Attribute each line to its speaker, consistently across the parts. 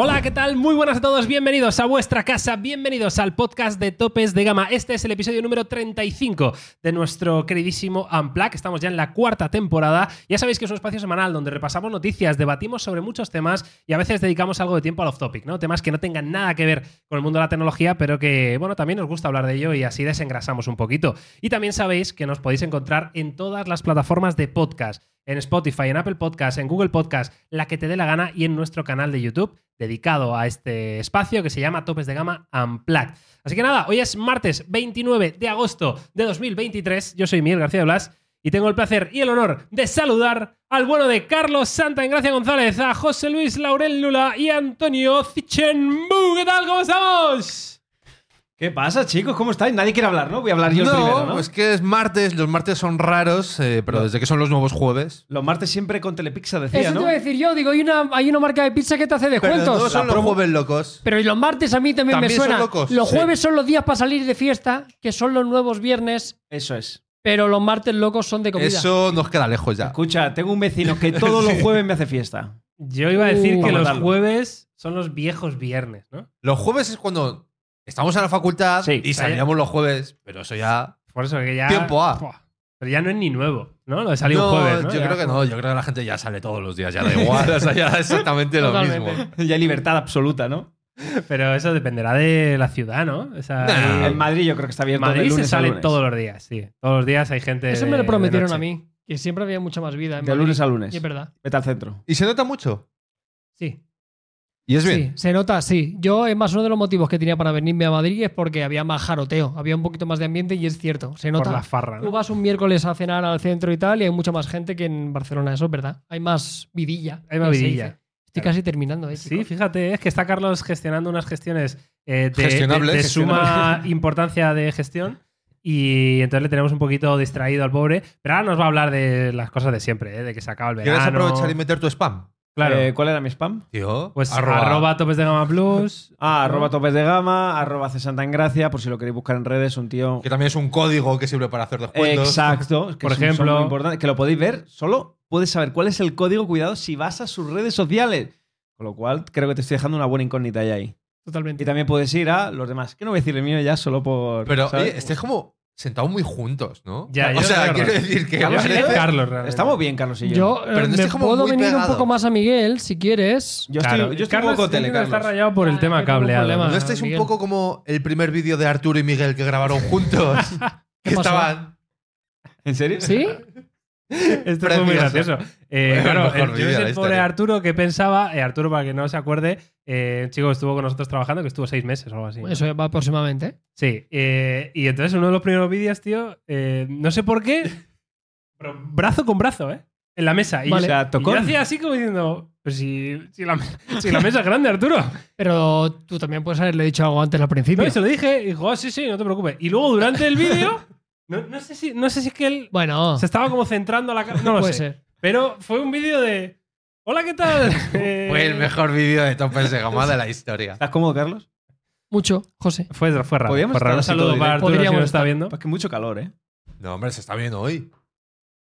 Speaker 1: Hola, ¿qué tal? Muy buenas a todos, bienvenidos a vuestra casa, bienvenidos al podcast de Topes de Gama. Este es el episodio número 35 de nuestro queridísimo Amplac. Estamos ya en la cuarta temporada. Ya sabéis que es un espacio semanal donde repasamos noticias, debatimos sobre muchos temas y a veces dedicamos algo de tiempo al off-topic, ¿no? Temas que no tengan nada que ver con el mundo de la tecnología, pero que, bueno, también nos gusta hablar de ello y así desengrasamos un poquito. Y también sabéis que nos podéis encontrar en todas las plataformas de podcast en Spotify, en Apple Podcast, en Google Podcast, la que te dé la gana y en nuestro canal de YouTube dedicado a este espacio que se llama Topes de Gama Unplugged. Así que nada, hoy es martes 29 de agosto de 2023. Yo soy Miguel García Blas y tengo el placer y el honor de saludar al bueno de Carlos Santa Engracia González, a José Luis Laurel Lula y Antonio Zichenbu. ¿Qué tal? ¿Cómo estamos?
Speaker 2: ¿Qué pasa, chicos? ¿Cómo estáis? Nadie quiere hablar, ¿no? Voy a hablar yo el primero, ¿no?
Speaker 3: es que es martes, los martes son raros, eh, pero desde que son los nuevos jueves.
Speaker 2: Los martes siempre con Telepizza decía,
Speaker 4: Eso
Speaker 2: ¿no?
Speaker 4: te iba a decir yo, digo, hay una, hay una marca de pizza que te hace
Speaker 3: Pero
Speaker 4: descuentos.
Speaker 3: todos son
Speaker 4: La
Speaker 3: los
Speaker 4: promo.
Speaker 3: jueves locos.
Speaker 4: Pero y los martes a mí también,
Speaker 3: También
Speaker 4: me
Speaker 3: son
Speaker 4: suena.
Speaker 3: locos,
Speaker 4: los
Speaker 3: sí.
Speaker 4: jueves son los días para salir de fiesta, que son los nuevos viernes,
Speaker 2: Eso es.
Speaker 4: pero los martes locos son de comida.
Speaker 3: Eso nos queda lejos ya.
Speaker 2: Escucha, tengo un vecino que todos los jueves me hace fiesta.
Speaker 1: Yo iba a decir
Speaker 4: Uh.
Speaker 1: que
Speaker 2: Para
Speaker 1: los
Speaker 2: matarlo.
Speaker 1: jueves son los viejos viernes, ¿no?
Speaker 3: Los jueves es cuando estamos en la facultad
Speaker 2: Sí.
Speaker 3: y salíamos los jueves, pero eso ya.
Speaker 1: Por eso que ya...
Speaker 3: Tiempo A.
Speaker 1: Buah. Pero ya no es ni nuevo, ¿no? Lo de salir
Speaker 3: No,
Speaker 1: un jueves, ¿no?
Speaker 3: Yo
Speaker 1: Ya.
Speaker 3: creo que no, yo creo que la gente ya sale todos los días, ya da igual, o sea, ya da exactamente lo
Speaker 4: Totalmente.
Speaker 3: mismo.
Speaker 2: Ya hay libertad absoluta, ¿no?
Speaker 1: Pero eso dependerá de la ciudad, ¿no? O sea,
Speaker 3: Nah.
Speaker 1: en
Speaker 2: En Madrid yo creo que está abierto
Speaker 1: Madrid
Speaker 2: de lunes
Speaker 1: se salen
Speaker 2: a lunes.
Speaker 1: todos los días, sí. Todos los días hay gente.
Speaker 4: Eso
Speaker 1: de-
Speaker 4: me lo
Speaker 1: de
Speaker 4: prometieron
Speaker 1: noche.
Speaker 4: a mí, que siempre había mucha más vida. en
Speaker 2: De
Speaker 4: Madrid.
Speaker 2: lunes a lunes.
Speaker 4: Y es verdad,
Speaker 2: Vete al centro.
Speaker 3: Y se nota mucho.
Speaker 4: sí.
Speaker 3: Y es
Speaker 4: Sí,
Speaker 3: bien.
Speaker 4: se nota, sí. Yo, es más, uno de los motivos que tenía para venirme a Madrid es porque había más jaroteo, había un poquito más de ambiente y es cierto, se
Speaker 1: Por
Speaker 4: nota.
Speaker 1: la farra. ¿no?
Speaker 4: Tú vas un miércoles a cenar al centro y tal, y hay mucha más gente que en Barcelona, eso es verdad. Hay más vidilla.
Speaker 1: Hay más
Speaker 4: que se
Speaker 1: vidilla.
Speaker 4: dice. Estoy casi terminando, ¿eh?
Speaker 1: Sí,
Speaker 4: chicos?
Speaker 1: fíjate, es que está Carlos gestionando unas gestiones eh, de,
Speaker 3: Gestionables,
Speaker 1: de- de suma importancia de gestión. Y entonces le tenemos un poquito distraído al pobre. Pero ahora nos va a hablar de las cosas de siempre, ¿eh? de que se acaba el verano.
Speaker 3: ¿Quieres aprovechar y meter tu spam?
Speaker 1: Claro.
Speaker 2: Eh, ¿Cuál era mi spam?
Speaker 3: Tío.
Speaker 1: pues arroba. topes de gama plus.
Speaker 2: Ah, arroba topes de gama, arroba C Santa Engracia, por si lo queréis buscar en redes, un tío.
Speaker 3: Que también es un código que sirve para hacer descuentos.
Speaker 2: Exacto. que
Speaker 1: Por
Speaker 2: son- son
Speaker 1: ejemplo.
Speaker 2: muy importantes, que lo podéis ver, solo puedes saber cuál es el código, cuidado, si vas a sus redes sociales. Con lo cual, creo que te estoy dejando una buena incógnita ya ahí.
Speaker 4: Totalmente.
Speaker 2: Y también puedes ir a los demás. Que no voy a decir el mío ya solo por.
Speaker 3: Pero
Speaker 2: ¿sabes?
Speaker 3: oye,
Speaker 1: este
Speaker 3: estáis como sentados muy juntos, ¿no?
Speaker 1: Ya, yo
Speaker 3: o sea,
Speaker 1: creo que
Speaker 3: quiero
Speaker 1: no.
Speaker 3: decir que.
Speaker 1: Yo
Speaker 2: Carlos,
Speaker 1: soy
Speaker 2: ¿eh?
Speaker 1: de Carlos, realmente.
Speaker 2: Estamos bien, Carlos y yo.
Speaker 4: Yo
Speaker 3: Pero
Speaker 4: eh,
Speaker 3: no
Speaker 4: me
Speaker 3: estés como
Speaker 4: puedo
Speaker 3: muy
Speaker 4: venir un
Speaker 3: pegado.
Speaker 4: poco más a Miguel, si quieres.
Speaker 2: yo
Speaker 1: Claro.
Speaker 2: estoy, yo estoy
Speaker 1: Carlos
Speaker 2: un poco tele,
Speaker 1: tiene que estar
Speaker 2: Carlos.
Speaker 1: rayado por el
Speaker 4: Ah,
Speaker 1: tema
Speaker 4: yo tengo un
Speaker 1: cable. Adam.
Speaker 4: problema.
Speaker 3: ¿No estáis un
Speaker 4: Miguel.
Speaker 3: poco como el primer vídeo de Arturo y Miguel que grabaron juntos? que
Speaker 4: ¿Qué pasó?
Speaker 3: estaban.
Speaker 2: ¿En serio?
Speaker 4: ¿Sí?
Speaker 1: Esto Este es muy
Speaker 3: Precioso.
Speaker 1: gracioso. Eh,
Speaker 3: Bueno,
Speaker 1: claro,
Speaker 3: mejor
Speaker 1: el, yo
Speaker 3: vídeo
Speaker 1: es
Speaker 3: de la
Speaker 1: el pobre
Speaker 3: historia.
Speaker 1: Arturo que pensaba, eh, Arturo, para que no se acuerde, eh, un chico que estuvo con nosotros trabajando, que estuvo seis meses o algo así.
Speaker 4: Eso va aproximadamente. ¿eh?
Speaker 1: Sí. eh, y entonces uno de los primeros vídeos, tío, eh, no sé por qué, pero brazo con brazo, ¿eh? En la mesa. Y,
Speaker 2: O
Speaker 4: Vale.
Speaker 2: sea,
Speaker 1: y yo
Speaker 2: tocó.
Speaker 1: hacía así como diciendo, pues si, si la, si la mesa es grande, Arturo.
Speaker 4: Pero tú también puedes haberle dicho algo antes al
Speaker 1: No,
Speaker 4: principio.
Speaker 1: y se lo dije, y dijo, "Ah, sí, sí, no te preocupes. Y luego durante el vídeo, no, no sé si, no sé si es que él
Speaker 4: Bueno,
Speaker 1: se estaba como centrando a la cara. No lo
Speaker 4: Ah. puede
Speaker 1: sé.
Speaker 4: ser.
Speaker 1: Pero fue un vídeo de. Hola, ¿qué tal? Eh,
Speaker 3: Fue el mejor vídeo de Topes de Gama de la historia.
Speaker 2: ¿Estás cómodo, Carlos?
Speaker 4: Mucho, José.
Speaker 1: Fue, fue raro.
Speaker 2: Podríamos
Speaker 1: fue raro.
Speaker 2: estar
Speaker 1: Un saludo
Speaker 2: así todo
Speaker 1: para
Speaker 4: directo.
Speaker 1: Arturo si
Speaker 4: Podríamos
Speaker 1: nos está
Speaker 4: estar-
Speaker 1: viendo.
Speaker 2: Pues que mucho calor, ¿eh?
Speaker 3: No, hombre, se está viendo hoy.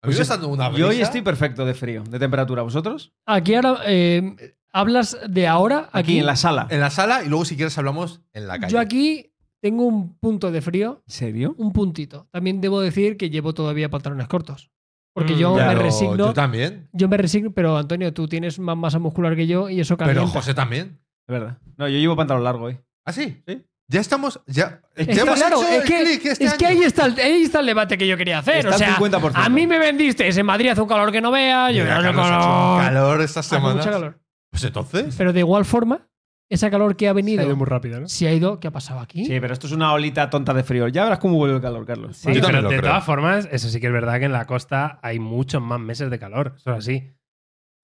Speaker 3: A mí
Speaker 2: Pues
Speaker 3: me
Speaker 2: yo-
Speaker 3: está dando una brisa.
Speaker 2: Yo hoy estoy perfecto de frío, de temperatura. ¿Vosotros?
Speaker 4: Aquí ahora eh, hablas de ahora.
Speaker 2: Aquí,
Speaker 4: Aquí,
Speaker 2: en la sala.
Speaker 3: en la sala y luego si quieres hablamos en la calle.
Speaker 4: Yo aquí tengo un punto de frío,
Speaker 2: ¿En serio?
Speaker 4: un puntito. También debo decir que llevo todavía pantalones cortos. Porque
Speaker 1: Mm,
Speaker 4: yo
Speaker 1: ya,
Speaker 4: me
Speaker 3: Pero
Speaker 4: resigno.
Speaker 3: Tú también.
Speaker 4: Yo me resigno, pero Antonio, tú tienes más masa muscular que yo y eso calienta.
Speaker 3: Pero José también.
Speaker 2: Es verdad. No, yo llevo pantalón largo hoy.
Speaker 3: ¿Ah, sí?
Speaker 2: Sí.
Speaker 3: Ya estamos. Ya,
Speaker 2: Es
Speaker 3: ya
Speaker 4: Es que,
Speaker 3: hemos
Speaker 4: claro,
Speaker 3: hecho
Speaker 4: es
Speaker 3: el
Speaker 4: que,
Speaker 3: clic este
Speaker 4: es que
Speaker 3: año.
Speaker 4: ahí, está el, ahí está el debate que yo quería hacer.
Speaker 2: Está
Speaker 4: o sea,
Speaker 2: al 50%.
Speaker 4: a mí me vendiste en Madrid hace un calor que no veas, yo
Speaker 3: Mira,
Speaker 4: no
Speaker 3: Carlos, ha hecho un calor estas semanas.
Speaker 4: mucho calor.
Speaker 3: Pues entonces.
Speaker 4: Pero de igual forma, ese calor que ha venido,
Speaker 1: Ha ido muy rápido, ¿no?
Speaker 4: si ha ido, ¿qué ha pasado aquí?
Speaker 2: Sí, pero esto es una olita tonta de frío. Ya verás cómo vuelve el calor, Carlos.
Speaker 1: Sí,
Speaker 3: Yo también
Speaker 1: pero
Speaker 3: lo
Speaker 1: de
Speaker 3: creo.
Speaker 1: todas formas, eso sí que es verdad que en la costa hay muchos más meses de calor. Eso es así.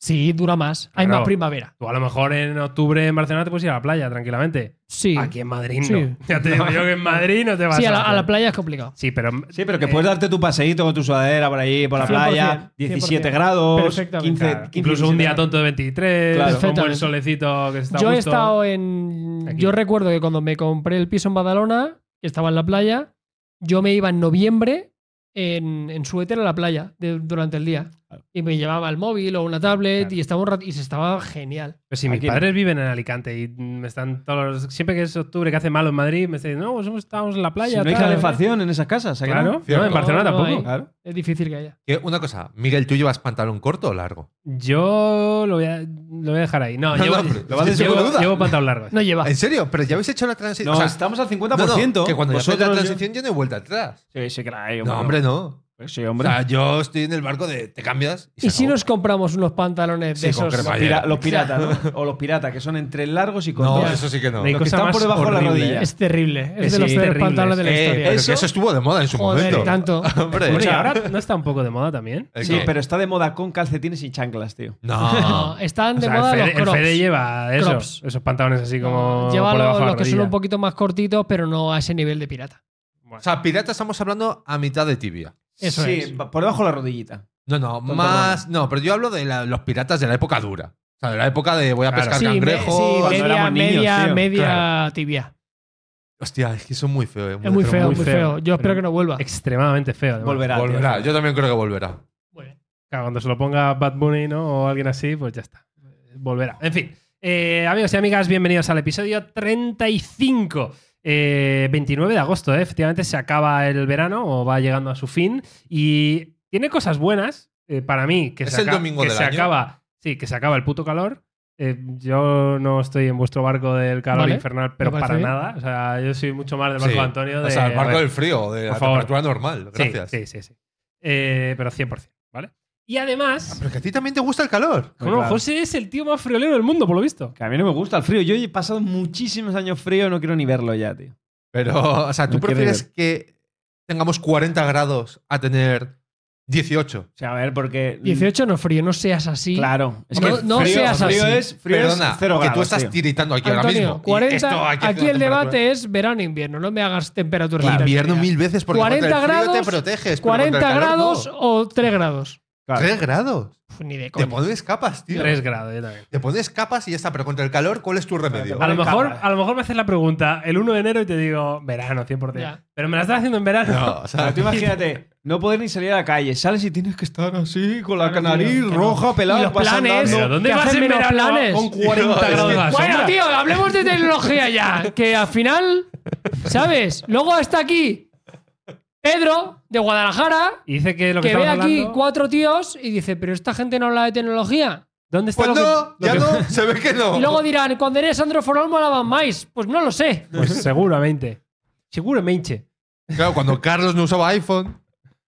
Speaker 4: Sí, dura más. Hay
Speaker 1: Claro.
Speaker 4: más primavera.
Speaker 1: Tú a lo mejor en octubre en Barcelona te puedes ir a la playa tranquilamente.
Speaker 4: Sí.
Speaker 1: Aquí en Madrid no.
Speaker 4: Sí.
Speaker 1: Ya te digo yo que en Madrid no te vas
Speaker 4: Sí, a la,
Speaker 1: hacer.
Speaker 4: a la playa es complicado.
Speaker 1: Sí, pero. eh,
Speaker 2: Sí,
Speaker 4: Eh,
Speaker 2: pero que puedes darte tu paseíto con tu sudadera por ahí, por la
Speaker 4: 100%,
Speaker 2: playa. 17 grados, 15,
Speaker 4: Perfectamente.
Speaker 2: 15
Speaker 1: claro, incluso un
Speaker 2: 17
Speaker 1: día tonto de 23,
Speaker 2: Claro.
Speaker 1: un buen
Speaker 4: Perfectamente.
Speaker 1: solecito que se está a
Speaker 4: yo he
Speaker 1: gusto.
Speaker 4: estado en.
Speaker 1: Aquí.
Speaker 4: Yo recuerdo que cuando me compré el piso en Badalona, que estaba en la playa, yo me iba en noviembre en, en suéter a la playa de- durante el día. Y me llevaba el móvil o una tablet
Speaker 1: Claro.
Speaker 4: y estaba un rato y se estaba genial.
Speaker 1: Pero Pues si mis
Speaker 2: Aquí no.
Speaker 1: padres viven en Alicante y me están todos los- Siempre que es octubre que hace malo en Madrid, me dicen, no, pues hemos- estamos en la
Speaker 2: Si
Speaker 1: playa.
Speaker 2: no hay
Speaker 1: tal".
Speaker 2: calefacción en esas casas. ¿a que no?
Speaker 1: Claro, no,
Speaker 3: ¿eh? Cierto.
Speaker 1: en Barcelona
Speaker 4: No, no
Speaker 1: tampoco.
Speaker 4: hay.
Speaker 2: Claro.
Speaker 4: Es difícil que haya.
Speaker 3: Que Una cosa, Miguel, ¿tú llevas pantalón corto o largo?
Speaker 1: Yo lo voy, a, lo voy a dejar ahí. No,
Speaker 3: No,
Speaker 1: llevo,
Speaker 3: hombre, lo vas a decir
Speaker 1: llevo-
Speaker 3: con duda.
Speaker 1: llevo pantalón largo.
Speaker 4: No lleva.
Speaker 3: ¿En serio? ¿Pero ya habéis hecho la transición?
Speaker 2: Ah. No,
Speaker 3: O sea,
Speaker 2: estamos al 50%.
Speaker 3: no, no, que cuando ya hacéis la
Speaker 2: Vosotros, yo-
Speaker 3: transición yo no he vuelto atrás.
Speaker 2: Sí, sí, claro.
Speaker 3: No, hombre, no.
Speaker 2: Sí,
Speaker 3: O
Speaker 2: hombre.
Speaker 3: sea, yo estoy en el barco de te cambias y, se
Speaker 4: ¿Y si
Speaker 3: acabó.
Speaker 4: nos compramos unos pantalones de
Speaker 3: Sí, con
Speaker 4: esos?
Speaker 3: crema.
Speaker 2: Pira- los piratas, ¿no? O los piratas, que son entre largos y
Speaker 3: No,
Speaker 2: cortos.
Speaker 3: eso sí que no.
Speaker 1: Ni
Speaker 2: Los que
Speaker 1: cosa
Speaker 2: están
Speaker 1: más
Speaker 2: por debajo de la
Speaker 1: horrible,
Speaker 2: rodilla.
Speaker 1: ¿eh?
Speaker 4: Es terrible. Es
Speaker 1: Sí,
Speaker 4: de los peores
Speaker 1: terribles.
Speaker 4: pantalones de la
Speaker 3: Eh,
Speaker 4: historia.
Speaker 3: pero que
Speaker 2: Eso-
Speaker 3: eso estuvo de moda en su
Speaker 4: Joder,
Speaker 3: momento.
Speaker 4: tanto.
Speaker 3: Hombre,
Speaker 1: Oye,
Speaker 2: Escucha.
Speaker 1: ahora no está un poco de moda también.
Speaker 3: ¿el
Speaker 2: Sí,
Speaker 3: qué?
Speaker 2: pero está de moda con calcetines y chanclas, tío.
Speaker 4: No,
Speaker 3: No.
Speaker 4: están
Speaker 1: O
Speaker 4: de
Speaker 1: sea, el,
Speaker 4: moda
Speaker 1: Fede,
Speaker 4: los
Speaker 1: el
Speaker 4: crocs.
Speaker 1: Fede lleva esos,
Speaker 4: Crocs.
Speaker 1: esos pantalones así como
Speaker 4: Lleva
Speaker 1: por
Speaker 4: los,
Speaker 1: debajo de la
Speaker 4: los que son
Speaker 1: rodilla.
Speaker 4: un poquito más cortitos, pero no a ese nivel de pirata.
Speaker 1: Bueno.
Speaker 3: O sea, pirata estamos hablando a mitad de tibia.
Speaker 4: Eso
Speaker 2: sí,
Speaker 4: es.
Speaker 2: por debajo de la rodillita.
Speaker 3: No, no, más. No, pero yo hablo de la- los piratas de la época dura. O sea, de la época de voy a pescar
Speaker 4: Sí, me-
Speaker 3: cangrejo.
Speaker 4: sí,
Speaker 2: cuando
Speaker 4: media,
Speaker 2: éramos niños,
Speaker 4: media,
Speaker 2: tío.
Speaker 4: media
Speaker 3: Claro.
Speaker 4: tibia.
Speaker 3: Hostia, es que son muy feos. eh,
Speaker 4: Es muy
Speaker 3: pero
Speaker 4: feo,
Speaker 1: muy
Speaker 4: muy,
Speaker 1: feo.
Speaker 4: feo. Yo espero
Speaker 1: Pero-
Speaker 4: que no vuelva.
Speaker 1: Extremadamente feo. además.
Speaker 2: Volverá. tío.
Speaker 3: Volverá, yo también creo que volverá.
Speaker 1: Claro, cuando se lo ponga Bad Bunny ¿no? o alguien así, pues ya está. Volverá. En fin. Eh, amigos y amigas, bienvenidos al episodio 35. Eh, 29 de agosto, eh. efectivamente se acaba el verano o va llegando a su fin y tiene cosas buenas eh, para mí que
Speaker 3: Es
Speaker 1: se,
Speaker 3: el
Speaker 1: aca-
Speaker 3: domingo
Speaker 1: que
Speaker 3: del
Speaker 1: se
Speaker 3: año.
Speaker 1: acaba, sí, que se acaba el puto calor. Eh, yo no estoy en vuestro barco del calor
Speaker 4: Vale,
Speaker 1: infernal, pero
Speaker 4: me parece
Speaker 1: para
Speaker 4: bien.
Speaker 1: nada. O sea, yo soy mucho más del barco
Speaker 3: Sí.
Speaker 1: de Antonio. De,
Speaker 3: o sea, el
Speaker 1: a ver,
Speaker 3: barco del frío, de
Speaker 1: Por
Speaker 3: la
Speaker 1: favor.
Speaker 3: temperatura normal.
Speaker 1: Sí,
Speaker 3: Gracias.
Speaker 1: Sí, sí, sí. Eh, pero 100%, ¿vale? Y además,
Speaker 3: Pero que a ti también te gusta el calor.
Speaker 1: como
Speaker 2: Claro.
Speaker 1: José es el tío más friolero del mundo, por lo visto.
Speaker 2: Que a mí no me gusta el frío. Yo he pasado muchísimos años frío y no quiero ni verlo ya, tío.
Speaker 3: Pero, o sea, ¿tú
Speaker 2: No quiero
Speaker 3: prefieres que tengamos 40 grados a tener 18?
Speaker 2: O sea, a ver, porque.
Speaker 3: Mm.
Speaker 4: 18 no es frío, no seas así.
Speaker 2: Claro. Es
Speaker 4: No-
Speaker 2: que
Speaker 4: no
Speaker 2: frío,
Speaker 4: seas
Speaker 2: frío
Speaker 4: así.
Speaker 2: es frío
Speaker 3: Perdona,
Speaker 2: es cero
Speaker 3: que tú
Speaker 2: grados,
Speaker 3: estás
Speaker 2: tío.
Speaker 3: tiritando aquí ahora
Speaker 4: Antonio,
Speaker 3: mismo. Y
Speaker 4: 40,
Speaker 3: esto hay que hacer
Speaker 4: aquí
Speaker 3: la
Speaker 4: el
Speaker 3: temperatura.
Speaker 4: debate es verano-invierno, no me hagas temperatura.
Speaker 3: Invierno mil veces porque
Speaker 4: 40
Speaker 3: contra el frío
Speaker 4: grados,
Speaker 3: te proteges. pero
Speaker 4: 40
Speaker 3: contra el calor
Speaker 4: grados
Speaker 3: no.
Speaker 4: o 3 grados.
Speaker 2: Claro.
Speaker 3: 3 grados.
Speaker 4: Uf, ni de
Speaker 3: Te
Speaker 4: coña.
Speaker 3: pones capas, tío.
Speaker 1: 3 grados, yo también.
Speaker 3: Te pones capas y ya está, pero contra el calor, ¿cuál es tu remedio?
Speaker 1: A lo,
Speaker 2: Vale,
Speaker 1: mejor,
Speaker 2: capa.
Speaker 1: a lo mejor me haces la pregunta el 1 de enero y te digo verano, 100%.
Speaker 4: Ya.
Speaker 1: Pero me la estás haciendo en verano.
Speaker 3: No, o
Speaker 2: O sea,
Speaker 3: sea,
Speaker 2: tú imagínate, no poder ni salir a la calle. Sales y tienes que estar así, con la
Speaker 4: Claro,
Speaker 2: nariz
Speaker 4: tío, que no.
Speaker 2: roja,
Speaker 4: Y
Speaker 2: pelada.
Speaker 4: los planes.
Speaker 1: Pero ¿dónde
Speaker 4: ¿Qué
Speaker 1: vas
Speaker 4: hacen
Speaker 1: en
Speaker 4: menos
Speaker 1: verano
Speaker 4: planes?
Speaker 1: con 40
Speaker 3: No, es
Speaker 1: grados
Speaker 3: que-
Speaker 1: a la
Speaker 4: Bueno,
Speaker 1: sombra?
Speaker 4: tío, hablemos de tecnología ya. Que al final, ¿sabes? Luego está aquí Pedro de Guadalajara,
Speaker 1: Y dice que lo que,
Speaker 4: que ve
Speaker 1: estamos
Speaker 4: aquí
Speaker 1: hablando-
Speaker 4: cuatro tíos y dice, pero esta gente no habla de tecnología.
Speaker 1: ¿Dónde está
Speaker 3: pues
Speaker 1: lo que-
Speaker 3: no,
Speaker 1: lo
Speaker 3: ya
Speaker 1: que-
Speaker 3: no, se ve que no.
Speaker 4: Y luego dirán, cuando eres Sandro Forol molaban más. Pues no lo sé.
Speaker 1: Pues seguramente. Seguramente.
Speaker 3: Claro, cuando Carlos no usaba iPhone.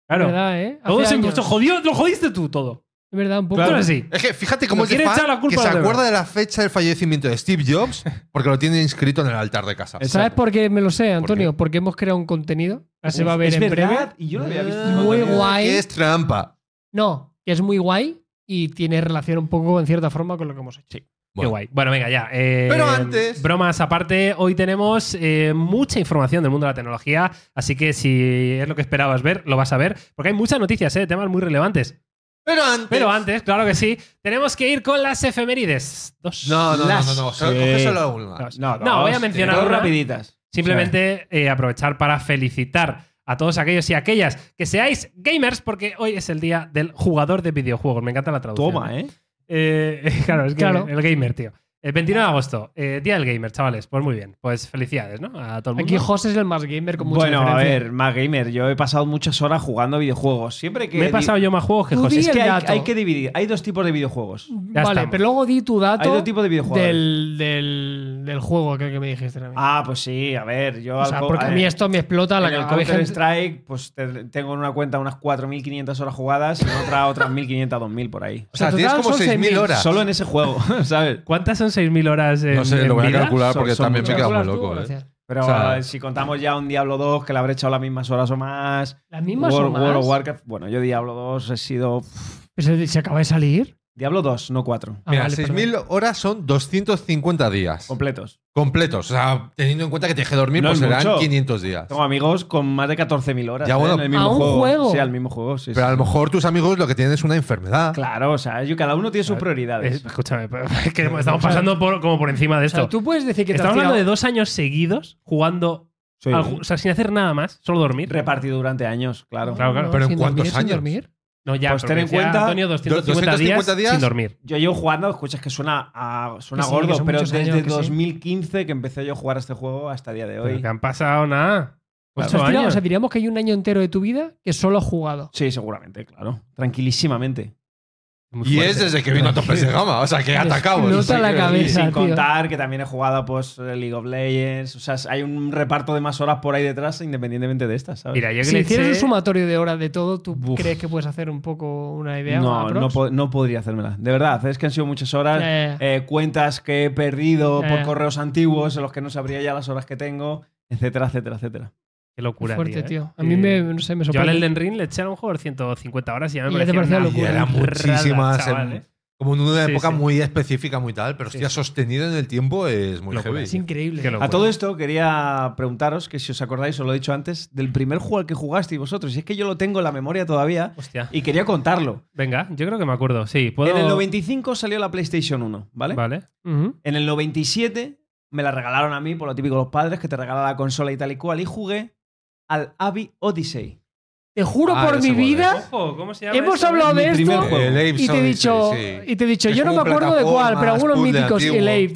Speaker 1: Claro.
Speaker 4: Es verdad, ¿eh? Hace
Speaker 1: Todo se
Speaker 4: años.
Speaker 1: se jodió, lo jodiste tú todo.
Speaker 4: Es verdad, un poco.
Speaker 1: Claro. así.
Speaker 3: Es que fíjate cómo
Speaker 1: Nos
Speaker 3: es de
Speaker 1: quiere
Speaker 3: fan
Speaker 1: echar la culpa
Speaker 3: que
Speaker 1: a
Speaker 3: se
Speaker 1: los demás.
Speaker 3: acuerda de la fecha del fallecimiento de Steve Jobs porque lo tiene inscrito en el altar de casa.
Speaker 4: ¿Sabes por qué me lo sé,
Speaker 3: qué?
Speaker 4: Antonio? Porque hemos creado un contenido. Ahora se
Speaker 2: Uf,
Speaker 4: va a ver
Speaker 2: es
Speaker 4: en breve.
Speaker 2: verdad, Y yo no lo había visto.
Speaker 4: Muy
Speaker 2: Madre mía.
Speaker 4: guay.
Speaker 3: Que es trampa.
Speaker 4: No, que es muy guay y tiene relación un poco, en cierta forma, con lo que hemos hecho.
Speaker 1: Qué
Speaker 3: Bueno.
Speaker 1: guay. Bueno, venga, ya. Eh,
Speaker 3: Pero antes-
Speaker 1: Bromas aparte, hoy tenemos eh, mucha información del mundo de la tecnología, así que si es lo que esperabas ver, lo vas a ver, porque hay muchas noticias, eh, de temas muy relevantes.
Speaker 3: Pero antes.
Speaker 1: Pero antes, claro que sí, tenemos que ir con las efemérides. Dos.
Speaker 3: No, no, no, no,
Speaker 2: Las-
Speaker 3: no. Solo,
Speaker 2: Sí.
Speaker 3: coge solo una.
Speaker 1: Dos.
Speaker 2: No,
Speaker 1: No, voy a
Speaker 2: dos,
Speaker 1: mencionar
Speaker 2: dos
Speaker 1: una.
Speaker 2: rapiditas.
Speaker 1: Simplemente eh, aprovechar para felicitar a todos aquellos y aquellas que seáis gamers, porque hoy es el día del jugador de videojuegos. Me encanta la traducción.
Speaker 2: Toma, ¿eh?
Speaker 1: Eh, claro, es que
Speaker 4: Claro.
Speaker 1: el gamer, tío. El 29 de agosto, eh, día del gamer, chavales. Pues muy bien, pues felicidades, ¿no? A todo el mundo.
Speaker 4: Aquí José es el más gamer con mucha
Speaker 2: Bueno, a
Speaker 4: diferencia.
Speaker 2: ver, más gamer. Yo he pasado muchas horas jugando a videojuegos. Siempre que.
Speaker 1: Me he pasado yo más juegos que
Speaker 4: Tú
Speaker 1: José.
Speaker 4: di
Speaker 1: Es
Speaker 2: Es
Speaker 1: que-
Speaker 2: que hay,
Speaker 4: dato.
Speaker 2: hay que dividir. Hay dos tipos de videojuegos.
Speaker 1: Ya
Speaker 4: vale,
Speaker 1: estamos.
Speaker 4: pero luego di tu dato
Speaker 2: Hay dos tipos de videojuegos.
Speaker 4: del, del, del juego que, que me dijiste. también.
Speaker 2: Ah, pues sí, a ver, yo
Speaker 4: o sea,
Speaker 2: algo-
Speaker 4: porque a mí
Speaker 2: eh,
Speaker 4: esto me explota
Speaker 2: en
Speaker 4: la
Speaker 2: el
Speaker 4: cabeza.
Speaker 2: Counter Strike, pues te- tengo en una cuenta unas 4.500 horas jugadas y en otra otras 1.500, 2.000 por ahí.
Speaker 3: O sea,
Speaker 4: O sea,
Speaker 3: tienes
Speaker 4: total
Speaker 3: como
Speaker 4: son
Speaker 3: 6.000
Speaker 4: 6.000.
Speaker 3: horas.
Speaker 2: Solo en ese juego, ¿sabes?
Speaker 1: ¿Cuántas son 6.000 horas en,
Speaker 3: no sé, lo
Speaker 1: en
Speaker 3: voy a
Speaker 1: vida?
Speaker 3: calcular porque
Speaker 2: Son-
Speaker 3: también me
Speaker 2: son
Speaker 3: he quedado muy
Speaker 4: Calculas tú,
Speaker 3: loco. ¿eh?
Speaker 4: gracias.
Speaker 2: Pero
Speaker 3: O sea-
Speaker 2: si contamos ya un Diablo 2, que le habré echado las mismas horas o más.
Speaker 4: Las mismas
Speaker 2: World,
Speaker 4: son más.
Speaker 2: World of Warcraft. Bueno, yo Diablo 2 he sido.
Speaker 4: ¿Se, se acaba de salir?
Speaker 2: Diablo 2, no 4.
Speaker 4: Ah,
Speaker 3: Mira,
Speaker 4: vale, perdón.
Speaker 3: 6.000 horas son 250 días
Speaker 2: Completos.
Speaker 3: completos. O sea, teniendo en cuenta que te dejé dormir,
Speaker 2: No
Speaker 3: pues
Speaker 2: es
Speaker 3: serán
Speaker 2: mucho.
Speaker 3: 500 días.
Speaker 2: Tengo amigos con más de 14.000 horas
Speaker 3: Ya,
Speaker 2: ¿eh?
Speaker 3: bueno.
Speaker 2: en el mismo
Speaker 4: ¿A un
Speaker 2: juego.
Speaker 4: juego?
Speaker 2: Sí, al mismo juego. sí,
Speaker 3: Pero a
Speaker 2: sí.
Speaker 3: lo mejor tus amigos lo que tienen es una enfermedad.
Speaker 2: Claro, o sea, yo- cada uno tiene sus
Speaker 1: Eh,
Speaker 2: prioridades.
Speaker 1: escúchame, pero es que estamos pasando por- como por encima de
Speaker 4: O sea,
Speaker 1: esto.
Speaker 4: tú puedes decir que te
Speaker 1: Estamos
Speaker 4: has
Speaker 1: hablando de
Speaker 4: tirado-
Speaker 1: dos años seguidos jugando,
Speaker 2: Sí.
Speaker 1: al ju- o sea, sin hacer nada más, solo dormir.
Speaker 2: Repartido durante años, claro.
Speaker 1: Claro, claro.
Speaker 4: No,
Speaker 3: Pero ¿en
Speaker 4: sin
Speaker 3: cuántos
Speaker 4: dormir, sin
Speaker 3: años?
Speaker 4: dormir.
Speaker 1: No, ya,
Speaker 2: Pues
Speaker 1: pero
Speaker 2: ten
Speaker 1: que
Speaker 2: en
Speaker 1: decía
Speaker 2: cuenta,
Speaker 1: Antonio, 250,
Speaker 3: 250
Speaker 1: días,
Speaker 3: días.
Speaker 1: sin dormir.
Speaker 2: Yo llevo jugando, escuchas que suena a, suena
Speaker 4: Que sí, que
Speaker 2: gordo,
Speaker 4: son
Speaker 2: pero
Speaker 4: muchos
Speaker 2: desde
Speaker 4: años, que sí.
Speaker 2: 2015 que empecé yo a jugar a este juego hasta el día de
Speaker 1: Pero
Speaker 2: hoy.
Speaker 1: que han pasado nada.
Speaker 4: O
Speaker 1: Ocho
Speaker 4: sea, estira- o
Speaker 1: años.
Speaker 4: sea, diríamos que hay un año entero de tu vida que solo has jugado.
Speaker 2: Sí, seguramente, claro. Tranquilísimamente.
Speaker 1: Muy
Speaker 3: Y
Speaker 1: fuerte.
Speaker 3: es desde que vino a topes de gama. O sea, que atacamos.
Speaker 4: Explota la
Speaker 2: Y
Speaker 4: cabeza,
Speaker 2: sin
Speaker 4: tío.
Speaker 2: contar que también he jugado pues League of Legends. O sea, hay un reparto de más horas por ahí detrás, independientemente de estas, ¿sabes?
Speaker 1: Mira, yo que
Speaker 4: Si
Speaker 1: le
Speaker 4: hicieras un
Speaker 1: eché-
Speaker 4: sumatorio de horas de todo, ¿tú
Speaker 2: Buf.
Speaker 4: crees que puedes hacer un poco una idea?
Speaker 2: no,
Speaker 4: una
Speaker 2: no,
Speaker 4: aprox?
Speaker 2: po- no podría hacérmela. De verdad, es que han sido muchas horas.
Speaker 4: Ya, ya, ya.
Speaker 2: eh, cuentas que he perdido
Speaker 4: Ya,
Speaker 2: por
Speaker 4: ya.
Speaker 2: correos antiguos en los que no sabría ya las horas que tengo, etcétera, etcétera, etcétera.
Speaker 1: Qué
Speaker 4: Qué
Speaker 1: locura, tío.
Speaker 4: fuerte,
Speaker 1: ¿eh?
Speaker 4: tío. A mí me, no sé, me
Speaker 1: Yo al
Speaker 4: sorprende.
Speaker 1: Elden Ring le eché a lo mejor 150 horas y ya me
Speaker 4: Y ya te
Speaker 1: parecía
Speaker 4: parecía
Speaker 1: una
Speaker 4: locura.
Speaker 1: mierda,
Speaker 3: Era muchísimas.
Speaker 1: chaval,
Speaker 3: en-
Speaker 1: ¿eh?
Speaker 3: Como en una
Speaker 1: Sí,
Speaker 3: época
Speaker 1: sí.
Speaker 3: muy específica, muy tal. Pero
Speaker 1: Sí,
Speaker 3: hostia,
Speaker 1: sí.
Speaker 3: sostenido en el tiempo es muy
Speaker 1: Locura,
Speaker 3: heavy.
Speaker 4: Es increíble.
Speaker 1: Qué locura.
Speaker 2: A todo esto quería preguntaros que si os acordáis, os lo he dicho antes, del primer juego al que jugasteis vosotros. Y es que yo lo tengo en la memoria todavía
Speaker 1: Hostia.
Speaker 2: y quería contarlo.
Speaker 1: Venga, yo creo que me acuerdo. Sí, puedo.
Speaker 2: En el 95 salió la PlayStation 1, ¿vale?
Speaker 1: Vale.
Speaker 4: Ujú.
Speaker 2: En el 97 me la regalaron a mí, por lo típico de los padres, que te regala la consola y tal y cual. Y jugué al Abbey Odyssey.
Speaker 4: Te juro
Speaker 3: Ah,
Speaker 4: por
Speaker 3: ese
Speaker 4: mi
Speaker 3: juego,
Speaker 4: vida.
Speaker 1: Ojo, ¿cómo se llama?
Speaker 4: Hemos
Speaker 1: eso?
Speaker 4: hablado de
Speaker 2: mi primer
Speaker 4: esto
Speaker 2: juego.
Speaker 3: El Ape
Speaker 4: y te he
Speaker 3: Odyssey,
Speaker 4: dicho.
Speaker 3: sí.
Speaker 4: Y te he dicho,
Speaker 3: Es
Speaker 4: yo no me
Speaker 3: como
Speaker 4: acuerdo de cuál, pero
Speaker 3: plataformas,
Speaker 4: algunos
Speaker 3: puzzle
Speaker 4: míticos. El
Speaker 3: antiguo.
Speaker 4: Ape,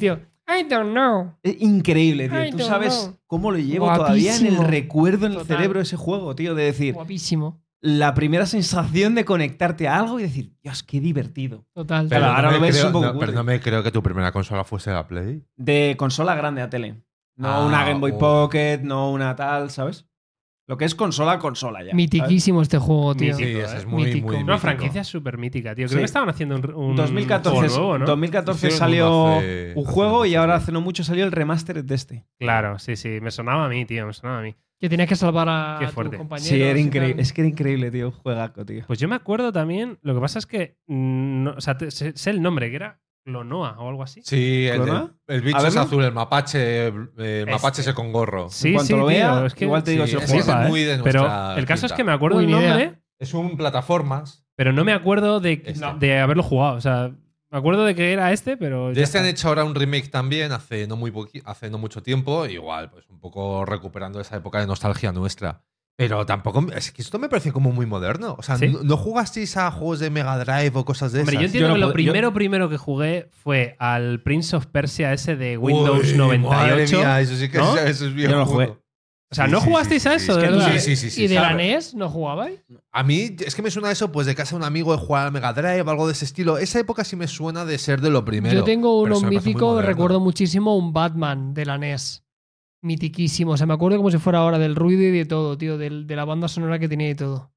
Speaker 4: tío. I don't know.
Speaker 2: Es increíble, tío.
Speaker 4: Ay,
Speaker 2: Tú
Speaker 4: no,
Speaker 2: sabes
Speaker 4: no.
Speaker 2: cómo lo llevo todavía en el
Speaker 4: Guapísimo.
Speaker 2: recuerdo, en el
Speaker 4: Total.
Speaker 2: cerebro ese juego, tío. De decir,
Speaker 4: Guapísimo.
Speaker 2: la primera sensación de conectarte a algo y decir, Dios, qué divertido.
Speaker 4: Total.
Speaker 3: Pero
Speaker 2: Claro, ahora
Speaker 3: no
Speaker 2: lo
Speaker 3: me
Speaker 2: ves
Speaker 3: creo-
Speaker 2: un poco
Speaker 3: no, pero
Speaker 2: cutre.
Speaker 3: no me creo que tu primera consola fuese la Play.
Speaker 2: De consola grande a tele. No
Speaker 3: Ah,
Speaker 2: una Game Boy
Speaker 3: oh.
Speaker 2: Pocket, no una tal, ¿sabes? Lo que es consola, consola ya. ¿sabes?
Speaker 4: Mitiquísimo este juego, tío.
Speaker 1: Mítico.
Speaker 3: Sí,
Speaker 1: ¿eh?
Speaker 3: esa es muy,
Speaker 4: Mítico.
Speaker 3: muy.
Speaker 4: Una
Speaker 1: Una
Speaker 3: mítico.
Speaker 1: franquicia súper mítica, tío. Creo
Speaker 2: Sí.
Speaker 1: que estaban haciendo un, un
Speaker 2: 2014,
Speaker 1: juego nuevo, ¿no?
Speaker 2: 2014
Speaker 3: Hicieron
Speaker 2: salió
Speaker 3: uno hace-
Speaker 2: un
Speaker 3: hace
Speaker 2: juego y
Speaker 3: mucho
Speaker 2: ahora
Speaker 3: tiempo.
Speaker 2: hace no mucho salió el remaster de este.
Speaker 1: Claro, sí, sí. Me sonaba a mí, tío. Me sonaba a mí.
Speaker 4: Que tenías que salvar a
Speaker 1: Qué
Speaker 4: tu
Speaker 1: fuerte.
Speaker 4: compañero.
Speaker 2: Sí, era increíble. Es que era increíble, tío. Juegaco, tío.
Speaker 1: Pues yo me acuerdo también. Lo que pasa es que. mm, no- o sea, te- sé, sé el nombre, que era Clonoa o algo así.
Speaker 3: Sí, el,
Speaker 2: ¿Clona?
Speaker 3: de- el
Speaker 2: A
Speaker 3: bicho
Speaker 2: ver,
Speaker 3: es
Speaker 2: ¿no?
Speaker 3: azul, el mapache, eh, el mapache ese con gorro.
Speaker 1: Sí,
Speaker 2: en cuanto
Speaker 1: sí, tío,
Speaker 2: lo vea,
Speaker 1: es que-
Speaker 2: igual te digo
Speaker 3: Sí,
Speaker 2: si lo
Speaker 3: ese es
Speaker 2: juegas.
Speaker 1: ¿eh?
Speaker 3: muy de
Speaker 1: Pero
Speaker 3: nuestra
Speaker 1: el caso es
Speaker 3: quinta.
Speaker 1: que me acuerdo
Speaker 4: Muy
Speaker 1: del
Speaker 4: buena idea.
Speaker 1: nombre,
Speaker 3: Es un plataformas.
Speaker 1: pero no me acuerdo de,
Speaker 3: Este.
Speaker 1: de haberlo jugado. O sea, me acuerdo de que era este, pero.
Speaker 3: De
Speaker 1: ya
Speaker 3: este han
Speaker 1: está.
Speaker 3: hecho ahora un remake también hace no, muy poqui- hace no mucho tiempo, igual, pues un poco recuperando esa época de nostalgia nuestra. Pero tampoco. Es que esto me parece como muy moderno. O sea,
Speaker 1: ¿Sí?
Speaker 3: ¿no, no jugasteis a juegos de Mega Drive o cosas de
Speaker 1: Hombre, yo
Speaker 3: esas?
Speaker 1: entiendo
Speaker 2: Yo no
Speaker 1: que lo
Speaker 2: pod- yo-
Speaker 1: primero, primero que jugué fue al Prince of Persia ese de Windows
Speaker 3: Uy,
Speaker 1: 98.
Speaker 3: Madre mía, eso sí que
Speaker 1: ¿no?
Speaker 3: es, eso es bien
Speaker 2: Yo no
Speaker 3: juego.
Speaker 2: jugué.
Speaker 1: O sea, ¿no jugasteis a eso,
Speaker 3: sí,
Speaker 1: de E
Speaker 3: es que-
Speaker 1: verdad?
Speaker 3: Sí, sí, sí. sí,
Speaker 4: ¿Y de la
Speaker 3: claro.
Speaker 4: NES no jugabais?
Speaker 3: A mí es que me suena eso, pues de casa de un amigo de jugar al Mega Drive o algo de ese estilo. Esa época sí me suena de ser de lo primero.
Speaker 4: Yo
Speaker 3: pero
Speaker 4: tengo uno
Speaker 3: eso me parece muy
Speaker 4: mítico,
Speaker 3: moderno.
Speaker 4: recuerdo muchísimo un Batman de la NES. Mitiquísimo. O sea, me acuerdo como si fuera ahora del ruido y de todo, tío. del- de la banda sonora que tenía y todo.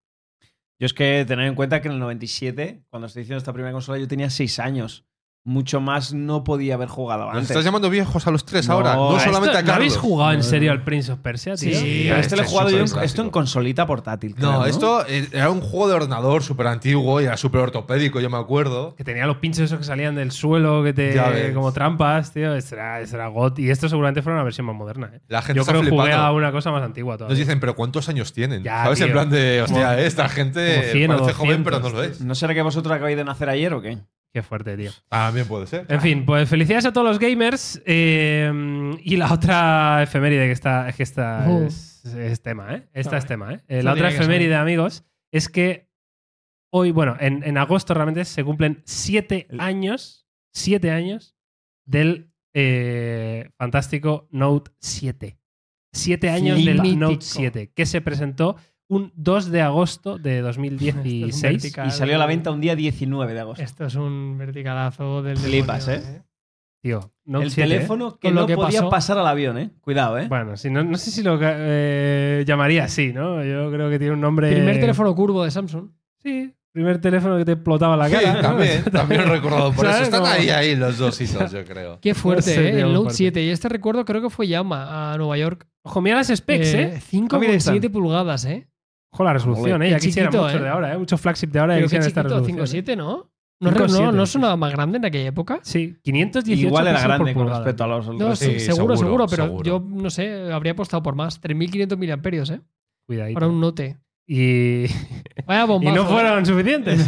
Speaker 2: Yo es que tener en cuenta que en el 97, cuando estoy diciendo esta primera consola, yo tenía 6 años. Mucho más no podía haber jugado
Speaker 3: Nos
Speaker 2: antes.
Speaker 3: estás llamando viejos a los tres
Speaker 2: No,
Speaker 3: ahora,
Speaker 2: a
Speaker 3: no
Speaker 1: ¿A Ah, esto-
Speaker 3: solamente a
Speaker 1: ¿No
Speaker 3: Carlos.
Speaker 1: habéis jugado en
Speaker 2: No, no.
Speaker 1: serio al Prince of Persia, tío?
Speaker 4: Sí.
Speaker 2: Pero este
Speaker 3: este
Speaker 2: lo he
Speaker 3: es
Speaker 2: jugado yo en-
Speaker 3: superclásico.
Speaker 2: esto en consolita portátil. creo,
Speaker 3: No, esto eh, era un juego de ordenador súper antiguo y era súper ortopédico, yo me acuerdo.
Speaker 1: Que tenía los pinchos esos que salían del suelo, que te
Speaker 3: Ya ves.
Speaker 1: como trampas, tío. Este era, este era got. Y esto seguramente fue una versión más moderna, ¿eh?
Speaker 3: La gente
Speaker 1: Yo
Speaker 3: está
Speaker 1: creo que jugué
Speaker 3: flipando.
Speaker 1: a una cosa más antigua
Speaker 3: Nos
Speaker 1: todavía.
Speaker 3: dicen, pero ¿cuántos años tienen?
Speaker 1: Ya,
Speaker 3: ¿Sabes? En
Speaker 1: tío.
Speaker 3: plan de, hostia, eh,
Speaker 1: Como-
Speaker 3: esta gente
Speaker 1: como 100 o
Speaker 3: parece
Speaker 1: 200,
Speaker 3: joven, pero no lo es.
Speaker 2: ¿No será que vosotros acabáis de nacer ayer o qué?
Speaker 1: Qué fuerte, tío.
Speaker 3: También puede ser.
Speaker 1: En fin, pues felicidades a todos los gamers. eh, y la otra efeméride que está, es que esta
Speaker 4: Ujú.
Speaker 1: es, es tema, ¿eh? Esta
Speaker 4: Vale.
Speaker 1: es tema, ¿eh? Eh,
Speaker 4: Esto
Speaker 1: La otra
Speaker 4: tiene que
Speaker 1: efeméride, amigos, es que hoy, bueno, en, en agosto realmente se cumplen siete años, siete años del eh, fantástico Note 7. Siete años del
Speaker 4: Mítico.
Speaker 1: Note 7, que se presentó un 2 de agosto de
Speaker 4: Esto es
Speaker 1: 2016.
Speaker 4: vertical.
Speaker 2: Y salió a la venta un día 19 de agosto.
Speaker 4: Esto es un verticalazo del
Speaker 2: Flipas,
Speaker 4: demonio,
Speaker 2: ¿eh?
Speaker 1: Tío, Note
Speaker 2: El
Speaker 1: 7, ¿eh?
Speaker 2: teléfono que
Speaker 4: Con lo
Speaker 2: no
Speaker 4: que
Speaker 2: podía
Speaker 4: pasó.
Speaker 2: pasar al avión, ¿eh? Cuidado, ¿eh?
Speaker 1: Bueno, sí, no, no sé si lo ca- eh, llamaría así, ¿no? Yo creo que tiene un nombre.
Speaker 4: Primer teléfono curvo de Samsung.
Speaker 1: Sí, primer teléfono que te explotaba la
Speaker 3: Sí,
Speaker 1: cara. ¿no?
Speaker 3: también, también he recordado. Por eso
Speaker 1: ¿Sabes?
Speaker 3: están
Speaker 1: Como-
Speaker 3: ahí, ahí los dos hitos, yo creo.
Speaker 4: Qué fuerte,
Speaker 1: sé,
Speaker 4: ¿eh?
Speaker 1: tío,
Speaker 4: El
Speaker 1: muy
Speaker 4: Note
Speaker 1: fuerte.
Speaker 4: 7. Y este recuerdo creo que fue Llama a Nueva York.
Speaker 1: Ojo, mira las specs, ¿eh?
Speaker 4: Eh,
Speaker 2: Ah, mira, ahí están.
Speaker 4: 5,7 pulgadas, ¿eh?
Speaker 1: Ojo, la resolución,
Speaker 2: Joder,
Speaker 1: ¿eh? Ya
Speaker 4: qué
Speaker 1: quisieran
Speaker 4: chiquito,
Speaker 1: mucho
Speaker 4: ¿eh?
Speaker 1: de ahora, ¿eh? Muchos flagship de ahora ya
Speaker 4: Pero qué
Speaker 1: quisieran esta
Speaker 4: chiquito,
Speaker 1: resolución. ¿eh?
Speaker 4: 5,7, ¿no? No,
Speaker 1: 5,7,
Speaker 4: no, no
Speaker 1: sí.
Speaker 4: sonaba más grande en aquella época.
Speaker 1: Sí, 518
Speaker 2: Igual era
Speaker 1: píxeles por
Speaker 2: grande con
Speaker 1: pulgada.
Speaker 2: respecto a los
Speaker 4: No,
Speaker 2: otros.
Speaker 4: sí,
Speaker 3: sí,
Speaker 4: seguro, seguro,
Speaker 3: seguro,
Speaker 4: pero
Speaker 3: seguro.
Speaker 4: yo no sé, habría apostado por más. 3.500 miliamperios, ¿eh?
Speaker 1: Cuidadito.
Speaker 4: Para un note.
Speaker 1: Y...
Speaker 4: Vaya
Speaker 1: y
Speaker 4: bombazo.
Speaker 1: no
Speaker 4: ¿eh?
Speaker 1: fueron suficientes.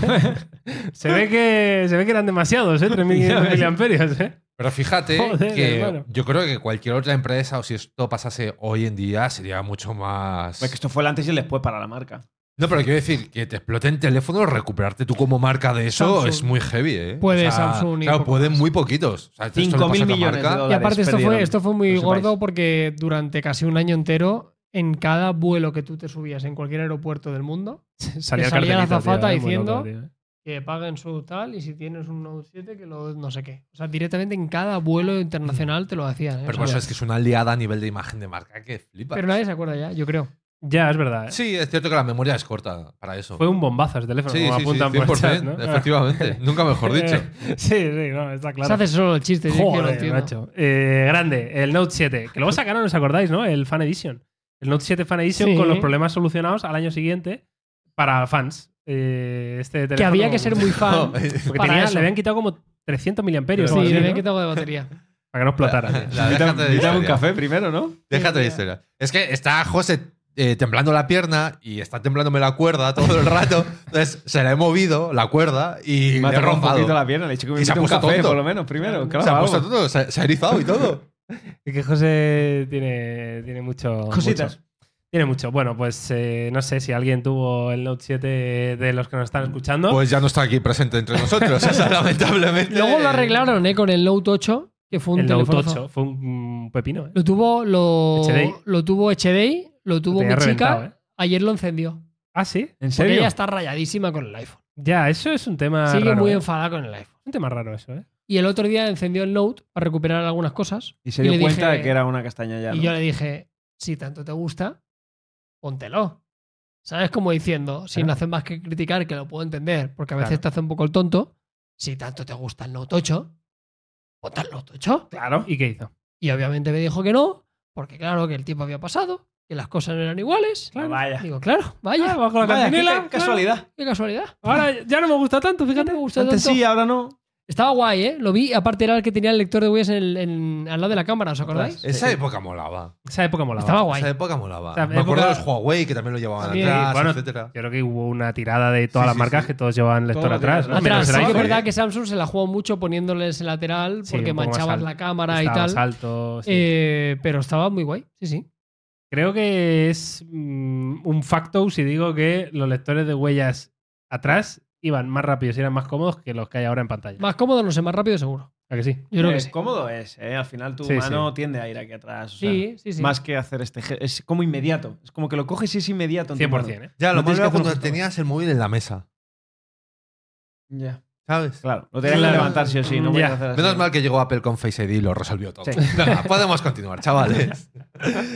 Speaker 1: se, ve que, se ve que eran demasiados, ¿eh? 3.500 miliamperios, ¿eh?
Speaker 3: Pero fíjate
Speaker 1: Joder,
Speaker 3: que
Speaker 1: hermano.
Speaker 3: yo creo que cualquier otra empresa, o si esto pasase hoy en día, sería mucho más.
Speaker 2: Porque esto fue el antes y el después para la marca.
Speaker 3: No, pero quiero decir, que te exploten teléfonos, recuperarte tú como marca de eso
Speaker 4: Samsung.
Speaker 3: es muy heavy, ¿eh?
Speaker 4: Puede Samsung y
Speaker 3: Claro,
Speaker 4: poco
Speaker 3: pueden
Speaker 4: más.
Speaker 3: muy poquitos. O sea, esto le
Speaker 2: 5.000
Speaker 3: pasa a otra
Speaker 2: millones de
Speaker 3: marca.
Speaker 4: Y
Speaker 2: dólares
Speaker 4: aparte, esto fue,
Speaker 2: perdieron,
Speaker 4: esto fue muy
Speaker 2: que lo sepáis.
Speaker 4: gordo porque durante casi un año entero, en cada vuelo que tú te subías en cualquier aeropuerto del mundo,
Speaker 1: Salía,
Speaker 4: Que
Speaker 1: el
Speaker 4: salía la
Speaker 1: cartelito, tío,
Speaker 4: azafata
Speaker 1: eh, muy
Speaker 4: diciendo-
Speaker 1: loco, tío.
Speaker 4: que paguen su tal y si tienes un Note 7, que lo no sé qué. O sea, directamente en cada
Speaker 1: Mm.
Speaker 4: vuelo internacional te lo hacían. ¿eh?
Speaker 3: Pero
Speaker 4: O
Speaker 3: pues
Speaker 4: sea,
Speaker 3: es que es una aliada a nivel de imagen de marca que flipa.
Speaker 4: pero nadie se acuerda ya, yo creo.
Speaker 1: Ya, es verdad. eh.
Speaker 3: Sí, es cierto que la memoria es corta para eso.
Speaker 1: Fue un bombazo ese teléfono,
Speaker 3: sí,
Speaker 1: como
Speaker 3: sí, sí,
Speaker 1: apuntan por el
Speaker 3: 100%,
Speaker 1: chat, ¿no?
Speaker 3: efectivamente. Nunca mejor dicho.
Speaker 1: sí, sí, no, está
Speaker 4: Se
Speaker 1: claro.
Speaker 4: hace solo el chiste, yo es que no
Speaker 1: Joder,
Speaker 4: entiendo.
Speaker 1: macho. Eh, grande, el Note 7. Que luego sacaron, ¿os acordáis, no? El Fan Edition. El Note 7 Fan Edition
Speaker 4: Sí.
Speaker 1: con los problemas solucionados al año siguiente para fans. Eh, este
Speaker 4: Que
Speaker 1: teléfono-
Speaker 4: había que ser muy fan.
Speaker 3: eh,
Speaker 1: Porque
Speaker 4: para
Speaker 1: tenía-
Speaker 4: eso.
Speaker 1: le habían quitado como 300 miliamperios o
Speaker 4: sí,
Speaker 1: algo así,
Speaker 4: le
Speaker 1: ¿no?
Speaker 4: habían quitado de batería.
Speaker 1: para que no explotara. tío.
Speaker 3: La- déjate
Speaker 2: Invítame
Speaker 3: de
Speaker 2: un
Speaker 3: historia.
Speaker 2: café primero, ¿no?
Speaker 3: Déjate de
Speaker 4: Sí,
Speaker 3: historia. Es que está José eh, temblando la pierna y está temblándome la cuerda todo el rato. Entonces se la he movido, la cuerda, y
Speaker 2: Me
Speaker 3: me
Speaker 2: ha
Speaker 3: he
Speaker 2: tocado un
Speaker 3: rompado.
Speaker 2: poquito la pierna, le he dicho que me
Speaker 3: Y se ha
Speaker 2: invite un
Speaker 3: puesto
Speaker 2: café,
Speaker 3: tonto.
Speaker 2: por lo menos, primero. Claro,
Speaker 3: se ha
Speaker 2: vamos.
Speaker 3: puesto todo, se, se ha erizado y todo.
Speaker 1: Es que José tiene, tiene mucho.
Speaker 2: Cositas.
Speaker 1: mucho. Tiene mucho. Bueno, pues eh, no sé si alguien tuvo el Note 7 de los que nos están escuchando.
Speaker 3: Pues ya no está aquí presente entre nosotros, o sea, lamentablemente.
Speaker 4: Luego lo arreglaron ¿eh? con el Note 8, que fue un
Speaker 1: el Note
Speaker 4: telefonazo.
Speaker 1: 8 fue un mm, pepino. ¿eh?
Speaker 4: Lo tuvo, lo,
Speaker 1: HDI.
Speaker 4: lo tuvo HDI, lo tuvo
Speaker 1: tenía
Speaker 4: mi
Speaker 1: reventado,
Speaker 4: chica.
Speaker 1: ¿eh?
Speaker 4: Ayer lo encendió.
Speaker 1: Ah, sí.
Speaker 2: ¿En
Speaker 4: Porque
Speaker 2: serio?
Speaker 4: ella está rayadísima con el iPhone.
Speaker 1: Ya, eso es un tema.
Speaker 4: Sigue
Speaker 1: raro,
Speaker 4: muy
Speaker 1: ¿eh?
Speaker 4: enfadada con el iPhone.
Speaker 1: Un tema raro eso, ¿eh?
Speaker 4: Y el otro día encendió el Note para recuperar algunas cosas.
Speaker 2: Y se
Speaker 4: y
Speaker 2: dio
Speaker 4: le
Speaker 2: cuenta
Speaker 4: dije-
Speaker 2: de que era una castaña ya.
Speaker 4: Y
Speaker 2: ¿no?
Speaker 4: yo le dije, si tanto te gusta, póntelo. ¿Sabes? Como diciendo, sin
Speaker 1: Claro.
Speaker 4: hacer más que criticar, que lo puedo entender, porque a veces
Speaker 1: Claro.
Speaker 4: te hace un poco el tonto. Si tanto te gusta el Note 8, ponte el Note 8.
Speaker 1: Claro. ¿Y qué hizo?
Speaker 4: Y obviamente me dijo que no, porque claro, que el tiempo había pasado, que las cosas no eran iguales.
Speaker 2: Ah, Vaya.
Speaker 4: Digo, claro, vaya,
Speaker 1: Ah, bajo la
Speaker 2: Vaya, qué
Speaker 1: cantinela,
Speaker 2: ca-
Speaker 1: claro.
Speaker 2: casualidad.
Speaker 4: qué casualidad.
Speaker 1: Ahora ya no me gusta tanto,
Speaker 4: No
Speaker 1: fíjate.
Speaker 4: me gustó
Speaker 2: Antes
Speaker 4: tanto.
Speaker 2: sí, ahora no.
Speaker 4: Estaba guay, ¿eh? Lo vi, aparte era el que tenía el lector de huellas en el- en- al lado de la cámara, ¿os acordáis?
Speaker 3: Esa época molaba.
Speaker 1: Esa época molaba.
Speaker 4: Estaba guay.
Speaker 3: Esa época molaba.
Speaker 1: O sea,
Speaker 3: me acuerdo de
Speaker 1: época-
Speaker 3: los Huawei que también lo llevaban
Speaker 1: También,
Speaker 3: atrás,
Speaker 1: bueno,
Speaker 3: etcétera.
Speaker 1: Yo creo que hubo una tirada de todas
Speaker 3: Sí,
Speaker 1: las
Speaker 3: sí,
Speaker 1: marcas
Speaker 3: sí.
Speaker 1: que todos llevaban lector
Speaker 2: Todos
Speaker 1: atrás, ¿no?
Speaker 2: llevaban
Speaker 4: Atrás,
Speaker 1: Menos el
Speaker 4: sí que es
Speaker 1: iPhone.
Speaker 4: verdad que Samsung se la jugó mucho poniéndole ese lateral
Speaker 1: Sí,
Speaker 4: porque
Speaker 1: un poco más
Speaker 4: manchabas
Speaker 1: alto.
Speaker 4: la cámara y
Speaker 1: Estaba
Speaker 4: tal.
Speaker 1: más alto, sí.
Speaker 4: Eh, pero estaba muy guay, sí, sí.
Speaker 1: Creo que es mm, un facto si digo que los lectores de huellas atrás iban más rápidos y eran más cómodos que los que hay ahora en pantalla.
Speaker 4: Más cómodo, no sé, más rápido seguro.
Speaker 1: ¿A que sí?
Speaker 4: Yo creo
Speaker 2: Eh,
Speaker 4: que sí.
Speaker 2: Cómodo es, ¿eh? Al final tu
Speaker 1: Sí,
Speaker 2: mano tiende a ir aquí atrás. o sea,
Speaker 4: Sí, sí, sí.
Speaker 2: Más que hacer este. ge- Es como inmediato. Es como que lo coges y es inmediato. En tu
Speaker 1: 100%, ¿eh?
Speaker 3: Ya,
Speaker 2: No tienes
Speaker 3: lo malo
Speaker 2: que
Speaker 3: era
Speaker 2: hacer un
Speaker 3: cuando
Speaker 2: gesto.
Speaker 3: tenías el móvil en la mesa,
Speaker 2: mano. Ya.
Speaker 3: ¿sabes?
Speaker 2: Claro, lo tenías que
Speaker 1: Claro.
Speaker 2: levantar sí o sí. No voy
Speaker 1: Ya.
Speaker 2: a hacer así.
Speaker 3: Menos mal que llegó Apple con Face ID y lo resolvió todo.
Speaker 2: Sí.
Speaker 3: Venga, podemos continuar, chavales.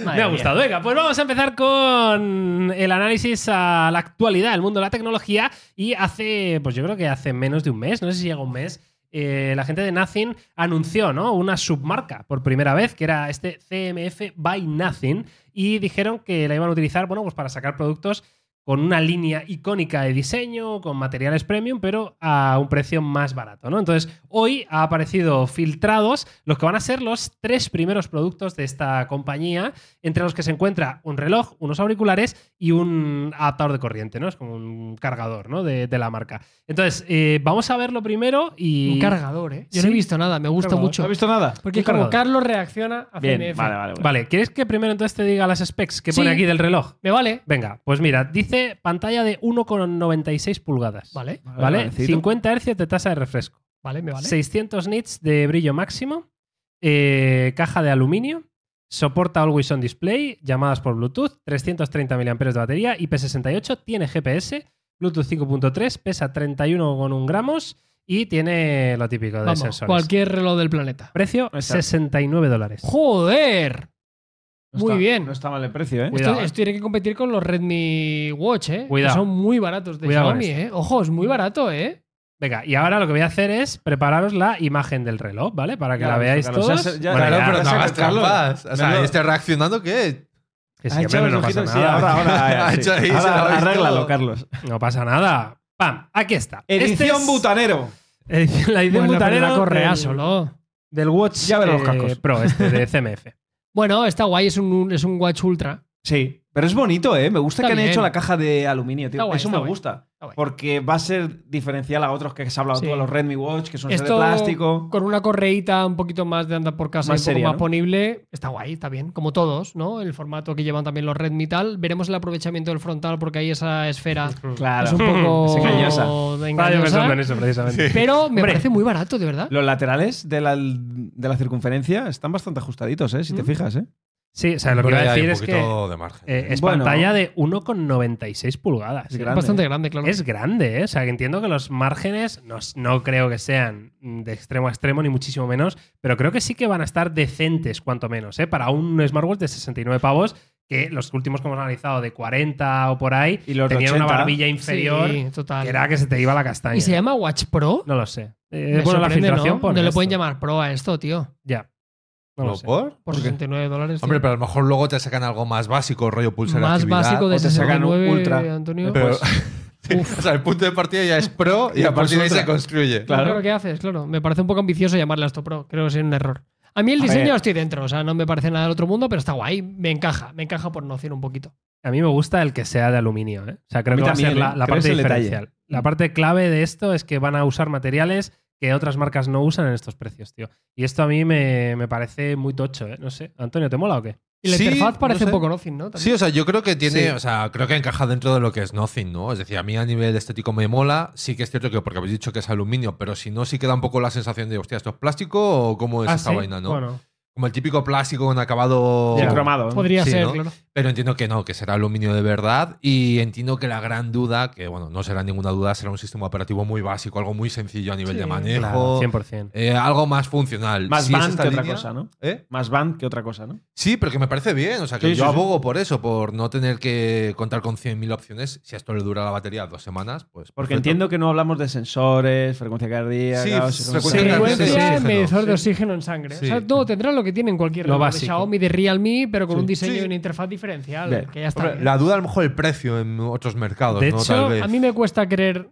Speaker 1: Me ha gustado. Venga, pues vamos a empezar con el análisis a la actualidad, el mundo de la tecnología. Y hace, pues yo creo que hace menos de un mes, no sé si llega un mes, eh, la gente de Nothing anunció ¿no? una submarca por primera vez, que era este CMF by Nothing. Y dijeron que la iban a utilizar, bueno, pues para sacar productos con una línea icónica de diseño, con materiales premium, pero a un precio más barato, ¿no? Entonces, hoy ha aparecido filtrados los que van a ser los tres primeros productos de esta compañía, entre los que se encuentra un reloj, unos auriculares y un adaptador de corriente, ¿no? Es como un cargador, ¿no? De, de la marca. Entonces, eh, vamos a verlo primero y...
Speaker 4: Un cargador, ¿eh? Yo no
Speaker 1: Sí.
Speaker 4: he visto nada, me gusta
Speaker 1: Cargador.
Speaker 2: ¿No
Speaker 4: mucho.
Speaker 2: has visto nada?
Speaker 4: Porque
Speaker 1: Un
Speaker 4: como
Speaker 1: cargador.
Speaker 4: Carlos reacciona a
Speaker 2: Bien,
Speaker 4: CNF.
Speaker 2: vale, vale. vale.
Speaker 1: Vale, ¿quieres que primero entonces te diga las specs que
Speaker 4: Sí.
Speaker 1: pone aquí del reloj?
Speaker 4: Me vale.
Speaker 1: Venga, pues mira, dice pantalla de 1,96 pulgadas.
Speaker 4: Vale,
Speaker 1: ¿Vale?
Speaker 2: Valecito.
Speaker 1: 50 Hz de tasa de refresco.
Speaker 4: vale, me vale.
Speaker 1: 600 nits de brillo máximo. eh, caja de aluminio. Soporta Always On Display, llamadas por Bluetooth, 330 mAh de batería, IP68, tiene GPS, Bluetooth 5.3, pesa 31,1 gramos y tiene lo típico de
Speaker 4: Vamos,
Speaker 1: sensores.
Speaker 4: cualquier reloj del planeta.
Speaker 1: Precio,
Speaker 2: Exacto.
Speaker 1: 69 dólares.
Speaker 4: ¡Joder!
Speaker 2: No
Speaker 4: Muy
Speaker 2: está-
Speaker 4: bien.
Speaker 2: No está mal el precio, ¿eh?
Speaker 1: Cuidado,
Speaker 4: esto,
Speaker 1: eh.
Speaker 4: esto tiene que competir con los Redmi Watch, ¿eh?
Speaker 1: Cuidado.
Speaker 4: Que son muy baratos de
Speaker 1: Cuidado con
Speaker 4: Xiaomi, ¿eh? Ojo, es muy barato, ¿eh?
Speaker 1: Venga, y ahora lo que voy a hacer es prepararos la imagen del reloj, ¿vale? Para que
Speaker 2: Ya,
Speaker 1: la veáis
Speaker 2: Carlos,
Speaker 1: todos.
Speaker 2: ya se- ya-
Speaker 1: Bueno,
Speaker 3: Claro,
Speaker 1: ya,
Speaker 3: pero no
Speaker 2: saca,
Speaker 3: hagas
Speaker 2: Carlos.
Speaker 3: trampas. O sea,
Speaker 2: Menudo.
Speaker 3: ¿este reaccionando qué?
Speaker 1: que sí,
Speaker 2: Ha
Speaker 1: que
Speaker 2: echado
Speaker 1: hombre, no
Speaker 2: los
Speaker 1: pasa
Speaker 2: ojitos,
Speaker 1: nada.
Speaker 2: Sí, ahora, ahora.
Speaker 3: Ha
Speaker 2: eh, sí.
Speaker 3: hecho ahí, se lo ha
Speaker 2: Ahora,
Speaker 3: visto.
Speaker 2: Arréglalo, Carlos.
Speaker 1: No pasa nada. ¡Pam! Aquí está.
Speaker 2: Edición
Speaker 1: Este es-
Speaker 2: butanero.
Speaker 1: Edición- la edición
Speaker 4: Bueno, pero
Speaker 1: butanero
Speaker 4: la correa
Speaker 1: del-
Speaker 4: solo.
Speaker 1: Del Watch
Speaker 2: Ya verán los
Speaker 1: eh,
Speaker 2: cascos.
Speaker 1: Pro, este de CMF.
Speaker 4: Bueno, está guay, es un, es un Watch Ultra.
Speaker 2: Sí. Pero es bonito, ¿eh? Me gusta
Speaker 4: Está
Speaker 2: que han
Speaker 4: bien.
Speaker 2: hecho la caja de aluminio, tío.
Speaker 4: Está guay,
Speaker 2: Eso me
Speaker 4: está guay.
Speaker 2: gusta.
Speaker 4: Está guay.
Speaker 2: Porque va a ser diferencial a otros que se ha hablado
Speaker 4: Sí.
Speaker 2: tú, a los Redmi Watch, que son de
Speaker 4: Esto
Speaker 2: plástico.
Speaker 4: con una correíta un poquito más de andar por casa,
Speaker 2: Más
Speaker 4: y un poco
Speaker 2: seria,
Speaker 4: más
Speaker 2: ¿no?
Speaker 4: ponible, está guay, está bien, como todos, ¿no? El formato que llevan también los Redmi y tal. Veremos el aprovechamiento del frontal porque ahí esa esfera
Speaker 2: Claro.
Speaker 4: es un poco
Speaker 2: Es engañosa.
Speaker 4: de
Speaker 1: Estaba yo
Speaker 4: engañosa,
Speaker 1: pensando en eso, precisamente.
Speaker 4: pero me
Speaker 1: Hombre.
Speaker 4: parece muy barato, de verdad.
Speaker 2: Los laterales de la, de la circunferencia están bastante ajustaditos, ¿eh? Si te
Speaker 4: ¿Mm?
Speaker 2: fijas, ¿eh?
Speaker 1: Sí, o sea, lo que
Speaker 3: Pero
Speaker 1: iba a
Speaker 3: ahí hay
Speaker 1: decir
Speaker 3: un
Speaker 1: es que
Speaker 3: poquito de margen.
Speaker 1: eh, es
Speaker 2: Bueno.
Speaker 1: pantalla de 1,96 pulgadas.
Speaker 2: Es
Speaker 1: ¿eh?
Speaker 4: Es
Speaker 2: grande.
Speaker 4: bastante grande, claro.
Speaker 1: Es grande, ¿eh? O sea, que entiendo que los márgenes no, s- no creo que sean de extremo a extremo, ni muchísimo menos, pero creo que sí que van a estar decentes, cuanto menos, ¿eh? Para un smartwatch de 69 pavos, que los últimos que hemos analizado de 40 o por ahí,
Speaker 2: Y los de
Speaker 1: tenían una
Speaker 2: 80.
Speaker 1: barbilla inferior
Speaker 4: Sí, total.
Speaker 1: que era que se te iba la castaña.
Speaker 4: Ah, ¿Y se llama Watch Pro?
Speaker 1: No lo sé. Eh,
Speaker 4: Me
Speaker 1: bueno, la
Speaker 4: sorprende,
Speaker 1: filtración
Speaker 4: ¿no?
Speaker 1: pone
Speaker 4: No le
Speaker 1: esto.
Speaker 4: pueden llamar Pro a esto, tío.
Speaker 1: Ya. No lo
Speaker 3: ¿No
Speaker 1: sé.
Speaker 3: por?
Speaker 4: Por
Speaker 3: ¿Por qué?
Speaker 4: 69 dólares. tío.
Speaker 3: Hombre, pero a lo mejor luego te sacan algo más básico, rollo pulsera
Speaker 4: más
Speaker 3: actividad,
Speaker 4: básico de
Speaker 2: o te sacan un
Speaker 4: 69,
Speaker 2: Ultra.
Speaker 4: Antonio.
Speaker 3: Pero,
Speaker 4: Pues,
Speaker 3: Sí, o sea, el punto de partida ya es pro y
Speaker 2: Ya
Speaker 3: a partir de ahí
Speaker 2: pulsera.
Speaker 3: se construye.
Speaker 2: Claro.
Speaker 4: Claro. que haces, claro. Me parece un poco ambicioso llamarle a esto pro. Creo que sería un error. A mí el
Speaker 2: A
Speaker 4: diseño
Speaker 2: ver.
Speaker 4: estoy dentro, o sea, no me parece nada del otro mundo, pero está guay. Me encaja, me encaja por no decir un poquito.
Speaker 1: A mí me gusta el que sea de aluminio. ¿eh? O sea, creo
Speaker 2: A mí
Speaker 1: que va a
Speaker 2: también,
Speaker 1: ser la,
Speaker 2: ¿eh?
Speaker 1: la
Speaker 2: Creo
Speaker 1: parte
Speaker 2: que es el detalle.
Speaker 1: diferencial. La parte clave de esto es que van a usar materiales que otras marcas no usan en estos precios, tío. Y esto a mí me, me parece muy tocho, ¿eh? No sé. Antonio, ¿te mola o qué?
Speaker 4: Y la
Speaker 3: Sí,
Speaker 4: interfaz
Speaker 3: no sé.
Speaker 4: parece un poco nothing, ¿no?
Speaker 3: Sí, o sea, yo creo que tiene,
Speaker 2: Sí.
Speaker 3: o sea, creo que encaja dentro de lo que es Nothing, ¿no? Es decir, a mí a nivel estético me mola, sí que es cierto que porque habéis dicho que es aluminio, pero si no, sí queda un poco la sensación de, hostia, ¿esto es plástico o cómo es
Speaker 2: Pues
Speaker 1: Ah,
Speaker 3: esta
Speaker 1: ¿sí?
Speaker 3: vaina, no?
Speaker 1: Bueno,
Speaker 3: Como el típico plástico con acabado
Speaker 2: Y el cromado. ¿eh?
Speaker 4: Podría
Speaker 3: Sí,
Speaker 4: ser,
Speaker 3: ¿no?
Speaker 4: claro.
Speaker 3: Pero entiendo que no, que será aluminio de verdad y entiendo que la gran duda, que bueno, no será ninguna duda, será un sistema operativo muy básico, algo muy sencillo a nivel
Speaker 4: Sí,
Speaker 3: de
Speaker 1: claro,
Speaker 3: manejo,
Speaker 1: 100%.
Speaker 3: eh, algo más funcional.
Speaker 2: Más
Speaker 3: Si es
Speaker 2: band
Speaker 3: esta
Speaker 2: que otra
Speaker 3: línea-
Speaker 2: cosa, ¿no?
Speaker 3: ¿Eh?
Speaker 2: Más band que otra cosa, ¿no?
Speaker 3: Sí, pero que me parece bien. O sea, que
Speaker 2: Sí,
Speaker 3: yo
Speaker 2: sí, sí.
Speaker 3: abogo por eso, por no tener que contar con 100.000 opciones. Si a esto le dura la batería dos semanas, pues.
Speaker 2: Porque
Speaker 3: perfecto.
Speaker 2: entiendo que no hablamos de sensores, frecuencia cardíaca.
Speaker 3: Sí,
Speaker 2: oxígeno
Speaker 3: frecuencia
Speaker 2: sanguíneo.
Speaker 3: cardíaca,
Speaker 2: Sí,
Speaker 3: sí,
Speaker 4: Frecuencia,
Speaker 3: sí.
Speaker 4: medidor de
Speaker 2: Sí.
Speaker 4: oxígeno en sangre.
Speaker 3: Sí.
Speaker 4: O sea, no, tendrán lo que tienen cualquier
Speaker 1: Lo
Speaker 4: reloj de
Speaker 1: básico.
Speaker 4: Xiaomi, de Realme, pero con
Speaker 2: Sí.
Speaker 4: un diseño
Speaker 3: Sí.
Speaker 4: y una interfaz diferencial.
Speaker 2: Bien.
Speaker 4: Que ya está.
Speaker 3: Hombre,
Speaker 4: bien.
Speaker 3: La duda, a lo mejor, el precio en otros mercados,
Speaker 1: De
Speaker 3: ¿no?
Speaker 1: hecho,
Speaker 3: Tal vez.
Speaker 4: A mí me cuesta creer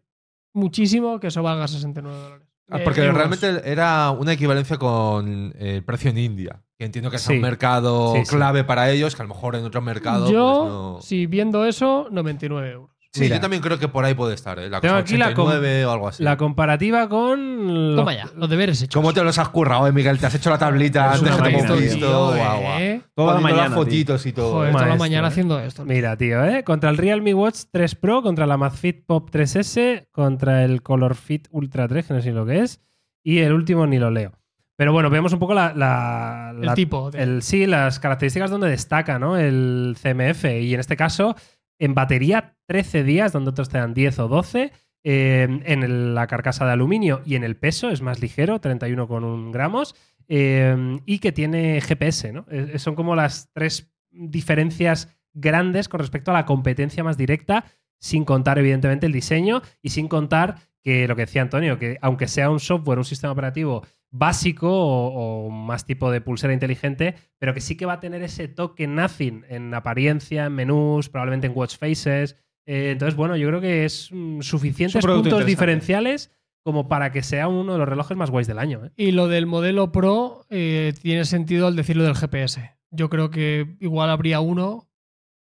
Speaker 4: muchísimo que eso valga 69 dólares.
Speaker 3: Ah,
Speaker 4: Eh,
Speaker 3: Porque
Speaker 4: euros.
Speaker 3: realmente era una equivalencia con el precio en India. Que entiendo que es
Speaker 1: Sí.
Speaker 3: un mercado
Speaker 1: Sí, sí.
Speaker 3: clave para ellos, que a lo mejor en otro mercado. pues,
Speaker 4: Yo,
Speaker 3: no-
Speaker 4: si viendo eso, 99 euros.
Speaker 3: Sí,
Speaker 2: Mira.
Speaker 3: yo también creo que por ahí puede estar, ¿eh? La
Speaker 1: Tengo
Speaker 3: cosa
Speaker 1: aquí la com-
Speaker 3: 89 o algo así.
Speaker 1: La comparativa con... lo-
Speaker 4: Toma ya, los deberes hechos.
Speaker 3: ¿Cómo te los has currado, eh, Miguel? Te has hecho la tablita antes
Speaker 4: Es una
Speaker 3: que te
Speaker 2: máquina,
Speaker 3: hemos
Speaker 4: montón,
Speaker 3: visto.
Speaker 4: tío,
Speaker 3: Guau, guau.
Speaker 4: ¿eh?
Speaker 2: Toda la
Speaker 3: Poniendo
Speaker 2: mañana.
Speaker 3: las
Speaker 2: tío.
Speaker 3: fotitos y todo.
Speaker 4: Joder, toda la
Speaker 1: Maestro,
Speaker 4: mañana
Speaker 1: eh.
Speaker 4: haciendo esto.
Speaker 1: Mira, tío, ¿eh? Contra el Realme Watch 3 Pro, contra la Mazfit Pop 3S, contra el Colorfit Ultra 3, que no sé ni lo que es, y el último ni lo leo. Pero bueno, vemos un poco la, la-
Speaker 4: El
Speaker 1: la-
Speaker 4: tipo. de-
Speaker 1: el- sí, las características donde destaca ¿no? el CMF. Y en este caso, en batería 13 días, donde otros te dan 10 o 12. eh, en el- la carcasa de aluminio y en el peso es más ligero, 31,1 gramos. eh, y que tiene GPS, ¿no? Eh, son como las tres diferencias grandes con respecto a la competencia más directa, sin contar, evidentemente, el diseño y sin contar que lo que decía Antonio, que aunque sea un software, un sistema operativo básico o, o más tipo de pulsera inteligente, pero que sí que va a tener ese toque nothing en apariencia, en menús, probablemente en watch faces. Eh, entonces, bueno, yo creo que es mm,
Speaker 2: Es un
Speaker 1: suficientes
Speaker 2: producto
Speaker 1: puntos
Speaker 2: interesante.
Speaker 1: diferenciales como para que sea uno de los relojes más guays del año. ¿eh?
Speaker 4: Y lo del modelo Pro eh, tiene sentido al decirlo del GPS. Yo creo que igual habría uno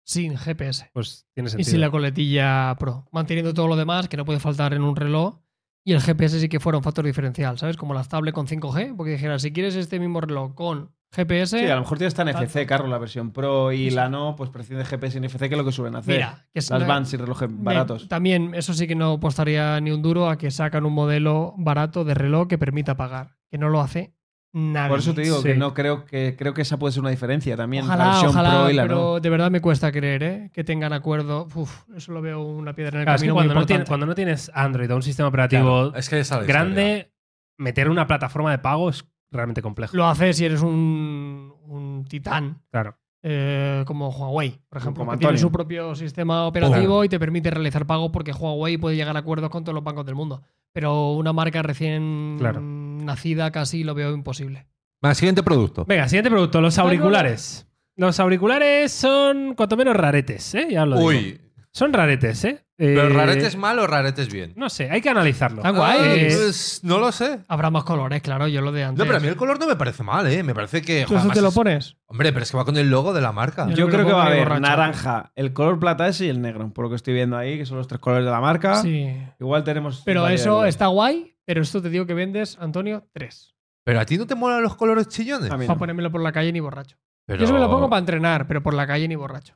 Speaker 4: sin GPS
Speaker 1: Pues tiene
Speaker 4: y
Speaker 1: sentido.
Speaker 4: sin la coletilla Pro, manteniendo todo lo demás que no puede faltar en un reloj. Y el GPS sí que fuera un factor diferencial, ¿sabes? Como las tablets con 5G, porque dijera, si quieres este mismo reloj con GPS,
Speaker 2: Sí, a lo mejor tienes tan
Speaker 4: Tal.
Speaker 2: FC, Carlos, la versión Pro y
Speaker 4: Sí, sí.
Speaker 2: la no, pues precio de GPS y NFC, que es lo que suelen hacer.
Speaker 4: mira, que es
Speaker 2: Las
Speaker 4: una-
Speaker 2: bands y relojes
Speaker 4: Me-
Speaker 2: baratos.
Speaker 4: también, eso sí que no apostaría ni un duro a que sacan un modelo barato de reloj que permita pagar, que no lo hace nadie.
Speaker 2: Por eso te digo
Speaker 1: Sí.
Speaker 2: que no creo que creo que esa puede ser una diferencia también. la
Speaker 4: Ojalá,
Speaker 2: versión
Speaker 4: ojalá,
Speaker 2: Pro y la
Speaker 4: pero
Speaker 2: no.
Speaker 4: de verdad me cuesta creer ¿eh? que tengan acuerdo. Uf, eso lo veo una piedra en el
Speaker 1: Claro, es que
Speaker 4: camino
Speaker 1: cuando
Speaker 4: muy
Speaker 1: no, tiene-
Speaker 4: importante.
Speaker 1: cuando no tienes Android o un sistema operativo
Speaker 3: Claro, es que esa es la historia.
Speaker 1: grande, meter una plataforma de pago es realmente complejo.
Speaker 4: Lo haces si eres un, un titán,
Speaker 1: Claro.
Speaker 4: eh, como Huawei, por ejemplo,
Speaker 2: Como
Speaker 4: que tiene
Speaker 2: Antonio.
Speaker 4: su propio sistema operativo y te permite realizar pagos porque Huawei puede llegar a acuerdos con todos los bancos del mundo. Pero una marca recién
Speaker 1: Claro.
Speaker 4: nacida casi lo veo imposible.
Speaker 3: Más, siguiente producto.
Speaker 1: Venga, siguiente producto, los
Speaker 4: Bueno.
Speaker 1: auriculares. Los auriculares son cuanto menos raretes, ¿eh? Ya os lo digo.
Speaker 3: Uy,
Speaker 1: Son raretes, ¿eh?
Speaker 3: ¿Pero
Speaker 1: Eh,
Speaker 3: raretes mal o raretes bien?
Speaker 1: No sé, hay que analizarlo.
Speaker 4: Está guay.
Speaker 1: Eh,
Speaker 3: pues, no lo sé.
Speaker 4: Habrá más colores, claro, yo lo de antes.
Speaker 3: No, pero a mí el color no me parece mal, ¿eh? Me parece que.
Speaker 4: ¿Tú
Speaker 3: joder,
Speaker 4: eso te
Speaker 3: además
Speaker 4: lo
Speaker 3: es-
Speaker 4: pones?
Speaker 3: Hombre, pero es que va con el logo de la marca.
Speaker 4: Yo
Speaker 2: Yo creo que va a haber
Speaker 4: borracho.
Speaker 2: naranja, el color plata ese y el negro, por lo que estoy viendo ahí, que son los tres colores de la marca.
Speaker 4: Sí.
Speaker 2: Igual tenemos.
Speaker 4: Pero
Speaker 2: variedad
Speaker 4: eso
Speaker 2: de-
Speaker 4: está guay, pero esto te digo que vendes, Antonio, tres.
Speaker 3: Pero a ti no te molan los colores chillones.
Speaker 2: A mí no.
Speaker 4: Para ponérmelo por la calle ni borracho.
Speaker 3: Pero,
Speaker 4: Yo se me lo pongo para entrenar, pero por la calle ni borracho.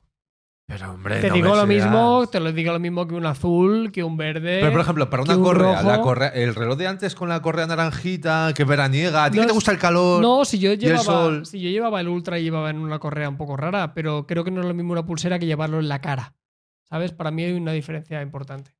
Speaker 3: Pero, hombre,
Speaker 4: te
Speaker 3: Eh, no
Speaker 4: digo
Speaker 3: me
Speaker 4: lo
Speaker 3: seas-
Speaker 4: mismo, te lo digo lo mismo que un azul, que un verde.
Speaker 3: Pero, por ejemplo, para una
Speaker 4: que un
Speaker 3: correa, la
Speaker 4: rojo.
Speaker 3: correa- el reloj de antes con la correa naranjita, que veraniega, ¿a ti
Speaker 4: No
Speaker 3: que te
Speaker 4: es-
Speaker 3: gusta el calor?
Speaker 4: no, si yo llevaba,
Speaker 3: sol.
Speaker 4: si yo llevaba el ultra y llevaba en una correa un poco rara, pero creo que no es lo mismo una pulsera que llevarlo en la cara. ¿Sabes? Para mí hay una diferencia importante.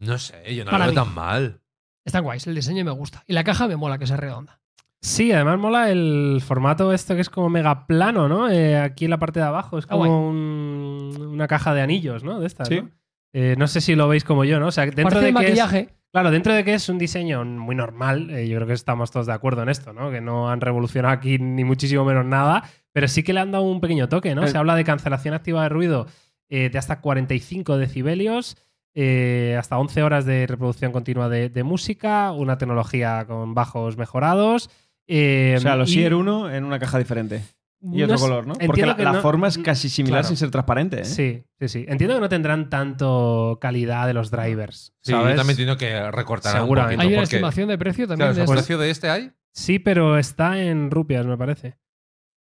Speaker 3: No sé, yo no
Speaker 4: Para
Speaker 3: lo veo
Speaker 4: mí.
Speaker 3: tan mal.
Speaker 4: Están guays, el diseño me gusta. Y la caja me mola que sea redonda.
Speaker 1: Sí, además mola el formato esto que es como mega plano, ¿no? Eh, aquí en la parte de abajo es
Speaker 4: Está guay.
Speaker 1: como un- una caja de anillos, ¿no? De estas,
Speaker 2: Sí.
Speaker 1: ¿no? Eh, no sé si lo veis como yo, ¿no? O sea, dentro
Speaker 4: Parece
Speaker 1: de
Speaker 4: el
Speaker 1: que es-
Speaker 4: maquillaje.
Speaker 1: claro, dentro de que es un diseño muy normal, eh, yo creo que estamos todos de acuerdo en esto, ¿no? Que no han revolucionado aquí ni muchísimo menos nada, pero sí que le han dado un pequeño toque, ¿no?
Speaker 2: Eh.
Speaker 1: Se habla de cancelación activa de ruido eh, de hasta 45 decibelios, eh, hasta 11 horas de reproducción continua de, de música, una tecnología con bajos mejorados. eh,
Speaker 2: O sea, los
Speaker 1: y-
Speaker 2: Sear 1 en una caja diferente. Y
Speaker 1: no
Speaker 2: otro
Speaker 1: es-
Speaker 2: color, ¿no? Porque
Speaker 1: entiendo
Speaker 2: la,
Speaker 1: que
Speaker 2: la
Speaker 1: no-
Speaker 2: forma es casi similar
Speaker 1: claro.
Speaker 2: sin ser transparente. ¿eh?
Speaker 1: Sí, sí, sí. Entiendo que no tendrán tanto calidad de los drivers.
Speaker 3: Sí,
Speaker 1: ¿sabes?
Speaker 3: yo también entiendo que recortarán
Speaker 1: Seguramente.
Speaker 3: un
Speaker 4: Hay
Speaker 3: poquito.
Speaker 4: una
Speaker 3: porque,
Speaker 4: estimación de precio también.
Speaker 3: claro,
Speaker 4: de
Speaker 3: ¿el
Speaker 4: esto.
Speaker 3: precio de este hay?
Speaker 1: Sí, pero está en rupias, me parece.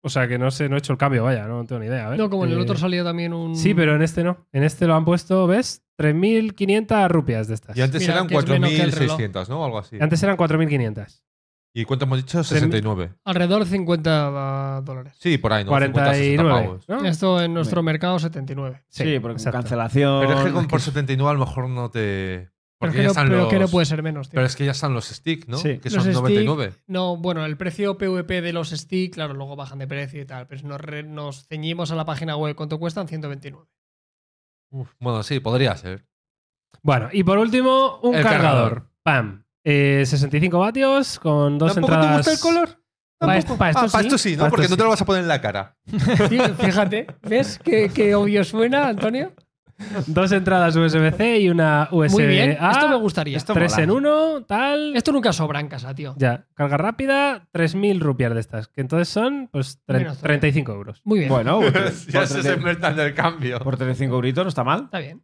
Speaker 1: O sea que no sé, no he hecho el cambio, vaya, no tengo ni idea. a ver.
Speaker 4: No, como en el
Speaker 1: Eh,
Speaker 4: otro salía también un.
Speaker 1: Sí, pero en este no. En este lo han puesto, ¿ves? 3.500 rupias de estas.
Speaker 3: Y antes
Speaker 4: Mira,
Speaker 3: eran
Speaker 4: que es menos que el reloj.
Speaker 3: 4.600, ¿no? Algo así.
Speaker 1: Antes eran 4.500.
Speaker 3: ¿Y cuánto hemos dicho?
Speaker 1: Tres mil-
Speaker 3: 69.
Speaker 4: Alrededor de 50 dólares.
Speaker 3: Sí, por ahí, ¿no? 50, 60
Speaker 1: 49.
Speaker 3: pavos.
Speaker 1: ¿no?
Speaker 4: Esto en nuestro mercado 79.
Speaker 2: Sí, porque con
Speaker 1: exacto.
Speaker 2: cancelación.
Speaker 3: Pero es que con,
Speaker 2: es
Speaker 3: por 79 a lo mejor no te.
Speaker 4: Pero,
Speaker 3: Porque
Speaker 4: que
Speaker 3: ya
Speaker 4: no,
Speaker 3: están
Speaker 4: pero
Speaker 3: los.
Speaker 4: que no puede ser menos, tío.
Speaker 3: Pero es que ya están los sticks, ¿no?
Speaker 2: Sí.
Speaker 3: Que
Speaker 4: Los
Speaker 3: son 99.
Speaker 4: stick- no, bueno, el precio PVP de los stick, claro, luego bajan de precio y tal, pero nos, re- nos ceñimos a la página web. ¿Cuánto cuestan? 129.
Speaker 3: Uf, bueno, sí, podría ser.
Speaker 1: Bueno, y por último, un
Speaker 3: El
Speaker 1: cargador.
Speaker 3: cargador.
Speaker 1: Pam. Eh, 65 vatios con dos entradas.
Speaker 4: Para
Speaker 3: Tampoco.
Speaker 4: esto- para esto
Speaker 3: Ah, para
Speaker 4: sí.
Speaker 3: esto sí, ¿no?
Speaker 1: Para esto
Speaker 3: Porque no
Speaker 1: sí.
Speaker 3: te lo vas a poner en la cara.
Speaker 4: Pues, Sí, fíjate, ¿ves qué, qué obvio suena, Antonio?
Speaker 1: Dos entradas USB-C y una USB-A.
Speaker 4: Muy bien,
Speaker 1: ah,
Speaker 4: esto me gustaría. Esto,
Speaker 2: esto
Speaker 1: Tres
Speaker 2: mola.
Speaker 1: en uno, tal.
Speaker 4: nunca sobra en casa, tío.
Speaker 1: Ya, carga rápida, 3.000 rupias de estas, que entonces son pues tre-
Speaker 4: Menos ¿eh? todavía.
Speaker 1: 35 euros.
Speaker 4: Muy bien,
Speaker 2: Bueno, por, tre-
Speaker 3: ya
Speaker 2: por
Speaker 3: se
Speaker 2: tre-
Speaker 3: inventan el cambio.
Speaker 2: por 35 euritos no está mal.
Speaker 4: está bien.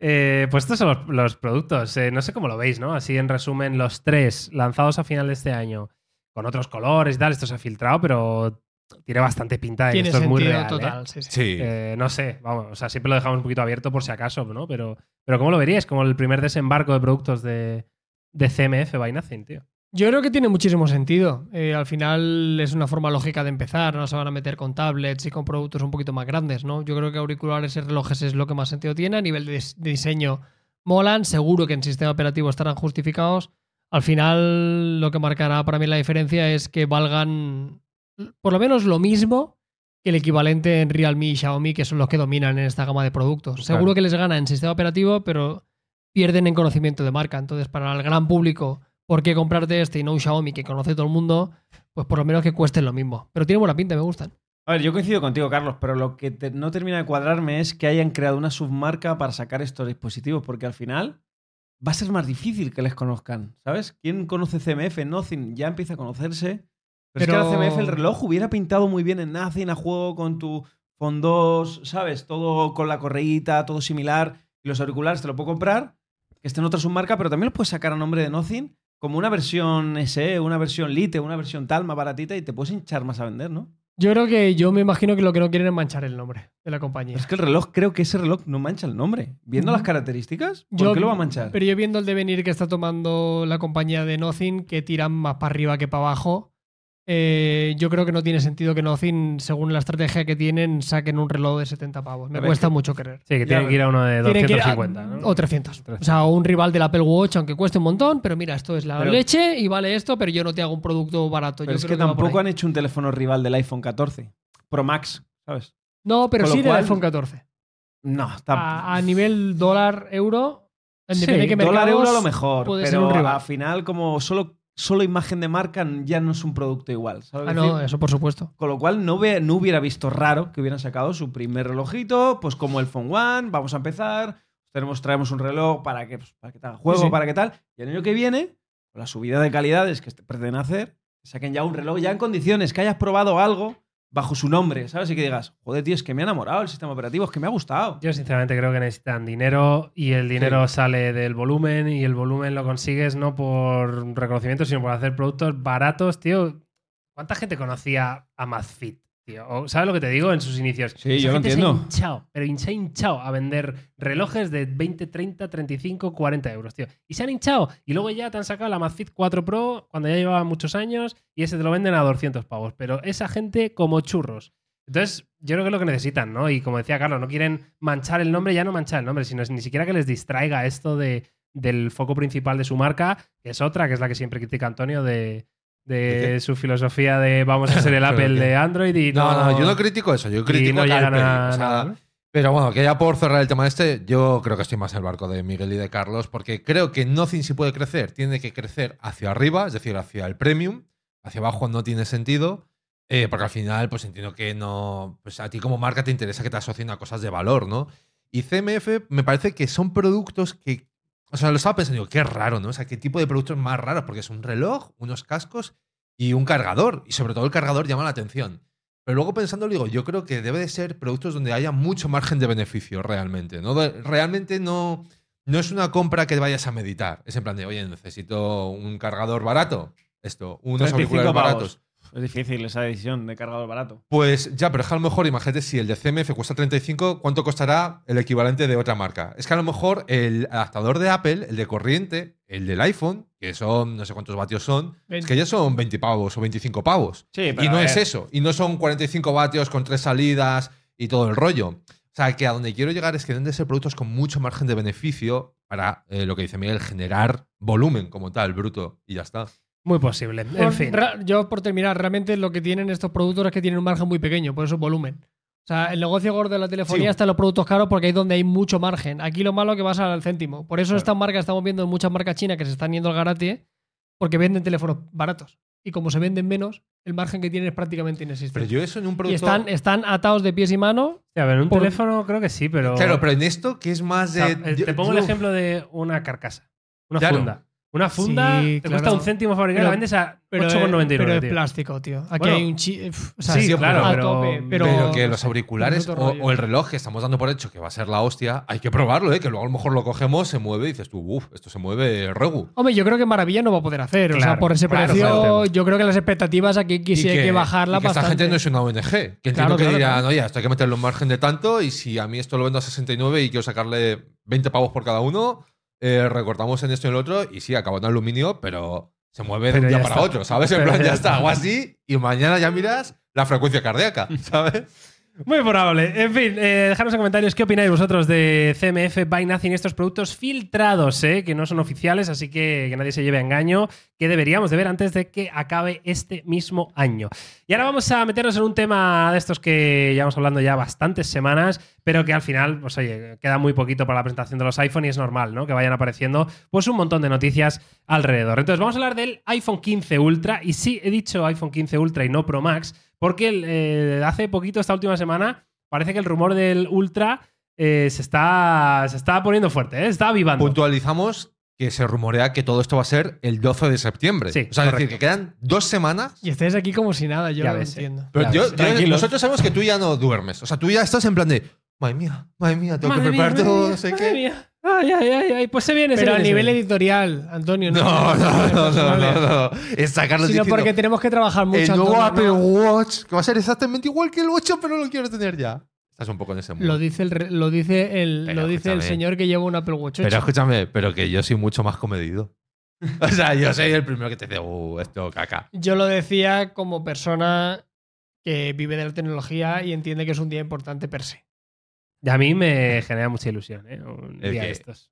Speaker 1: Eh, pues estos son los, los productos, Eh, no sé cómo lo veis, ¿no? Así en resumen, los tres lanzados a final de este año, con otros colores y tal, esto se ha filtrado, pero tiene bastante pinta de que
Speaker 4: Tiene
Speaker 1: esto es
Speaker 4: sentido
Speaker 1: muy real. ¿eh?
Speaker 4: total. Sí, sí.
Speaker 3: Sí.
Speaker 1: Eh, no sé, vamos, o sea, siempre lo dejamos un poquito abierto por si acaso, ¿no? Pero, pero ¿cómo lo veríais? Como el primer desembarco de productos de, de CMF by Nothing, tío.
Speaker 4: Yo creo que tiene muchísimo sentido. Eh, al final es una forma lógica de empezar, no se van a meter con tablets y con productos un poquito más grandes, ¿no? Yo creo que auriculares y relojes es lo que más sentido tiene. A nivel de, dis- de diseño molan, seguro que en sistema operativo estarán justificados. Al final lo que marcará para mí la diferencia es que valgan por lo menos lo mismo que el equivalente en Realme y Xiaomi, que son los que dominan en esta gama de productos.
Speaker 1: Claro.
Speaker 4: Seguro que les gana en sistema operativo, pero pierden en conocimiento de marca. Entonces, para el gran público, ¿por qué comprarte este y no un Xiaomi que conoce todo el mundo? Pues por lo menos que cuesten lo mismo. Pero tiene buena pinta, me gustan.
Speaker 2: A ver, yo coincido contigo, Carlos, pero lo que te- no termina de cuadrarme es que hayan creado una submarca para sacar estos dispositivos, porque al final va a ser más difícil que les conozcan, ¿sabes? ¿Quién conoce CMF? Nothing ya empieza a conocerse. Pero,
Speaker 4: Pero-
Speaker 2: es que ahora CMF el reloj hubiera pintado muy bien en Nothing a juego con tu fondos, ¿sabes? Todo con la correíta, todo similar. Y los auriculares te lo puedo comprar, que esté en otra submarca, pero también los puedes sacar a nombre de Nothing como una versión SE, una versión Lite, una versión tal más baratita y te puedes hinchar más a vender, ¿no?
Speaker 4: Yo creo que yo me imagino que lo que no quieren es manchar el nombre de la compañía.
Speaker 2: Pero es que el reloj, creo que ese reloj no mancha el nombre. Viendo
Speaker 4: Ujú.
Speaker 2: las características, ¿por
Speaker 4: Yo-
Speaker 2: qué lo va a manchar?
Speaker 4: Pero yo viendo el devenir que está tomando la compañía de Nothing, que tiran más para arriba que para abajo, eh, yo creo que no tiene sentido que Nothing, según la estrategia que tienen, saquen un reloj de 70 pavos. Me
Speaker 2: A ver,
Speaker 4: cuesta
Speaker 2: que-
Speaker 4: mucho creer.
Speaker 1: Sí, que
Speaker 2: Ya,
Speaker 1: tiene que ir a uno de
Speaker 4: Tiene que ir a-
Speaker 1: 250, ¿no?
Speaker 4: O 300. O sea, un rival del Apple Watch, aunque cueste un montón, pero mira, esto es la
Speaker 2: Pero-
Speaker 4: leche y vale esto, pero yo no te hago un producto barato.
Speaker 2: Pero
Speaker 4: yo
Speaker 2: es que
Speaker 4: creo que va por
Speaker 2: tampoco han
Speaker 4: ahí.
Speaker 2: hecho un teléfono rival del iPhone 14 Pro Max, ¿sabes?
Speaker 4: No, pero
Speaker 2: con lo
Speaker 4: sí del
Speaker 2: cual-
Speaker 4: iPhone 14.
Speaker 2: No, está.
Speaker 4: A, a nivel dólar-euro,
Speaker 1: Sí,
Speaker 4: depende de qué mercados,
Speaker 2: dólar euro a lo mejor,
Speaker 4: puede ser
Speaker 2: pero
Speaker 4: un rival.
Speaker 2: al final como solo solo imagen de marca ya no es un producto igual. ¿sabes?
Speaker 4: Ah,
Speaker 2: decir?
Speaker 4: no, eso por supuesto.
Speaker 2: Con lo cual no, ve- no hubiera visto raro que hubieran sacado su primer relojito, pues como el Phone One, vamos a empezar, tenemos, traemos un reloj para que, pues, para que te haga juego,
Speaker 4: Sí, sí.
Speaker 2: para que tal. Y el año que viene, con la subida de calidades que este- pretenden hacer, saquen ya un reloj ya en condiciones, que hayas probado algo bajo su nombre, ¿sabes? Y que digas, joder, tío, es que me ha enamorado el sistema operativo, es que me ha gustado.
Speaker 1: Yo sinceramente creo que necesitan dinero y el dinero sale del volumen y el volumen lo consigues no por reconocimiento, sino por hacer productos baratos, tío. ¿Cuánta gente conocía a Mazfit? Tío? O, ¿Sabes lo que te digo? En sus inicios.
Speaker 2: Sí, yo lo
Speaker 1: gente Se ha
Speaker 2: entiendo.
Speaker 1: hinchado, pero hin- se ha hinchado a vender relojes de 20, 30, 35, 40 euros, tío. Y se han hinchado. Y luego ya te han sacado la Mazfit 4 Pro cuando ya llevaba muchos años y ese te lo venden a 200 pavos. Pero esa gente como churros. Entonces, yo creo que es lo que necesitan, ¿no? Y como decía Carlos, no quieren manchar el nombre, ya no manchar el nombre, sino ni siquiera que les distraiga esto de, del foco principal de su marca, que es otra, que es la que siempre critica Antonio de, de
Speaker 3: ¿De qué?
Speaker 1: su filosofía de vamos a ser el
Speaker 3: Pero
Speaker 1: Apple
Speaker 3: que-
Speaker 1: de Android y
Speaker 3: No,
Speaker 1: no.
Speaker 3: no, yo no critico eso. Yo
Speaker 1: y
Speaker 3: critico
Speaker 1: no
Speaker 3: que
Speaker 1: llegan
Speaker 3: Apple,
Speaker 1: a
Speaker 3: o sea,
Speaker 1: nada, ¿no?
Speaker 3: Pero bueno, que ya por cerrar el tema este, yo creo que estoy más en el barco de Miguel y de Carlos, porque creo que Nothing si puede crecer, tiene que crecer hacia arriba, es decir, hacia el premium, hacia abajo no tiene sentido, eh, porque al final, pues entiendo que no, pues a ti como marca te interesa que te asocien a cosas de valor, ¿no? Y CMF me parece que son productos que, o sea, lo estaba pensando, digo, qué raro, ¿no? O sea, qué tipo de productos más raros, porque es un reloj, unos cascos y un cargador, y sobre todo el cargador llama la atención. Pero luego pensando, digo, yo creo que debe de ser productos donde haya mucho margen de beneficio realmente. ¿no? De- Realmente no, no es una compra que vayas a meditar. Es en plan de, oye, necesito un cargador barato. Esto, unos
Speaker 2: 35
Speaker 3: auriculares
Speaker 2: pavos.
Speaker 3: baratos.
Speaker 2: Es difícil esa decisión de cargador barato.
Speaker 3: Pues ya, pero es que a lo mejor, imagínate, si el de CMF cuesta 35, ¿cuánto costará el equivalente de otra marca? Es que a lo mejor el adaptador de Apple, el de corriente, el del iPhone, que son no sé cuántos vatios son, es que ya son 20 pavos o 25 pavos.
Speaker 2: Sí, pero
Speaker 3: y no
Speaker 2: a
Speaker 3: es
Speaker 2: ver.
Speaker 3: eso. Y no son 45 vatios con tres salidas y todo el rollo. O sea, que a donde quiero llegar es que deben de ser productos con mucho margen de beneficio para eh, lo que dice Miguel, generar volumen como tal, bruto, y ya está.
Speaker 1: Muy posible.
Speaker 4: Bueno,
Speaker 1: En fin.
Speaker 4: ra- Yo, por terminar, realmente lo que tienen estos productos es que tienen un margen muy pequeño, por eso volumen. O sea, el negocio gordo de la telefonía
Speaker 2: Sí.
Speaker 4: está en los productos caros porque ahí es donde hay mucho margen. Aquí lo malo que vas al céntimo. Por eso estas marcas, estamos viendo muchas marcas chinas que se están yendo al garate porque venden teléfonos baratos. Y como se venden menos, el margen que tienen es prácticamente
Speaker 3: Pero
Speaker 4: inexistente.
Speaker 3: yo eso en un producto...
Speaker 4: y están, están atados de pies y manos.
Speaker 1: A ver, un
Speaker 4: por-
Speaker 1: teléfono creo que sí, pero.
Speaker 3: Claro, pero en esto que es
Speaker 1: o
Speaker 3: más de...
Speaker 1: sea, eh, te
Speaker 3: yo-
Speaker 1: pongo el
Speaker 3: yo-
Speaker 1: ejemplo de una carcasa. Una
Speaker 3: Claro.
Speaker 1: funda. Una funda
Speaker 4: Sí,
Speaker 1: te
Speaker 4: claro.
Speaker 1: cuesta un céntimo fabricar
Speaker 4: Pero-
Speaker 1: la vendes a
Speaker 4: Pero, es-
Speaker 1: 8,99.
Speaker 4: pero es
Speaker 1: tío.
Speaker 4: plástico, tío. Aquí
Speaker 1: Bueno,
Speaker 4: hay un chi- eh, pf, o sea,
Speaker 1: sí,
Speaker 4: es
Speaker 1: claro,
Speaker 4: a
Speaker 1: pero-
Speaker 4: tope, pero,
Speaker 3: Pero que
Speaker 4: no
Speaker 3: los
Speaker 4: sé.
Speaker 3: auriculares
Speaker 4: es
Speaker 3: o,
Speaker 4: otro rollo.
Speaker 3: o el reloj que estamos dando por hecho que va a ser la hostia, hay que probarlo, ¿eh? que luego a lo mejor lo cogemos, se mueve y dices tú, uff, esto se mueve regu.
Speaker 4: Hombre, yo creo que Maravilla no va a poder hacer. o sea,
Speaker 1: Claro,
Speaker 4: por ese
Speaker 1: claro,
Speaker 4: precio,
Speaker 1: claro.
Speaker 4: yo creo que las expectativas aquí
Speaker 3: Y
Speaker 4: quisiera que, bajarla
Speaker 3: y que esta
Speaker 4: bastante.
Speaker 3: gente no es una ONG. Que entiendo
Speaker 4: Claro,
Speaker 3: que
Speaker 4: claro,
Speaker 3: dirán,
Speaker 4: claro.
Speaker 3: oye, esto hay que meterle un margen de tanto y si a mí esto lo vendo a 69 y quiero sacarle 20 pavos por cada uno, eh, recortamos en esto y en el otro y sí, acabó en aluminio, pero se mueve de
Speaker 1: Pero
Speaker 3: un día
Speaker 1: ya
Speaker 3: para
Speaker 1: está.
Speaker 3: otro, ¿sabes? En
Speaker 1: Pero
Speaker 3: plan,
Speaker 1: ya
Speaker 3: ya está,
Speaker 1: está.
Speaker 3: o así y mañana ya miras la frecuencia cardíaca, ¿sabes?
Speaker 1: Muy probable. En fin, eh, dejadnos en comentarios qué opináis vosotros de CMF Buy Nothing, estos productos filtrados, eh, que no son oficiales, así que que nadie se lleve a engaño, que deberíamos de ver antes de que acabe este mismo año. Y ahora vamos a meternos en un tema de estos que llevamos hablando ya bastantes semanas, pero que al final, pues oye, queda muy poquito para la presentación de los iPhone y es normal, ¿no? Que vayan apareciendo pues un montón de noticias alrededor. Entonces, vamos a hablar del iPhone 15 Ultra. Y sí, he dicho iPhone 15 Ultra y no Pro Max, porque el, eh, hace poquito, esta última semana, parece que el rumor del Ultra eh, se, está, se está poniendo fuerte, ¿eh? se está
Speaker 3: Ah,
Speaker 1: avivando.
Speaker 3: Puntualizamos que se rumorea que todo esto va a ser el 12 de septiembre.
Speaker 1: Sí,
Speaker 3: o sea, es decir,
Speaker 1: correcto.
Speaker 3: que quedan dos semanas.
Speaker 4: Y estáis aquí como si nada, yo
Speaker 1: Ya
Speaker 4: no
Speaker 1: ves, eh.
Speaker 4: entiendo.
Speaker 3: Pero
Speaker 1: Ya
Speaker 3: yo-
Speaker 1: ves,
Speaker 3: yo-
Speaker 1: tranquilos.
Speaker 3: nosotros sabemos que tú ya no duermes. O sea, tú ya estás en plan de, madre mía, madre mía, tengo que
Speaker 1: Madre mía,
Speaker 3: preparar todo,
Speaker 1: madre
Speaker 3: no sé
Speaker 1: mía,
Speaker 3: qué.
Speaker 1: madre mía. Ay, ay, ay, ay, pues se viene, se
Speaker 4: Pero a
Speaker 1: viene, se
Speaker 4: nivel
Speaker 1: viene.
Speaker 4: editorial, Antonio, no.
Speaker 3: No, no, no, no,
Speaker 4: personales,
Speaker 3: no, no. Es sacarlo
Speaker 4: Sino
Speaker 3: diciendo,
Speaker 4: porque tenemos que trabajar mucho.
Speaker 3: el nuevo Apple
Speaker 4: Antonio, ¿no?
Speaker 3: Watch, que va a ser exactamente igual que el 8, pero lo quiero tener ya. Estás un poco en ese mundo.
Speaker 4: Lo dice el, re- lo dice el,
Speaker 3: Pero
Speaker 4: lo dice el
Speaker 3: escúchame.
Speaker 4: señor que lleva un Apple Watch.
Speaker 3: pero
Speaker 4: ocho.
Speaker 3: escúchame, pero que yo soy mucho más comedido. O sea, yo soy el primero que te dice, uh, esto caca.
Speaker 4: Yo lo decía como persona que vive de la tecnología y entiende que es un día importante per se.
Speaker 1: Y A mí me genera mucha ilusión, ¿eh? Un
Speaker 3: El
Speaker 1: día de
Speaker 3: que-
Speaker 1: estos.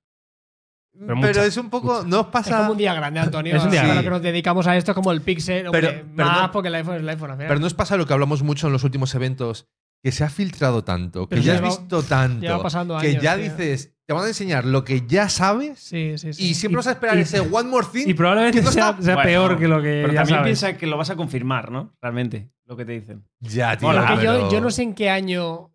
Speaker 3: Pero,
Speaker 1: mucha,
Speaker 3: es un poco,
Speaker 1: mucha.
Speaker 3: no os
Speaker 4: es
Speaker 3: pasa.
Speaker 4: como un día grande, Antonio.
Speaker 1: Es un día
Speaker 4: Para
Speaker 3: grande.
Speaker 4: lo que nos dedicamos a esto es como el Pixel. hombre,
Speaker 3: Pero- pero
Speaker 4: más
Speaker 3: no-
Speaker 4: porque el iPhone es el iPhone. al final.
Speaker 3: Pero no os pasa lo que hablamos mucho en los últimos eventos, que se ha filtrado tanto, que
Speaker 4: Pero
Speaker 3: ya has
Speaker 4: lleva-
Speaker 3: visto tanto,
Speaker 4: lleva pasando
Speaker 3: que
Speaker 4: años,
Speaker 3: ya
Speaker 4: tío.
Speaker 3: dices, te van a enseñar lo que ya sabes
Speaker 4: Sí, sí, sí.
Speaker 3: y siempre
Speaker 1: Y-
Speaker 3: vas a esperar
Speaker 1: y-
Speaker 3: ese one more thing.
Speaker 1: Y probablemente
Speaker 3: que no
Speaker 1: sea,
Speaker 3: está-
Speaker 1: sea
Speaker 2: Bueno,
Speaker 1: peor que lo que.
Speaker 2: Pero
Speaker 1: ya
Speaker 2: también
Speaker 1: sabes.
Speaker 2: piensa que lo vas a confirmar, ¿no? Realmente, lo que te dicen.
Speaker 3: ya, tío.
Speaker 2: Hola,
Speaker 4: Porque yo,
Speaker 3: pero-
Speaker 4: yo no sé en qué año.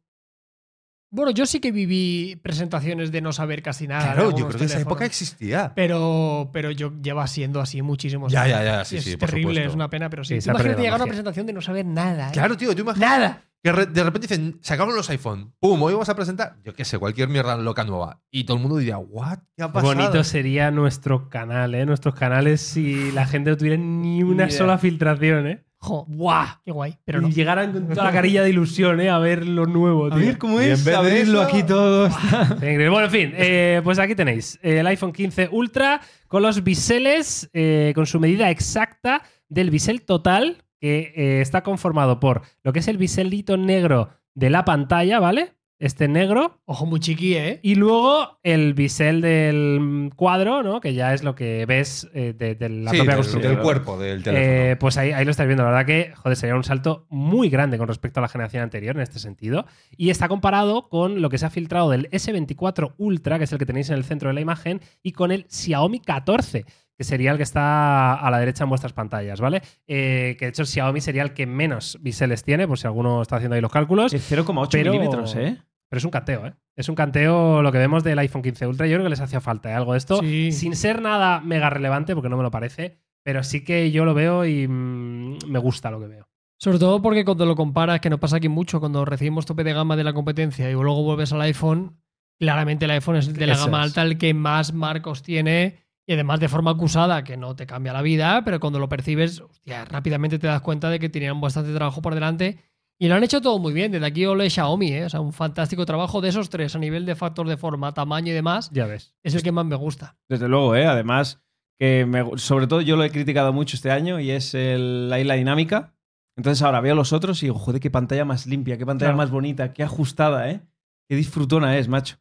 Speaker 4: Bueno, yo sí que viví presentaciones de no saber casi nada. de
Speaker 3: Claro, yo
Speaker 4: algunos
Speaker 3: creo que en esa
Speaker 4: teléfonos.
Speaker 3: época existía.
Speaker 4: Pero, pero yo lleva siendo así muchísimos
Speaker 3: Ya,
Speaker 4: años.
Speaker 3: ya, ya, sí,
Speaker 4: Y es
Speaker 3: sí, por
Speaker 4: terrible,
Speaker 3: supuesto.
Speaker 4: es una pena, pero sí.
Speaker 1: Sí,
Speaker 4: Tú
Speaker 1: se ha
Speaker 4: Imagínate
Speaker 1: perdido la
Speaker 4: llegar a una
Speaker 1: magia.
Speaker 4: presentación de no saber nada. ¿eh?
Speaker 3: Claro, tío, tú imaginas
Speaker 4: Nada.
Speaker 3: que re- de repente dicen, sacaron los iPhone, pum, hoy vamos a presentar, yo qué sé, cualquier mierda loca nueva. Y todo el mundo diría, what, ¿qué ha
Speaker 1: Qué
Speaker 3: pasado?
Speaker 1: bonito sería nuestro canal, ¿eh? Nuestros canales si la gente no tuviera ni una
Speaker 2: Ni idea.
Speaker 1: sola filtración, ¿eh?
Speaker 4: Jo,
Speaker 1: ¡Buah!
Speaker 4: qué guay. Pero no.
Speaker 1: Y llegaran con toda la carilla de ilusión, ¿eh? A ver lo nuevo,
Speaker 2: A
Speaker 1: tío.
Speaker 2: ver cómo
Speaker 3: Y en
Speaker 2: es
Speaker 3: vez de
Speaker 2: abrirlo
Speaker 3: eso-
Speaker 2: aquí todo.
Speaker 1: Increíble. Bueno, en fin, eh, pues aquí tenéis eh, el iPhone 15 Ultra con los biseles, eh, con su medida exacta del bisel total, que eh, está conformado por lo que es el biselito negro de la pantalla, ¿vale? Este negro.
Speaker 4: Ojo muy chiqui, ¿eh?
Speaker 1: Y luego el bisel del cuadro, ¿no? Que ya es lo que ves eh, de, de la
Speaker 3: Sí,
Speaker 1: propia
Speaker 3: del-
Speaker 1: construcción.
Speaker 3: Del cuerpo del teléfono.
Speaker 1: Eh, pues ahí, ahí lo estáis viendo. La verdad que, joder, sería un salto muy grande con respecto a la generación anterior en este sentido. Y está comparado con lo que se ha filtrado del S24 Ultra, que es el que tenéis en el centro de la imagen, y con el Xiaomi 14, que sería el que está a la derecha en vuestras pantallas, ¿vale? Eh, que de hecho el Xiaomi sería el que menos biseles tiene, por si alguno está haciendo ahí los cálculos.
Speaker 2: Es 0,8
Speaker 1: Pero-
Speaker 2: milímetros, ¿eh?
Speaker 1: Pero es un canteo, ¿eh? Es un canteo lo que vemos del iPhone 15 Ultra. Yo creo que les hacía falta ¿eh? algo de esto.
Speaker 4: Sí.
Speaker 1: Sin ser nada mega relevante, porque no me lo parece. Pero sí que yo lo veo y mm, me gusta lo que veo.
Speaker 4: Sobre todo porque cuando lo comparas, que no pasa aquí mucho, cuando recibimos tope de gama de la competencia y luego vuelves al iPhone, claramente el iPhone es el de la
Speaker 1: Eso
Speaker 4: gama
Speaker 1: es.
Speaker 4: alta el que más marcos tiene y además de forma acusada, que no te cambia la vida, pero cuando lo percibes, hostia, rápidamente te das cuenta de que tenían bastante trabajo por delante y lo han hecho todo muy bien. Desde aquí ole Xiaomi, ¿eh? o sea, un fantástico trabajo de esos tres a nivel de factor de forma, tamaño y demás,
Speaker 1: Ya ves.
Speaker 4: es el que más me gusta.
Speaker 2: Desde luego, ¿eh? Además, que me- sobre todo yo lo he criticado mucho este año y es el- la isla dinámica. Entonces ahora veo los otros y digo, joder, qué pantalla más limpia, qué pantalla
Speaker 1: Claro.
Speaker 2: más bonita, qué ajustada, ¿eh? Qué disfrutona es, macho.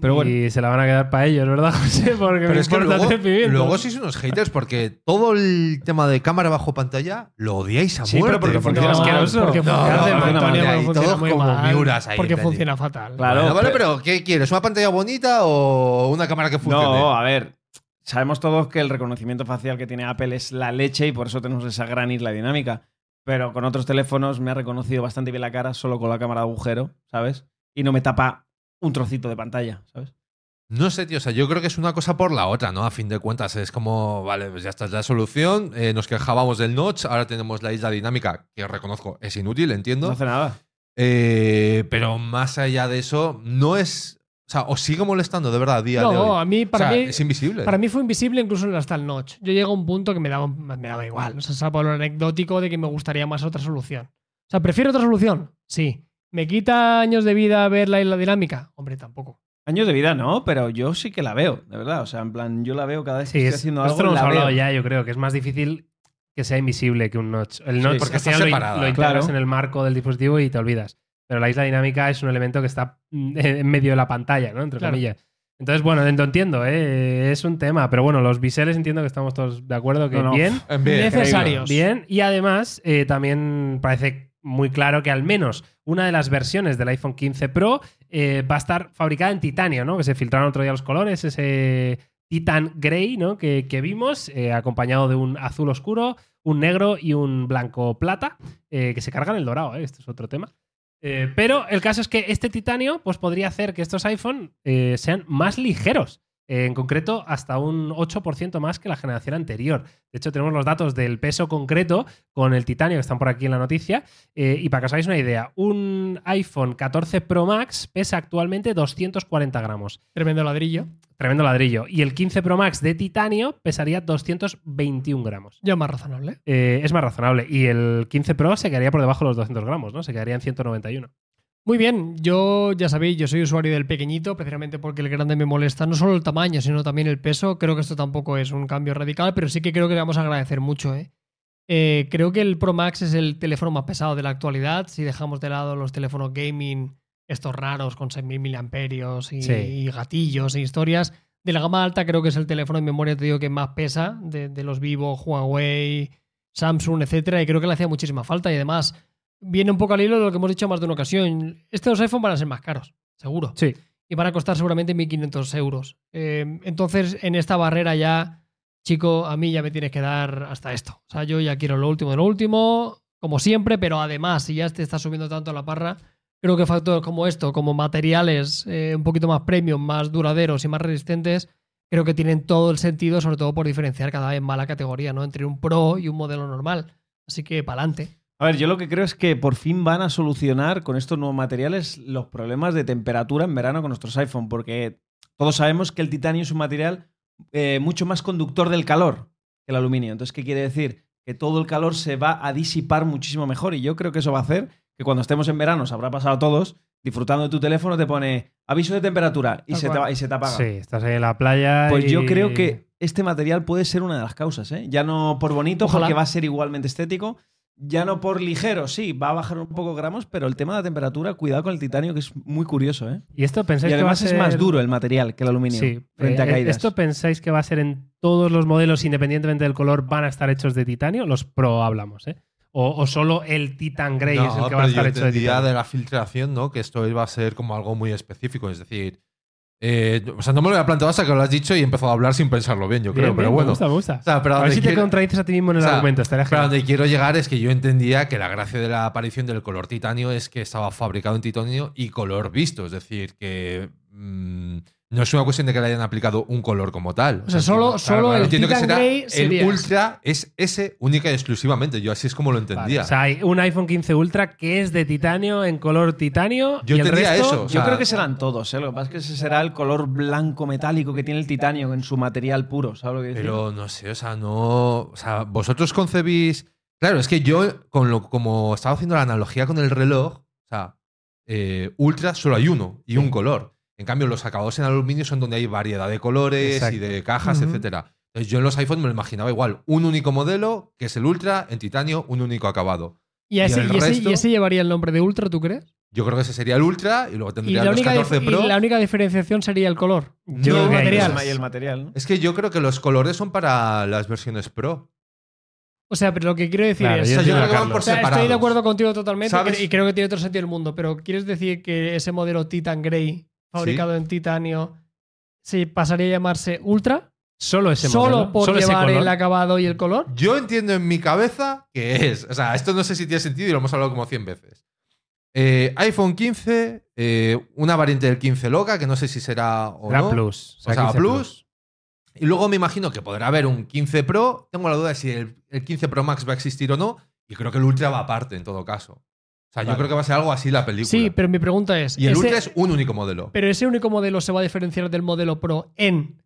Speaker 2: Pero bueno,
Speaker 1: Y se la van a quedar para ellos, ¿verdad, José? Porque
Speaker 3: Pero
Speaker 1: me
Speaker 3: es que
Speaker 1: importa
Speaker 3: luego,
Speaker 1: tres pimientos.
Speaker 3: luego sois unos haters porque todo el tema de cámara bajo pantalla lo odiáis a
Speaker 2: Sí, pero
Speaker 3: muerte.
Speaker 2: porque funciona
Speaker 3: es que
Speaker 2: mal.
Speaker 1: asqueroso.
Speaker 4: Porque
Speaker 1: No,
Speaker 4: funciona,
Speaker 2: no, funciona
Speaker 4: Antonio,
Speaker 2: mal.
Speaker 4: porque
Speaker 3: Ahí
Speaker 4: funciona
Speaker 3: todos
Speaker 4: muy
Speaker 3: como
Speaker 4: mal,
Speaker 3: miuras ahí,
Speaker 4: porque
Speaker 3: entendido.
Speaker 4: funciona fatal.
Speaker 2: Claro,
Speaker 3: Bueno, vale,
Speaker 2: pero-
Speaker 3: pero ¿qué quieres? ¿Una pantalla bonita o una cámara que funcione?
Speaker 2: no, a ver, sabemos todos que el reconocimiento facial que tiene Apple es la leche y por eso tenemos esa gran isla dinámica. Pero con otros teléfonos me ha reconocido bastante bien la cara solo con la cámara de agujero, ¿sabes? Y no me tapa un trocito de pantalla, ¿sabes?
Speaker 3: No sé, tío. O sea, yo creo que es una cosa por la otra, ¿no? A fin de cuentas, es como, vale, pues ya está es la solución. Eh, nos quejábamos del notch, ahora tenemos la isla dinámica, que reconozco, es inútil,
Speaker 2: No,
Speaker 3: entiendo.
Speaker 2: hace nada.
Speaker 3: Eh, pero más allá de eso, no es. O sea, os sigue molestando de verdad a día de
Speaker 4: No,
Speaker 3: hoy.
Speaker 4: a mí, para
Speaker 3: o sea,
Speaker 4: mí,
Speaker 3: es invisible.
Speaker 4: Para mí fue invisible incluso hasta el notch. Yo llego a un punto que me daba, me daba igual. O sea, salvo lo anecdótico de que me gustaría más otra solución. O sea, ¿prefiero otra solución? Sí. ¿Me quita años de vida ver la isla dinámica? Hombre, tampoco.
Speaker 2: Años de vida no, pero yo sí que la veo, de verdad. O sea, en plan, yo la veo cada vez que
Speaker 1: Sí,
Speaker 2: estoy
Speaker 1: es,
Speaker 2: haciendo
Speaker 1: esto
Speaker 2: algo.
Speaker 1: lo hemos
Speaker 2: la
Speaker 1: hablado
Speaker 2: veo.
Speaker 1: ya, yo creo, que es más difícil que sea invisible que un notch. El
Speaker 2: Sí,
Speaker 1: notch
Speaker 2: porque
Speaker 1: al
Speaker 3: está
Speaker 1: final lo in-
Speaker 3: separada.
Speaker 1: lo, integras
Speaker 2: Claro.
Speaker 1: en el marco del dispositivo y te olvidas. Pero la isla dinámica es un elemento que está mm, en medio de la pantalla, ¿no? Entre
Speaker 4: Claro.
Speaker 1: comillas. Entonces, bueno, lo entiendo, ¿eh? es un tema. Pero bueno, los biseles entiendo que estamos todos de acuerdo que
Speaker 2: No, no.
Speaker 1: bien.
Speaker 3: Eh, bien,
Speaker 4: Necesarios.
Speaker 1: Bien, y además eh, también parece muy claro que al menos una de las versiones del iPhone 15 Pro eh, va a estar fabricada en titanio, ¿no? Que se filtraron otro día los colores, ese titan grey, ¿no? Que, que vimos, eh, acompañado de un azul oscuro, un negro y un blanco plata, eh, que se cargan el dorado, ¿eh? Esto es otro tema. Eh, pero el caso es que este titanio pues, podría hacer que estos iPhone eh, sean más ligeros. Eh, en concreto, hasta un 8% más que la generación anterior. De hecho, tenemos los datos del peso concreto con el titanio que están por aquí en la noticia. Eh, y para que os hagáis una idea, un iPhone 14 Pro Max pesa actualmente 240 gramos.
Speaker 4: Tremendo ladrillo.
Speaker 1: Tremendo ladrillo. Y el 15 Pro Max de titanio pesaría 221 gramos.
Speaker 4: Ya más razonable.
Speaker 1: Eh, es más razonable. Y el 15 Pro se quedaría por debajo de los 200 gramos, ¿no? Se quedaría en 191.
Speaker 4: Muy bien, yo ya sabéis, yo soy usuario del pequeñito, precisamente porque el grande me molesta no solo el tamaño, sino también el peso. Creo que esto tampoco es un cambio radical, pero sí que creo que le vamos a agradecer mucho. ¿eh? Eh, creo que el Pro Max es el teléfono más pesado de la actualidad, si dejamos de lado los teléfonos gaming, estos raros con 6.000 miliamperios y,
Speaker 1: Sí.
Speaker 4: y gatillos e historias. De la gama alta creo que es el teléfono en memoria, te digo, que más pesa de, de los Vivo, Huawei, Samsung, etcétera, y creo que le hacía muchísima falta. Y además, viene un poco al hilo de lo que hemos dicho más de una ocasión. Estos iPhone van a ser más caros, seguro.
Speaker 1: Sí.
Speaker 4: y van a costar seguramente 1.500 euros. Eh, entonces, en esta barrera ya, chico, a mí ya me tienes que dar hasta esto. O sea, yo ya quiero lo último de lo último, como siempre, pero además, si ya te está subiendo tanto la parra, creo que factores como esto, como materiales eh, un poquito más premium, más duraderos y más resistentes, creo que tienen todo el sentido, sobre todo por diferenciar cada vez más la categoría, ¿no? Entre un pro y un modelo normal. Así que, para adelante.
Speaker 2: A ver, yo lo que creo es que por fin van a solucionar con estos nuevos materiales los problemas de temperatura en verano con nuestros iPhone, porque todos sabemos que el titanio es un material eh, mucho más conductor del calor que el aluminio. Entonces, ¿qué quiere decir? Que todo el calor se va a disipar muchísimo mejor y yo creo que eso va a hacer que cuando estemos en verano, se habrá pasado a todos, disfrutando de tu teléfono, te pone aviso de temperatura y,
Speaker 4: Tal
Speaker 2: se te,
Speaker 4: cual.
Speaker 2: va- y se te apaga.
Speaker 1: Sí, estás ahí en la playa.
Speaker 2: Pues yo
Speaker 1: y-
Speaker 2: creo que este material puede ser una de las causas, ¿eh? Ya no por bonito,
Speaker 4: Ojalá.
Speaker 2: porque va a ser igualmente estético. Ya no por ligero, sí, va a bajar un poco gramos, pero el tema de la temperatura, cuidado con el titanio, que es muy curioso, ¿eh?
Speaker 1: Y esto
Speaker 2: Y
Speaker 1: pensáis Pues que va a
Speaker 2: además es
Speaker 1: ser-
Speaker 2: más duro el material que el aluminio
Speaker 1: Sí,
Speaker 2: frente a
Speaker 1: Eh,
Speaker 2: caídas.
Speaker 1: ¿Esto pensáis que va a ser en todos los modelos, independientemente del color, van a estar hechos de titanio? Los pro hablamos, ¿eh? O, o solo el Titan Grey
Speaker 3: No,
Speaker 1: es el que
Speaker 3: pero
Speaker 1: va a
Speaker 3: yo
Speaker 1: estar hecho de
Speaker 3: entendía
Speaker 1: titanio.
Speaker 3: de la filtración, ¿no? Que esto iba a ser como algo muy específico. Es decir, eh, o sea, no me lo había planteado hasta que lo has dicho y he empezado a hablar sin pensarlo bien, yo creo.
Speaker 1: Bien,
Speaker 3: pero
Speaker 1: bien,
Speaker 3: bueno.
Speaker 1: Me gusta, me gusta.
Speaker 3: O sea, pero
Speaker 1: a
Speaker 3: a
Speaker 1: ver
Speaker 3: donde
Speaker 1: si te
Speaker 3: quiero-
Speaker 1: contradices a ti mismo en el
Speaker 3: o sea,
Speaker 1: argumento. Estaría
Speaker 3: Pero a
Speaker 1: genial.
Speaker 3: donde quiero llegar es que yo entendía que la gracia de la aparición del color titanio es que estaba fabricado en titanio y color visto. Es decir, que mm, no es una cuestión de que le hayan aplicado un color como tal.
Speaker 4: O sea, solo-
Speaker 3: entiendo-
Speaker 4: solo el
Speaker 3: entiendo que
Speaker 4: Titan
Speaker 3: será
Speaker 4: Grey sería
Speaker 3: el Ultra es ese única y exclusivamente. Yo así es como lo entendía.
Speaker 1: O sea, hay un iPhone 15 Ultra que es de titanio en color titanio.
Speaker 3: Yo
Speaker 1: y el
Speaker 3: entendía
Speaker 1: resto,
Speaker 3: eso. o
Speaker 2: Yo
Speaker 3: sea,
Speaker 2: creo que serán todos, ¿eh? Lo que pasa es que ese será el color blanco metálico que tiene el titanio en su material puro, ¿sabes lo que quiero decir?
Speaker 3: Pero no sé, o sea, no. O sea, vosotros concebís. Claro, es que yo, con lo, como estaba haciendo la analogía con el reloj, o sea, eh, ultra solo hay uno y un color. En cambio, los acabados en aluminio son donde hay variedad de colores
Speaker 1: Exacto.
Speaker 3: y de cajas,
Speaker 4: Ujú.
Speaker 3: etcétera. Entonces, yo en los iPhones me lo imaginaba igual. Un único modelo, que es el ultra, en titanio, un único acabado.
Speaker 4: ¿Y, a
Speaker 3: ¿Y
Speaker 4: ese,
Speaker 3: el
Speaker 4: y ese-
Speaker 3: resto?
Speaker 4: y ese llevaría el nombre de Ultra, tú crees?
Speaker 3: Yo creo que ese sería el ultra y luego
Speaker 4: Y
Speaker 3: tendría
Speaker 4: la,
Speaker 3: los
Speaker 4: única
Speaker 3: 14
Speaker 4: dif- y
Speaker 3: Pro.
Speaker 4: la única diferenciación sería el color.
Speaker 1: Yo
Speaker 3: No,
Speaker 1: creo que hay
Speaker 4: material.
Speaker 1: cosas.
Speaker 2: Y el material, ¿no?
Speaker 3: Es que yo creo que los colores son para las versiones Pro.
Speaker 4: O sea, pero lo que quiero decir
Speaker 1: Claro,
Speaker 4: es.
Speaker 1: yo
Speaker 3: O sea, yo
Speaker 1: entiendo
Speaker 3: creo
Speaker 1: a
Speaker 3: que van
Speaker 1: Carlos.
Speaker 3: por
Speaker 1: O
Speaker 4: O sea, estoy de
Speaker 3: separados.
Speaker 4: acuerdo contigo totalmente
Speaker 3: ¿Sabes?
Speaker 4: y creo que tiene otro sentido el mundo, pero ¿quieres decir que ese modelo Titan Grey, fabricado en titanio, se pasaría a llamarse Ultra?
Speaker 1: Solo ese
Speaker 4: Solo
Speaker 1: modelo,
Speaker 4: por
Speaker 1: solo ese
Speaker 4: llevar
Speaker 1: color.
Speaker 4: el acabado y el color.
Speaker 3: Yo entiendo en mi cabeza que es. O sea, esto no sé si tiene sentido y lo hemos hablado como 100 veces. Eh, iPhone 15, eh, una variante del 15 loca, que no sé si será o
Speaker 1: Será
Speaker 3: no.
Speaker 1: Plus.
Speaker 3: O sea,
Speaker 1: 15
Speaker 3: Plus. Y luego me imagino que podrá haber un 15 Pro. Tengo la duda de si el, el 15 Pro Max va a existir o no. Y creo que el Ultra va aparte, en todo caso. O sea, yo
Speaker 2: Vale.
Speaker 3: creo que va a ser algo así la película.
Speaker 4: Sí, pero mi pregunta es.
Speaker 3: y el
Speaker 4: ¿ese-
Speaker 3: Ultra es un único modelo.
Speaker 4: Pero ese único modelo se va a diferenciar del modelo Pro en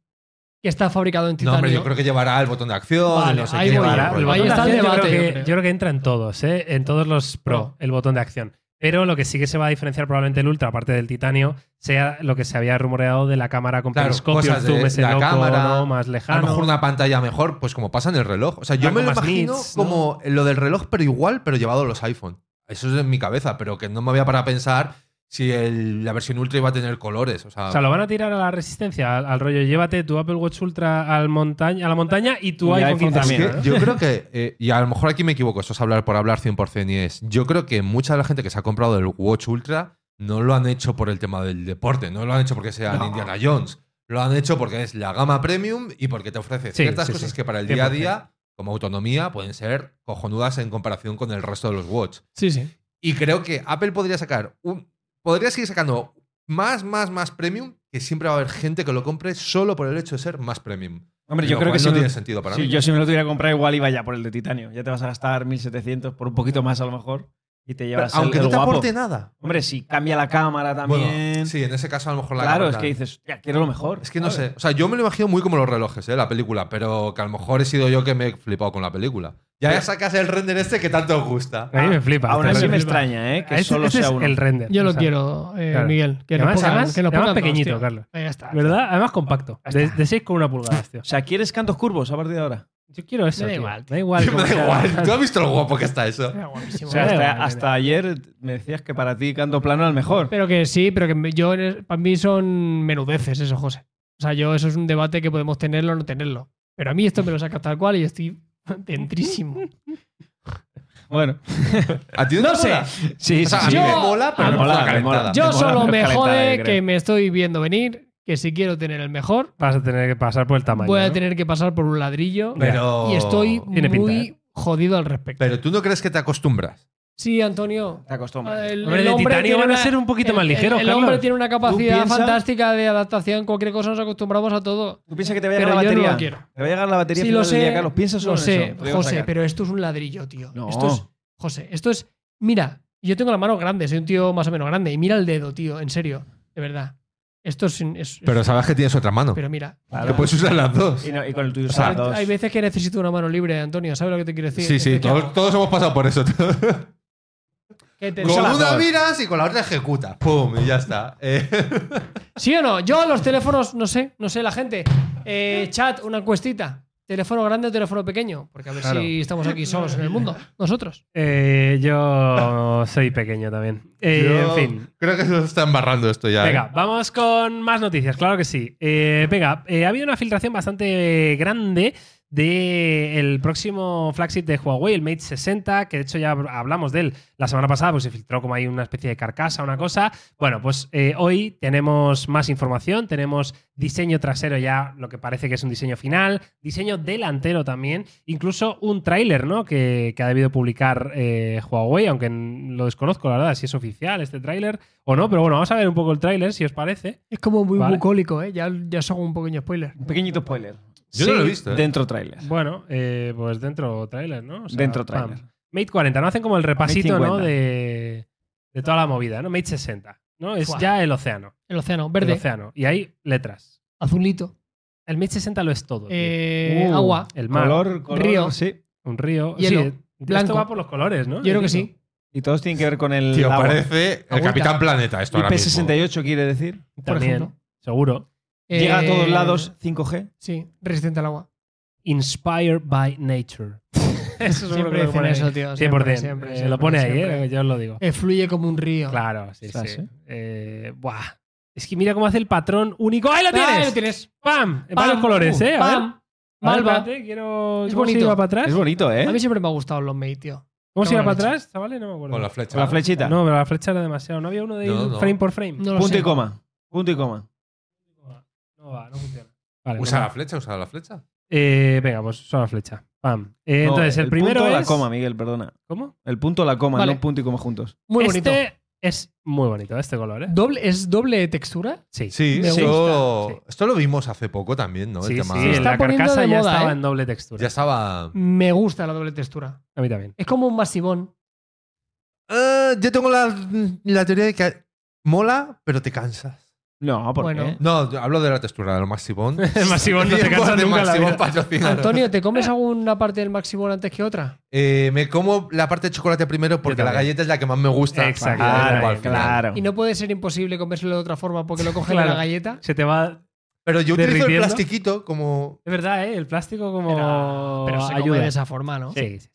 Speaker 4: que está fabricado en
Speaker 3: no,
Speaker 4: titanio.
Speaker 3: hombre, yo creo que llevará el botón de acción.
Speaker 4: Vale,
Speaker 3: no sé
Speaker 4: ahí
Speaker 3: qué,
Speaker 4: voy.
Speaker 3: y el
Speaker 1: Llevará-
Speaker 4: Ahí
Speaker 3: rollo.
Speaker 1: botón de
Speaker 4: está el
Speaker 1: acción yo
Speaker 4: debate,
Speaker 1: creo que-
Speaker 4: yo creo.
Speaker 1: Yo creo que entra en todos, ¿eh? en todos los Pro,
Speaker 4: No.
Speaker 1: el botón de acción. Pero lo que sí que se va a diferenciar probablemente el Ultra, aparte del titanio, sea lo que se había rumoreado de la cámara con
Speaker 3: Claro,
Speaker 1: periscopio, el
Speaker 3: cosas de
Speaker 1: zoom ese
Speaker 3: la
Speaker 1: loco,
Speaker 3: cámara,
Speaker 1: ¿no? más
Speaker 3: A
Speaker 1: lejano.
Speaker 3: lo mejor una pantalla mejor, pues como pasa en el reloj. O sea, yo
Speaker 1: Algo
Speaker 3: me lo
Speaker 1: más
Speaker 3: imagino
Speaker 1: nits, ¿no?
Speaker 3: como lo del reloj, pero igual, pero llevado a los iPhone. Eso es en mi cabeza, pero que no me había para pensar si el- la versión Ultra iba a tener colores. O sea,
Speaker 1: O sea, lo van a tirar a la resistencia, al, al rollo. Llévate tu Apple Watch Ultra al montaña, a la montaña y tu
Speaker 2: Y
Speaker 1: iPhone,
Speaker 2: iPhone
Speaker 3: es
Speaker 1: también.
Speaker 3: que
Speaker 1: ¿no?
Speaker 3: yo creo que, eh, y a lo mejor aquí me equivoco, esto es hablar por hablar 100% y es, yo creo que mucha de la gente que se ha comprado el Watch Ultra no lo han hecho por el tema del deporte, no lo han hecho porque sean
Speaker 2: No.
Speaker 3: Indiana Jones, lo han hecho porque es la gama premium y porque te ofrece
Speaker 1: Sí,
Speaker 3: ciertas
Speaker 1: sí,
Speaker 3: cosas
Speaker 1: sí.
Speaker 3: que para el día a
Speaker 1: 100%.
Speaker 3: día, como autonomía, pueden ser cojonudas en comparación con el resto de los Watch.
Speaker 4: Sí, sí.
Speaker 3: Y creo que Apple podría sacar un. Podría seguir sacando más, más, más premium, que siempre va a haber gente que lo compre solo por el hecho de ser más premium.
Speaker 2: Hombre, yo
Speaker 3: Lo
Speaker 2: creo que
Speaker 3: cual
Speaker 2: si
Speaker 3: no
Speaker 2: me-
Speaker 3: tiene sentido para
Speaker 2: Sí,
Speaker 3: mí.
Speaker 2: yo si me lo tuviera que comprar igual iba ya por el de titanio. Ya te vas a gastar 1700 por un poquito más a lo mejor y te
Speaker 3: Pero
Speaker 2: llevas el-
Speaker 3: aunque
Speaker 2: el
Speaker 3: no te
Speaker 2: guapo.
Speaker 3: aporte nada.
Speaker 2: Hombre, si cambia la cámara también.
Speaker 3: Bueno, sí, en ese caso a lo mejor la
Speaker 2: claro, es
Speaker 3: cámara-
Speaker 2: que dices, "Hostia, quiero lo mejor.
Speaker 3: Es que no
Speaker 2: ¿sabes?
Speaker 3: sé. O sea, yo me lo imagino muy como los relojes, ¿eh? La película, pero que a lo mejor he sido yo que me he flipado con la película. Ya, ya sacas el render este que tanto os gusta.
Speaker 1: A mí me flipa.
Speaker 2: Aún
Speaker 1: este
Speaker 2: así me
Speaker 1: render.
Speaker 2: extraña, ¿eh? Que
Speaker 4: Ah,
Speaker 1: Este-
Speaker 2: solo
Speaker 1: este
Speaker 2: sea
Speaker 1: es
Speaker 2: uno.
Speaker 1: el render.
Speaker 4: Yo
Speaker 1: O
Speaker 4: lo
Speaker 1: sea,
Speaker 4: quiero, eh,
Speaker 1: claro.
Speaker 4: Miguel. Que
Speaker 1: Y
Speaker 4: nos
Speaker 1: además-
Speaker 4: pongan,
Speaker 1: además-
Speaker 4: que nos
Speaker 1: además
Speaker 4: pongan dos,
Speaker 1: pequeñito,
Speaker 4: tío.
Speaker 1: Carlos.
Speaker 4: Ahí está.
Speaker 1: ¿Verdad? Además compacto.
Speaker 4: Ya
Speaker 1: De,
Speaker 4: está.
Speaker 1: de 6,1 pulgadas, tío.
Speaker 2: O sea, ¿quieres cantos curvos a partir de ahora?
Speaker 1: Yo quiero eso.
Speaker 4: Me da
Speaker 1: tío.
Speaker 4: igual, tío.
Speaker 1: Da igual.
Speaker 3: me
Speaker 1: como
Speaker 3: da
Speaker 1: sea.
Speaker 3: igual. ¿Tú has visto lo guapo que está eso?
Speaker 4: Era guapísimo.
Speaker 2: O sea,
Speaker 1: Vale,
Speaker 2: hasta,
Speaker 1: vale,
Speaker 2: hasta ayer me decías que para ti canto plano era el mejor.
Speaker 4: Pero que sí, pero que yo para mí son menudeces eso, José. O sea, yo eso es un debate que podemos tenerlo o no tenerlo. Pero a mí esto me lo saca tal cual y yo estoy dentrísimo.
Speaker 2: Bueno,
Speaker 3: ¿A ti no,
Speaker 2: no
Speaker 3: te
Speaker 2: sé.
Speaker 3: mola?
Speaker 2: Sí,
Speaker 3: O sea, a
Speaker 2: sí,
Speaker 3: mí
Speaker 2: sí.
Speaker 3: me
Speaker 4: Yo-
Speaker 3: mola, pero
Speaker 4: a
Speaker 3: no
Speaker 2: mí-
Speaker 3: me mola
Speaker 2: mola, me mola.
Speaker 3: calentada.
Speaker 4: Yo
Speaker 2: mola
Speaker 4: solo
Speaker 2: ver
Speaker 4: me
Speaker 2: calentada de
Speaker 4: jode
Speaker 2: Grey.
Speaker 4: que me estoy viendo venir, que si quiero tener el mejor,
Speaker 1: Vas a tener que pasar por el tamaño.
Speaker 4: voy a
Speaker 1: ¿no?
Speaker 4: tener que pasar por un ladrillo.
Speaker 3: Pero-
Speaker 4: Y estoy
Speaker 1: Tiene pinta, ¿eh?
Speaker 4: muy jodido al respecto.
Speaker 3: Pero tú no crees que te acostumbras.
Speaker 4: Sí, Antonio.
Speaker 2: Te acostumbras.
Speaker 4: El,
Speaker 1: Hombre,
Speaker 4: el
Speaker 1: de
Speaker 4: hombre
Speaker 1: titanio
Speaker 4: tiene
Speaker 1: van a
Speaker 4: una-
Speaker 1: ser un poquito
Speaker 4: el-
Speaker 1: más
Speaker 4: el-
Speaker 1: ligeros,
Speaker 4: El,
Speaker 1: Carlos.
Speaker 4: hombre tiene una capacidad
Speaker 2: piensa?
Speaker 4: fantástica de adaptación. Cualquier cosa nos acostumbramos a todo.
Speaker 2: Tú piensas que te va a llegar
Speaker 4: Pero
Speaker 2: la
Speaker 4: yo no
Speaker 2: batería.
Speaker 4: lo quiero.
Speaker 2: Te va a llegar la batería.
Speaker 4: Sí,
Speaker 2: final
Speaker 4: lo
Speaker 2: del día,
Speaker 4: sé.
Speaker 2: Carlos, piensa solo
Speaker 4: lo
Speaker 2: en
Speaker 4: sé,
Speaker 2: eso, te digo,
Speaker 4: José,
Speaker 2: sacar.
Speaker 4: pero esto es un ladrillo, tío.
Speaker 2: No.
Speaker 4: Esto es, José, esto es. Mira, yo tengo la mano grande, soy un tío más o menos grande. Y mira el dedo, tío, en serio. De verdad. Esto es. es-
Speaker 3: Pero
Speaker 4: es-
Speaker 3: sabes que tienes otra mano.
Speaker 4: pero mira.
Speaker 3: Que puedes usar las dos.
Speaker 2: Y, no- y con el tuyo
Speaker 3: O sea,
Speaker 2: usas dos.
Speaker 4: Hay veces que necesito una mano libre, Antonio. ¿Sabes lo que te quiero decir?
Speaker 3: Sí, sí,
Speaker 4: Entonces, ¿qué
Speaker 3: todos,
Speaker 4: hago?
Speaker 3: todos hemos pasado por eso.
Speaker 4: ¿Qué te-
Speaker 3: con
Speaker 2: las
Speaker 3: una
Speaker 2: dos.
Speaker 3: miras y con la otra ejecuta. ¡Pum! Y ya está. Eh,
Speaker 4: ¿Sí o no? Yo los teléfonos, no sé, no sé, la gente. Eh, chat, una encuestita. ¿Teléfono grande o teléfono pequeño? Porque a ver
Speaker 3: Claro.
Speaker 4: si estamos aquí solos en el mundo, nosotros.
Speaker 1: Eh, yo soy pequeño también. Eh,
Speaker 3: yo
Speaker 1: En fin.
Speaker 3: Creo que se nos está embarrando esto ya.
Speaker 1: Venga,
Speaker 3: eh.
Speaker 1: vamos con más noticias, claro que sí. Eh, venga, eh, ha habido una filtración bastante grande del próximo flagship de Huawei, el Mate 60, que de hecho ya hablamos de él la semana pasada, pues se filtró como hay una especie de carcasa, una cosa. Bueno, pues eh, hoy tenemos más información, tenemos diseño trasero ya, lo que parece que es un diseño final, diseño delantero también, incluso un tráiler, ¿no? Que, que ha debido publicar eh, Huawei, aunque n- lo desconozco, la verdad, si es oficial este tráiler o no, pero bueno, vamos a ver un poco el tráiler, si os parece.
Speaker 4: Es como muy
Speaker 1: Vale.
Speaker 4: bucólico, ¿eh? Ya, ya os hago un pequeño spoiler.
Speaker 2: Un pequeñito spoiler.
Speaker 3: Yo no lo he visto. eh.
Speaker 2: Dentro trailer.
Speaker 1: Bueno, eh, pues dentro tráiler, ¿no? O sea,
Speaker 2: Dentro
Speaker 1: pam.
Speaker 2: tráiler.
Speaker 1: Mate 40, ¿no? Hacen como el repasito, ¿no?
Speaker 2: 50.
Speaker 1: De, de toda la movida, ¿no? Mate 60, ¿no? Es
Speaker 4: Fuah.
Speaker 1: ya el océano.
Speaker 4: El océano,
Speaker 1: El
Speaker 4: verde,
Speaker 1: océano. Y hay letras.
Speaker 4: azulito,
Speaker 1: El Mate 60 lo es todo. tío.
Speaker 4: eh,
Speaker 2: Uh.
Speaker 4: agua.
Speaker 1: el mar,
Speaker 2: Color, color,
Speaker 4: Río.
Speaker 2: Sí.
Speaker 1: un río.
Speaker 4: hielo,
Speaker 1: sí,
Speaker 4: blanco.
Speaker 1: Esto va por los colores, ¿no?
Speaker 4: Yo creo que sí.
Speaker 2: Y todos tienen que ver con el.
Speaker 3: Tío,
Speaker 2: agua.
Speaker 3: parece el
Speaker 4: Agüita.
Speaker 3: Capitán Planeta esto ahora mismo.
Speaker 2: IP68 quiere decir.
Speaker 4: Por
Speaker 1: También,
Speaker 4: ejemplo.
Speaker 1: seguro.
Speaker 2: Llega a
Speaker 4: Eh,
Speaker 2: todos lados 5G.
Speaker 4: Sí, resistente al agua.
Speaker 1: Inspired by nature. eso seguro
Speaker 4: Siempre
Speaker 1: que lo
Speaker 4: dicen
Speaker 1: pone ahí.
Speaker 4: eso, tío.
Speaker 1: 100%.
Speaker 4: Siempre,
Speaker 1: Eh,
Speaker 4: siempre,
Speaker 1: lo
Speaker 4: siempre,
Speaker 1: pone ahí,
Speaker 4: siempre.
Speaker 1: ¿eh? Yo os lo digo.
Speaker 4: Eh, fluye como un río.
Speaker 1: Claro, sí,
Speaker 2: Ostras,
Speaker 1: sí.
Speaker 2: ¿eh?
Speaker 1: Eh, buah. Es que mira cómo hace el patrón único. ¡Ahí lo tienes!
Speaker 4: Ah, ahí lo tienes.
Speaker 1: ¡Pam! En
Speaker 4: Pam, uh,
Speaker 1: varios colores, ¿eh? A ver.
Speaker 4: Pam,
Speaker 1: A ver,
Speaker 4: malva.
Speaker 1: espérate, quiero...
Speaker 4: Es
Speaker 1: ¿Cómo se
Speaker 4: bonito.
Speaker 1: iba para atrás?
Speaker 2: Es bonito, ¿eh?
Speaker 4: A mí siempre me ha gustado los Mate, tío.
Speaker 1: ¿Cómo se iba
Speaker 4: Cago
Speaker 1: para
Speaker 4: en la leche.
Speaker 1: atrás, chavales? No me acuerdo.
Speaker 3: Con la flecha.
Speaker 2: Con la flechita.
Speaker 1: No, pero la flecha era demasiado. No había uno de
Speaker 3: No,
Speaker 1: ir
Speaker 3: no.
Speaker 1: frame por frame.
Speaker 4: No lo
Speaker 2: Punto
Speaker 4: sé.
Speaker 2: y coma. Punto y coma.
Speaker 1: No va, no funciona. Vale,
Speaker 3: Usa
Speaker 1: bueno.
Speaker 3: la flecha, usa la flecha.
Speaker 1: Eh, venga, pues usa la flecha. Pam. Eh,
Speaker 2: No,
Speaker 1: entonces, el, primero
Speaker 2: punto o
Speaker 1: es.
Speaker 2: la coma, Miguel, perdona.
Speaker 1: ¿Cómo?
Speaker 2: El punto o la coma,
Speaker 4: Vale.
Speaker 2: no punto y coma juntos.
Speaker 4: Muy
Speaker 1: este
Speaker 4: bonito.
Speaker 1: es muy bonito, este color, ¿eh?
Speaker 4: Doble, ¿Es doble textura?
Speaker 1: Sí.
Speaker 3: Sí,
Speaker 4: Me
Speaker 3: esto,
Speaker 1: gusta, sí.
Speaker 3: esto lo vimos hace poco también, ¿no? El
Speaker 1: sí,
Speaker 3: tema-
Speaker 1: sí,
Speaker 4: Se está
Speaker 1: la
Speaker 4: poniendo
Speaker 1: carcasa
Speaker 4: de
Speaker 1: ya
Speaker 4: moda,
Speaker 1: estaba
Speaker 4: ¿eh?
Speaker 1: en doble textura.
Speaker 3: Ya estaba.
Speaker 4: Me gusta la doble textura.
Speaker 1: A mí también.
Speaker 4: Es como un masivón.
Speaker 3: Eh, yo tengo la, la teoría de que mola, pero te cansas.
Speaker 2: No, ¿por
Speaker 4: Bueno.
Speaker 2: qué?
Speaker 3: No, yo hablo de la textura, de lo masivón.
Speaker 1: El masivón no te
Speaker 3: Tiempo
Speaker 1: cansa
Speaker 3: de
Speaker 1: nunca en la
Speaker 3: Maximón
Speaker 1: vida.
Speaker 3: patrocinado.
Speaker 4: Antonio, ¿te comes alguna parte del maximón antes que otra?
Speaker 3: Eh, me como la parte de chocolate primero porque la
Speaker 1: también.
Speaker 3: galleta es la que más me gusta.
Speaker 1: Exacto.
Speaker 3: Y la
Speaker 1: Claro,
Speaker 3: dejo al final.
Speaker 2: claro.
Speaker 4: Y no puede ser imposible comérselo de otra forma porque lo coge
Speaker 1: Claro.
Speaker 4: la galleta.
Speaker 1: Se te va.
Speaker 3: Pero yo utilizo el
Speaker 1: Derritiendo.
Speaker 3: plastiquito como.
Speaker 1: Es verdad, ¿eh? El plástico como.
Speaker 4: Pero, pero se come
Speaker 1: ayuda.
Speaker 4: de esa forma, ¿no?
Speaker 1: Sí, sí.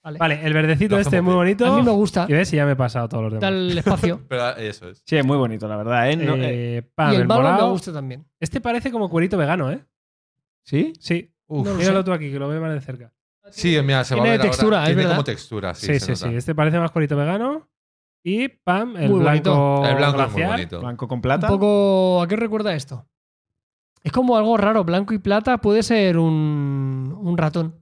Speaker 4: Vale.
Speaker 1: Vale, el verdecito
Speaker 3: Lo
Speaker 1: este,
Speaker 3: hacemos
Speaker 1: muy
Speaker 3: bien.
Speaker 1: bonito.
Speaker 4: A mí me gusta.
Speaker 1: Y ves, y ya me he pasado todos los demás.
Speaker 4: Da el espacio.
Speaker 3: Pero ah, eso es.
Speaker 2: Sí, es muy bonito, la verdad, ¿eh? No, eh,
Speaker 1: Eh, pam,
Speaker 4: y el
Speaker 1: el
Speaker 4: balón me
Speaker 1: morado.
Speaker 4: gusta también.
Speaker 1: Este parece como cuerito vegano, ¿eh?
Speaker 2: ¿Sí?
Speaker 1: Sí.
Speaker 3: Uf.
Speaker 4: No lo
Speaker 1: Míralo
Speaker 4: sé.
Speaker 1: tú aquí, que lo veo más de cerca.
Speaker 3: Sí, mira, se va a
Speaker 4: Tiene
Speaker 3: ver ahora.
Speaker 4: textura, es
Speaker 3: Tiene
Speaker 4: verdad.
Speaker 3: como textura, sí.
Speaker 1: Sí,
Speaker 3: se
Speaker 1: sí, sí.
Speaker 3: nota.
Speaker 1: Este parece más cuerito vegano. Y pam, el
Speaker 4: Muy bonito.
Speaker 1: blanco.
Speaker 3: El blanco es muy
Speaker 1: glacial.
Speaker 3: bonito.
Speaker 2: Blanco con
Speaker 4: Un
Speaker 2: plata.
Speaker 4: poco. ¿A qué recuerda esto? Es como algo raro. Blanco y plata puede ser un, un ratón.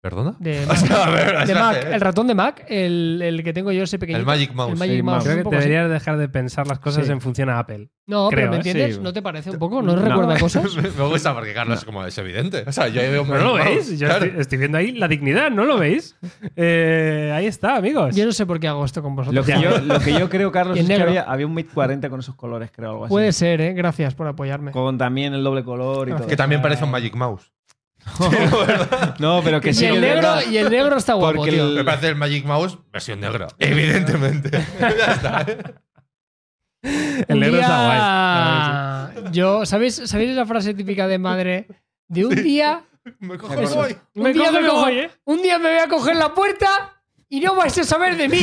Speaker 3: ¿Perdona?
Speaker 4: De
Speaker 3: O
Speaker 4: Mac.
Speaker 3: sea, a ver,
Speaker 4: De
Speaker 3: espérate,
Speaker 4: Mac.
Speaker 3: ¿eh?
Speaker 4: El ratón de Mac, el, el que tengo yo ese pequeño.
Speaker 3: El Magic Mouse.
Speaker 4: El Magic
Speaker 2: Sí,
Speaker 4: Mouse.
Speaker 1: Creo
Speaker 4: un
Speaker 1: que
Speaker 4: poco así.
Speaker 1: deberías dejar de pensar las cosas
Speaker 2: Sí.
Speaker 1: en función a Apple.
Speaker 4: No,
Speaker 1: creo,
Speaker 4: pero ¿me
Speaker 1: ¿eh?
Speaker 4: entiendes?
Speaker 2: Sí.
Speaker 4: ¿No te parece un poco? ¿No,
Speaker 2: No.
Speaker 4: recuerda cosas?
Speaker 3: Me gusta porque Carlos es como es evidente. O sea, yo ahí veo un
Speaker 1: ¿No lo
Speaker 3: Magic
Speaker 1: veis?
Speaker 3: Mouse,
Speaker 1: Yo
Speaker 3: claro.
Speaker 1: estoy, estoy viendo ahí la dignidad, ¿no lo veis? Eh, ahí está, amigos.
Speaker 4: Yo no sé por qué hago esto con
Speaker 2: Lo
Speaker 4: vosotros.
Speaker 2: que, yo, lo que yo creo, Carlos,
Speaker 4: Y en
Speaker 2: es que
Speaker 4: negro.
Speaker 2: había, había un Mate 40 con esos colores, creo, algo así.
Speaker 4: Puede ser, ¿eh? Gracias por apoyarme.
Speaker 2: Con también el doble color y todo.
Speaker 3: Que también parece un Magic Mouse.
Speaker 2: No, pero que
Speaker 4: Y
Speaker 2: sí.
Speaker 4: el,
Speaker 2: que es
Speaker 4: negro,
Speaker 2: verdad.
Speaker 4: y el negro está guapo,
Speaker 2: Porque
Speaker 4: tío.
Speaker 2: el-
Speaker 3: Me parece el Magic Mouse versión negra. Evidentemente. ya está.
Speaker 1: El
Speaker 4: Un
Speaker 1: negro
Speaker 4: día-
Speaker 1: está guay. La
Speaker 4: Yo, ¿sabéis, ¿sabéis la frase típica de madre? De un día.
Speaker 3: Me cojo
Speaker 2: Me
Speaker 3: y
Speaker 2: acuerdo.
Speaker 3: voy.
Speaker 4: Un
Speaker 1: Me
Speaker 4: día
Speaker 1: cojo y me
Speaker 4: cojo-
Speaker 1: voy, ¿eh?
Speaker 4: Un día me voy a coger la puerta y no vais a saber de mí.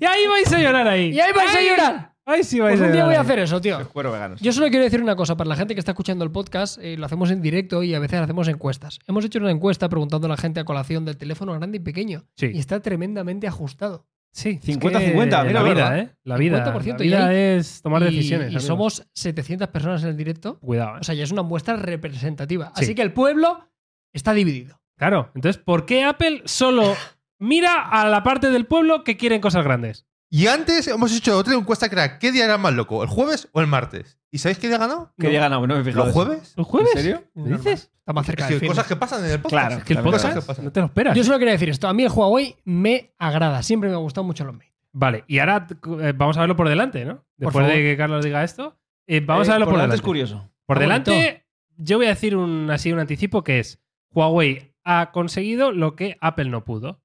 Speaker 1: Y ahí vais a llorar ahí.
Speaker 4: Y ahí vais a
Speaker 1: Ahí.
Speaker 4: llorar.
Speaker 2: Ay, sí, vais
Speaker 4: Pues un día voy a
Speaker 2: darle.
Speaker 4: hacer eso, tío.
Speaker 2: Los cueros veganos.
Speaker 4: Yo solo quiero decir una cosa, para la gente que está escuchando el podcast, eh, lo hacemos en directo y a veces hacemos encuestas. Hemos hecho una encuesta preguntando a la gente a colación del teléfono grande y pequeño
Speaker 1: Sí.
Speaker 4: y está tremendamente ajustado.
Speaker 1: Sí,
Speaker 2: 50-50,
Speaker 1: es que
Speaker 2: mira,
Speaker 1: la vida,
Speaker 2: ¿verdad?
Speaker 1: ¿eh? La vida,
Speaker 4: 50%
Speaker 1: la
Speaker 4: y
Speaker 1: vida es tomar
Speaker 4: Y-
Speaker 1: decisiones.
Speaker 4: Y
Speaker 1: amigos.
Speaker 4: somos 700 personas en el directo.
Speaker 1: Cuidado, ¿eh?
Speaker 4: O sea, ya es una muestra representativa.
Speaker 1: Sí.
Speaker 4: Así que el pueblo está dividido.
Speaker 1: Claro, entonces, ¿por qué Apple solo mira a la parte del pueblo que quieren cosas grandes?
Speaker 3: Y antes hemos hecho otra encuesta que era ¿qué día era más loco? ¿El jueves o el martes? ¿Y sabéis qué día ganó?
Speaker 2: Que llega, no, no me he fijado
Speaker 3: ¿Los
Speaker 2: eso.
Speaker 3: jueves?
Speaker 1: ¿Los jueves?
Speaker 2: ¿En serio?
Speaker 1: ¿Me dices?
Speaker 4: Está más cerca
Speaker 3: Es
Speaker 4: del
Speaker 3: que
Speaker 4: fin.
Speaker 3: cosas que pasan en el podcast.
Speaker 2: Claro.
Speaker 1: Que el
Speaker 2: La verdad
Speaker 1: podcast
Speaker 3: es que pasa.
Speaker 1: no te lo esperas.
Speaker 4: Yo solo quería decir esto. A mí el Huawei me agrada. Siempre me ha gustado mucho los Mate.
Speaker 1: Vale, y ahora eh, vamos a verlo por delante, ¿no?
Speaker 4: Por
Speaker 1: Después de
Speaker 4: favor.
Speaker 1: que Carlos diga esto, eh, vamos a
Speaker 2: Eh,
Speaker 1: verlo por, delante.
Speaker 2: Es curioso.
Speaker 1: Por
Speaker 4: Ah, bonito.
Speaker 1: delante, yo voy a decir un, así un anticipo que es Huawei ha conseguido lo que Apple no pudo.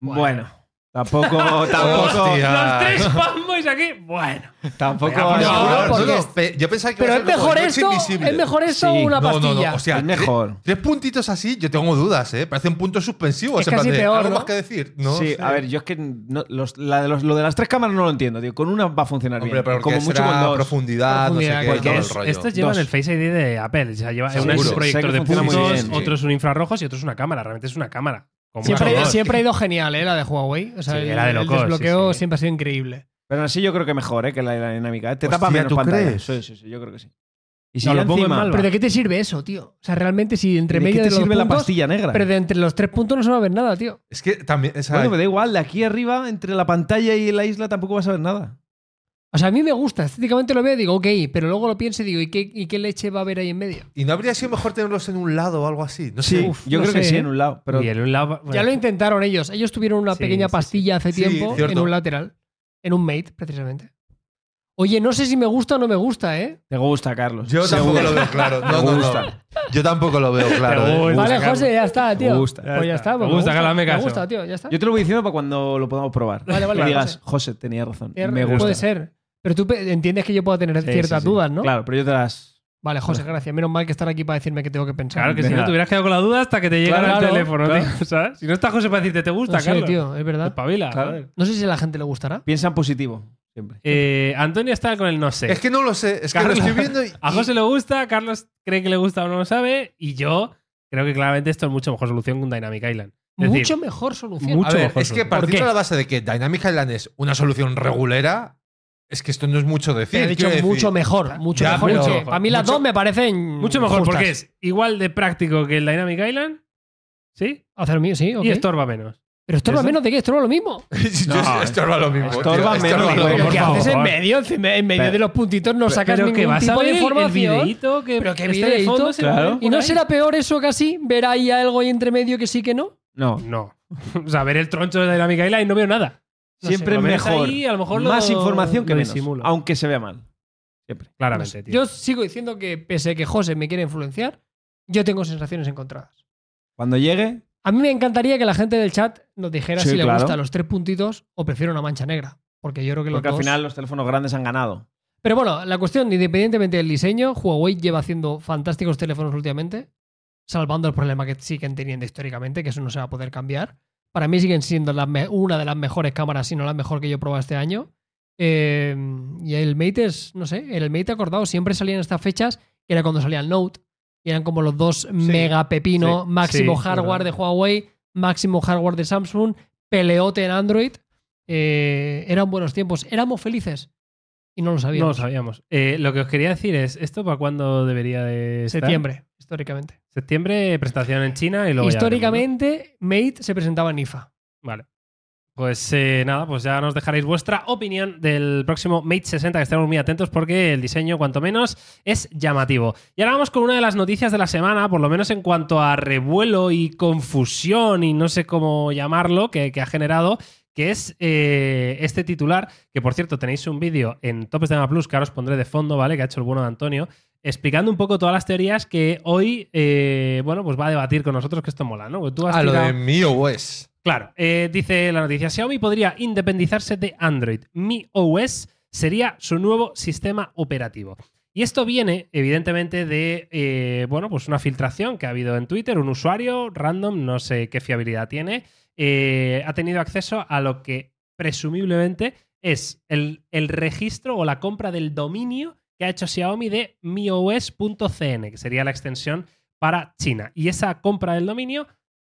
Speaker 2: Bueno. Tampoco, tampoco,
Speaker 3: Hostia. Ah.
Speaker 1: Los tres fanboys aquí, bueno.
Speaker 2: tampoco.
Speaker 3: Pero,
Speaker 4: No,
Speaker 3: no, no,
Speaker 4: porque
Speaker 3: no,
Speaker 4: es-
Speaker 3: pe- yo pensaba que
Speaker 4: Pero
Speaker 3: iba a
Speaker 4: es
Speaker 3: ser como
Speaker 4: mejor
Speaker 3: el
Speaker 4: esto,
Speaker 3: coche invisible.
Speaker 4: es mejor esto
Speaker 2: Sí.
Speaker 4: o
Speaker 3: No,
Speaker 4: una
Speaker 3: no,
Speaker 4: pastilla.
Speaker 3: no, o sea,
Speaker 2: Es mejor.
Speaker 3: Tres, tres puntitos así, yo tengo dudas, ¿eh? Parecen puntos suspensivos.
Speaker 4: Es
Speaker 3: en plan
Speaker 4: casi
Speaker 3: de,
Speaker 4: peor,
Speaker 3: ¿Algo
Speaker 4: ¿no?
Speaker 3: más que decir? No
Speaker 2: sí,
Speaker 3: sé.
Speaker 2: a ver, yo es que no- los- la de los- lo de las tres cámaras no lo entiendo, tío. Con una va a funcionar
Speaker 3: Hombre,
Speaker 2: bien.
Speaker 3: pero
Speaker 2: como
Speaker 3: porque
Speaker 2: mucho
Speaker 3: será
Speaker 2: con dos.
Speaker 3: profundidad, no sé
Speaker 4: Profundidad,
Speaker 3: qué,
Speaker 2: porque
Speaker 3: todo el
Speaker 2: es-
Speaker 3: rollo.
Speaker 1: Estos llevan
Speaker 2: Dos.
Speaker 1: el Face ID de Apple. O sea, lleva
Speaker 2: Seguro.
Speaker 1: uno es
Speaker 3: Sé
Speaker 1: un
Speaker 3: que
Speaker 1: proyector de
Speaker 2: funciona muy
Speaker 1: puntos,
Speaker 2: bien, sí.
Speaker 1: otro es un infrarrojos y otro es una cámara. Realmente es una cámara. Con muchas
Speaker 4: Siempre,
Speaker 1: dos.
Speaker 4: siempre ha ido genial, ¿eh? La de Huawei. O sea,
Speaker 1: Sí,
Speaker 4: el,
Speaker 1: era de
Speaker 4: el
Speaker 1: locos, sí,
Speaker 4: desbloqueo
Speaker 1: sí.
Speaker 4: siempre ha sido increíble.
Speaker 2: Pero aún así yo creo que mejor, ¿eh? Que la, la dinámica. ¿eh? Te
Speaker 3: Hostia,
Speaker 2: tapa menos
Speaker 3: ¿tú
Speaker 2: pantalla.
Speaker 3: crees?
Speaker 2: Sí, sí, sí, yo creo que sí. Y si
Speaker 1: No,
Speaker 2: ya
Speaker 1: lo pongo en
Speaker 2: encima-
Speaker 1: mal,
Speaker 4: ¿Pero de qué te sirve eso, tío? O sea, realmente si entre
Speaker 2: ¿De qué
Speaker 4: medio
Speaker 2: te
Speaker 4: de los
Speaker 2: sirve la
Speaker 4: puntos-
Speaker 2: pastilla negra?
Speaker 4: Pero de entre los tres puntos no se va a ver nada, tío.
Speaker 3: Es que también... o sea,
Speaker 2: Bueno, me da igual, de aquí arriba, entre la pantalla y la isla, tampoco vas a ver nada.
Speaker 4: O sea, a mí me gusta. Estéticamente lo veo y digo, ok, pero luego lo pienso y digo, ¿y qué, y qué leche va a haber ahí en medio?
Speaker 3: ¿Y no habría sido mejor tenerlos en un lado o algo así? No
Speaker 2: Sí,
Speaker 3: sé.
Speaker 4: Uf,
Speaker 2: yo
Speaker 4: no
Speaker 2: creo que
Speaker 4: sé,
Speaker 2: sí,
Speaker 4: ¿eh?
Speaker 2: en un lado. Pero
Speaker 1: Y en un lado- bueno,
Speaker 4: Ya lo intentaron ellos. Ellos tuvieron una
Speaker 1: Sí,
Speaker 4: pequeña
Speaker 1: sí, sí.
Speaker 4: pastilla hace
Speaker 3: Sí,
Speaker 4: tiempo
Speaker 3: cierto.
Speaker 4: en un lateral. En un mate, precisamente. Oye, no sé si me gusta o no me gusta, ¿eh?
Speaker 2: te gusta, Carlos.
Speaker 3: Yo tampoco lo veo claro. No, no, no. Yo tampoco lo veo claro.
Speaker 1: Te
Speaker 3: ¿eh?
Speaker 1: gusta.
Speaker 4: vale,
Speaker 1: Carlos.
Speaker 4: José, ya está, tío.
Speaker 2: Me gusta.
Speaker 4: Pues ya, está.
Speaker 1: Me
Speaker 4: pues
Speaker 1: gusta, Carlos, hazme
Speaker 4: Me
Speaker 1: caso.
Speaker 4: gusta, tío, ya está.
Speaker 2: Yo te lo voy diciendo para cuando lo podamos probar.
Speaker 4: Vale, vale,
Speaker 2: Que
Speaker 4: vale,
Speaker 2: digas, José, tenía razón.
Speaker 4: Er-
Speaker 2: Me gusta.
Speaker 4: Puede ser. Pero tú pe- entiendes que yo puedo tener
Speaker 2: Sí,
Speaker 4: ciertas
Speaker 2: sí, sí.
Speaker 4: dudas, ¿no?
Speaker 2: Claro, pero yo te las.
Speaker 4: Vale, José, gracias. Menos mal que estar aquí para decirme que tengo que pensar.
Speaker 1: Claro que si no
Speaker 2: Venga.
Speaker 1: te hubieras quedado con la duda hasta que te llegara
Speaker 4: Claro,
Speaker 1: el
Speaker 4: claro,
Speaker 1: teléfono,
Speaker 2: claro.
Speaker 1: tío, ¿sabes? Si no está José para decirte, ¿te gusta,
Speaker 4: No sé,
Speaker 1: Carlos?
Speaker 4: tío, es verdad.
Speaker 1: Espabila,
Speaker 2: Claro.
Speaker 1: Pues joder.
Speaker 4: No sé si a la gente le gustará.
Speaker 2: Piensa en positivo. Siempre.
Speaker 1: Eh, Antonio está con el no sé.
Speaker 3: Es que no lo sé. Es que
Speaker 1: Carlos.
Speaker 3: lo estoy viendo y...
Speaker 1: A José le gusta, Carlos cree que le gusta o no lo sabe, y yo creo que claramente esto es mucho mejor solución que un Dynamic Island. Es decir,
Speaker 4: mucho mejor solución.
Speaker 1: mucho
Speaker 3: a ver,
Speaker 1: mejor
Speaker 3: es que
Speaker 1: solución.
Speaker 4: ¿Por
Speaker 3: partiendo
Speaker 4: qué?
Speaker 3: de la base de que Dynamic Island es una solución regulera, es que esto no es mucho decir.
Speaker 4: Pero he dicho
Speaker 3: quiero decir.
Speaker 4: mucho mejor, mucho
Speaker 3: Ya,
Speaker 4: mejor.
Speaker 3: pero-
Speaker 4: mucho mejor. Para mí las
Speaker 3: mucho-
Speaker 4: dos me parecen
Speaker 1: mucho mejor
Speaker 4: Mm. justas.
Speaker 1: porque es igual de práctico que el Dynamic Island, ¿sí?
Speaker 4: Hacer mío, sí, ok.
Speaker 1: Y estorba menos.
Speaker 4: Pero estorba
Speaker 1: ¿Eso?
Speaker 4: menos de qué, estorba lo mismo.
Speaker 3: Yo-
Speaker 1: No, eh,
Speaker 3: estorba lo mismo. tío,
Speaker 2: estorba menos,
Speaker 3: lo
Speaker 2: güey.
Speaker 3: mismo.
Speaker 4: Pero ¿qué
Speaker 1: favor.
Speaker 4: haces en medio? En en medio
Speaker 2: Pero-
Speaker 4: de los puntitos no sacas
Speaker 1: Pero que
Speaker 4: ningún
Speaker 1: vas a
Speaker 4: tipo
Speaker 1: ver
Speaker 4: de
Speaker 1: el-
Speaker 4: información.
Speaker 1: El videíto que
Speaker 4: Pero qué
Speaker 1: está de
Speaker 4: videíto,
Speaker 1: fondo, se
Speaker 2: claro.
Speaker 1: va a ver
Speaker 4: ¿Y no
Speaker 1: por
Speaker 4: será peor eso casi? ¿Ver ahí algo ahí entre medio que sí que no?
Speaker 2: No.
Speaker 1: ahí. No. O sea, ver el troncho de Dynamic Island y no veo nada.
Speaker 4: No
Speaker 2: siempre
Speaker 1: Lo
Speaker 4: sé,
Speaker 2: es
Speaker 1: ves
Speaker 2: mejor.
Speaker 1: ahí, a lo mejor lo-
Speaker 2: Más información que
Speaker 1: lo
Speaker 2: menos.
Speaker 1: disimulo.
Speaker 2: Aunque se vea mal.
Speaker 4: No sé.
Speaker 1: Claramente, tío.
Speaker 4: Pues Yo sigo diciendo que pese a que José me quiere influenciar, yo tengo sensaciones encontradas.
Speaker 2: Cuando llegue,
Speaker 4: A mí me encantaría que la gente del chat nos dijera
Speaker 2: Sí,
Speaker 4: si le
Speaker 2: claro.
Speaker 4: gusta los tres puntitos o prefiere una mancha negra. Porque yo creo que los
Speaker 2: porque al
Speaker 4: dos-
Speaker 2: final los teléfonos grandes han ganado.
Speaker 4: Pero bueno, la cuestión, independientemente del diseño, Huawei lleva haciendo fantásticos teléfonos últimamente, salvando el problema que siguen teniendo históricamente, que eso no se va a poder cambiar. Para mí siguen siendo las me- una de las mejores cámaras, si no la mejor que yo he probado este año. Eh, y el Mate es, no sé, el Mate acordado, siempre salían estas fechas, que era cuando salía el Note, y eran como los dos mega pepino,
Speaker 1: sí,
Speaker 4: máximo
Speaker 1: sí, es
Speaker 4: hardware de
Speaker 1: verdad.
Speaker 4: Huawei, máximo hardware de Samsung, peleote en Android. Eh, eran buenos tiempos, éramos felices y no lo
Speaker 1: No
Speaker 4: sabíamos.
Speaker 1: lo sabíamos. Eh, lo que os quería decir es, ¿esto para cuándo debería de estar?
Speaker 4: Septiembre, históricamente.
Speaker 1: Septiembre, presentación en China y luego ya veremos,
Speaker 4: históricamente, Mate se presentaba en IFA.
Speaker 1: ¿no? Vale. Pues eh, nada, pues ya nos dejaréis vuestra opinión del próximo Mate 60, que estaremos muy atentos porque el diseño, cuanto menos, es llamativo. Y ahora vamos con una de las noticias de la semana, por lo menos en cuanto a revuelo y confusión y no sé cómo llamarlo, que, que ha generado, que es eh, este titular, que por cierto tenéis un vídeo en Topes de Gama Plus, que ahora os pondré de fondo, ¿vale? Que ha hecho el bueno de Antonio, explicando un poco todas las teorías que hoy, eh, bueno, pues va a debatir con nosotros, que esto mola, ¿no? Porque Tú has
Speaker 3: A Ah, lo
Speaker 1: tirado-
Speaker 3: de MIOS.
Speaker 1: Claro, eh, dice la noticia, Xiaomi podría independizarse de Android. Mi OS sería su nuevo sistema operativo. Y esto viene, evidentemente, de eh, bueno, pues una filtración que ha habido en Twitter. Un usuario random, no sé qué fiabilidad tiene, eh, ha tenido acceso a lo que presumiblemente es el, el registro o la compra del dominio que ha hecho Xiaomi de miOS.cn, que sería la extensión para China. Y esa compra del dominio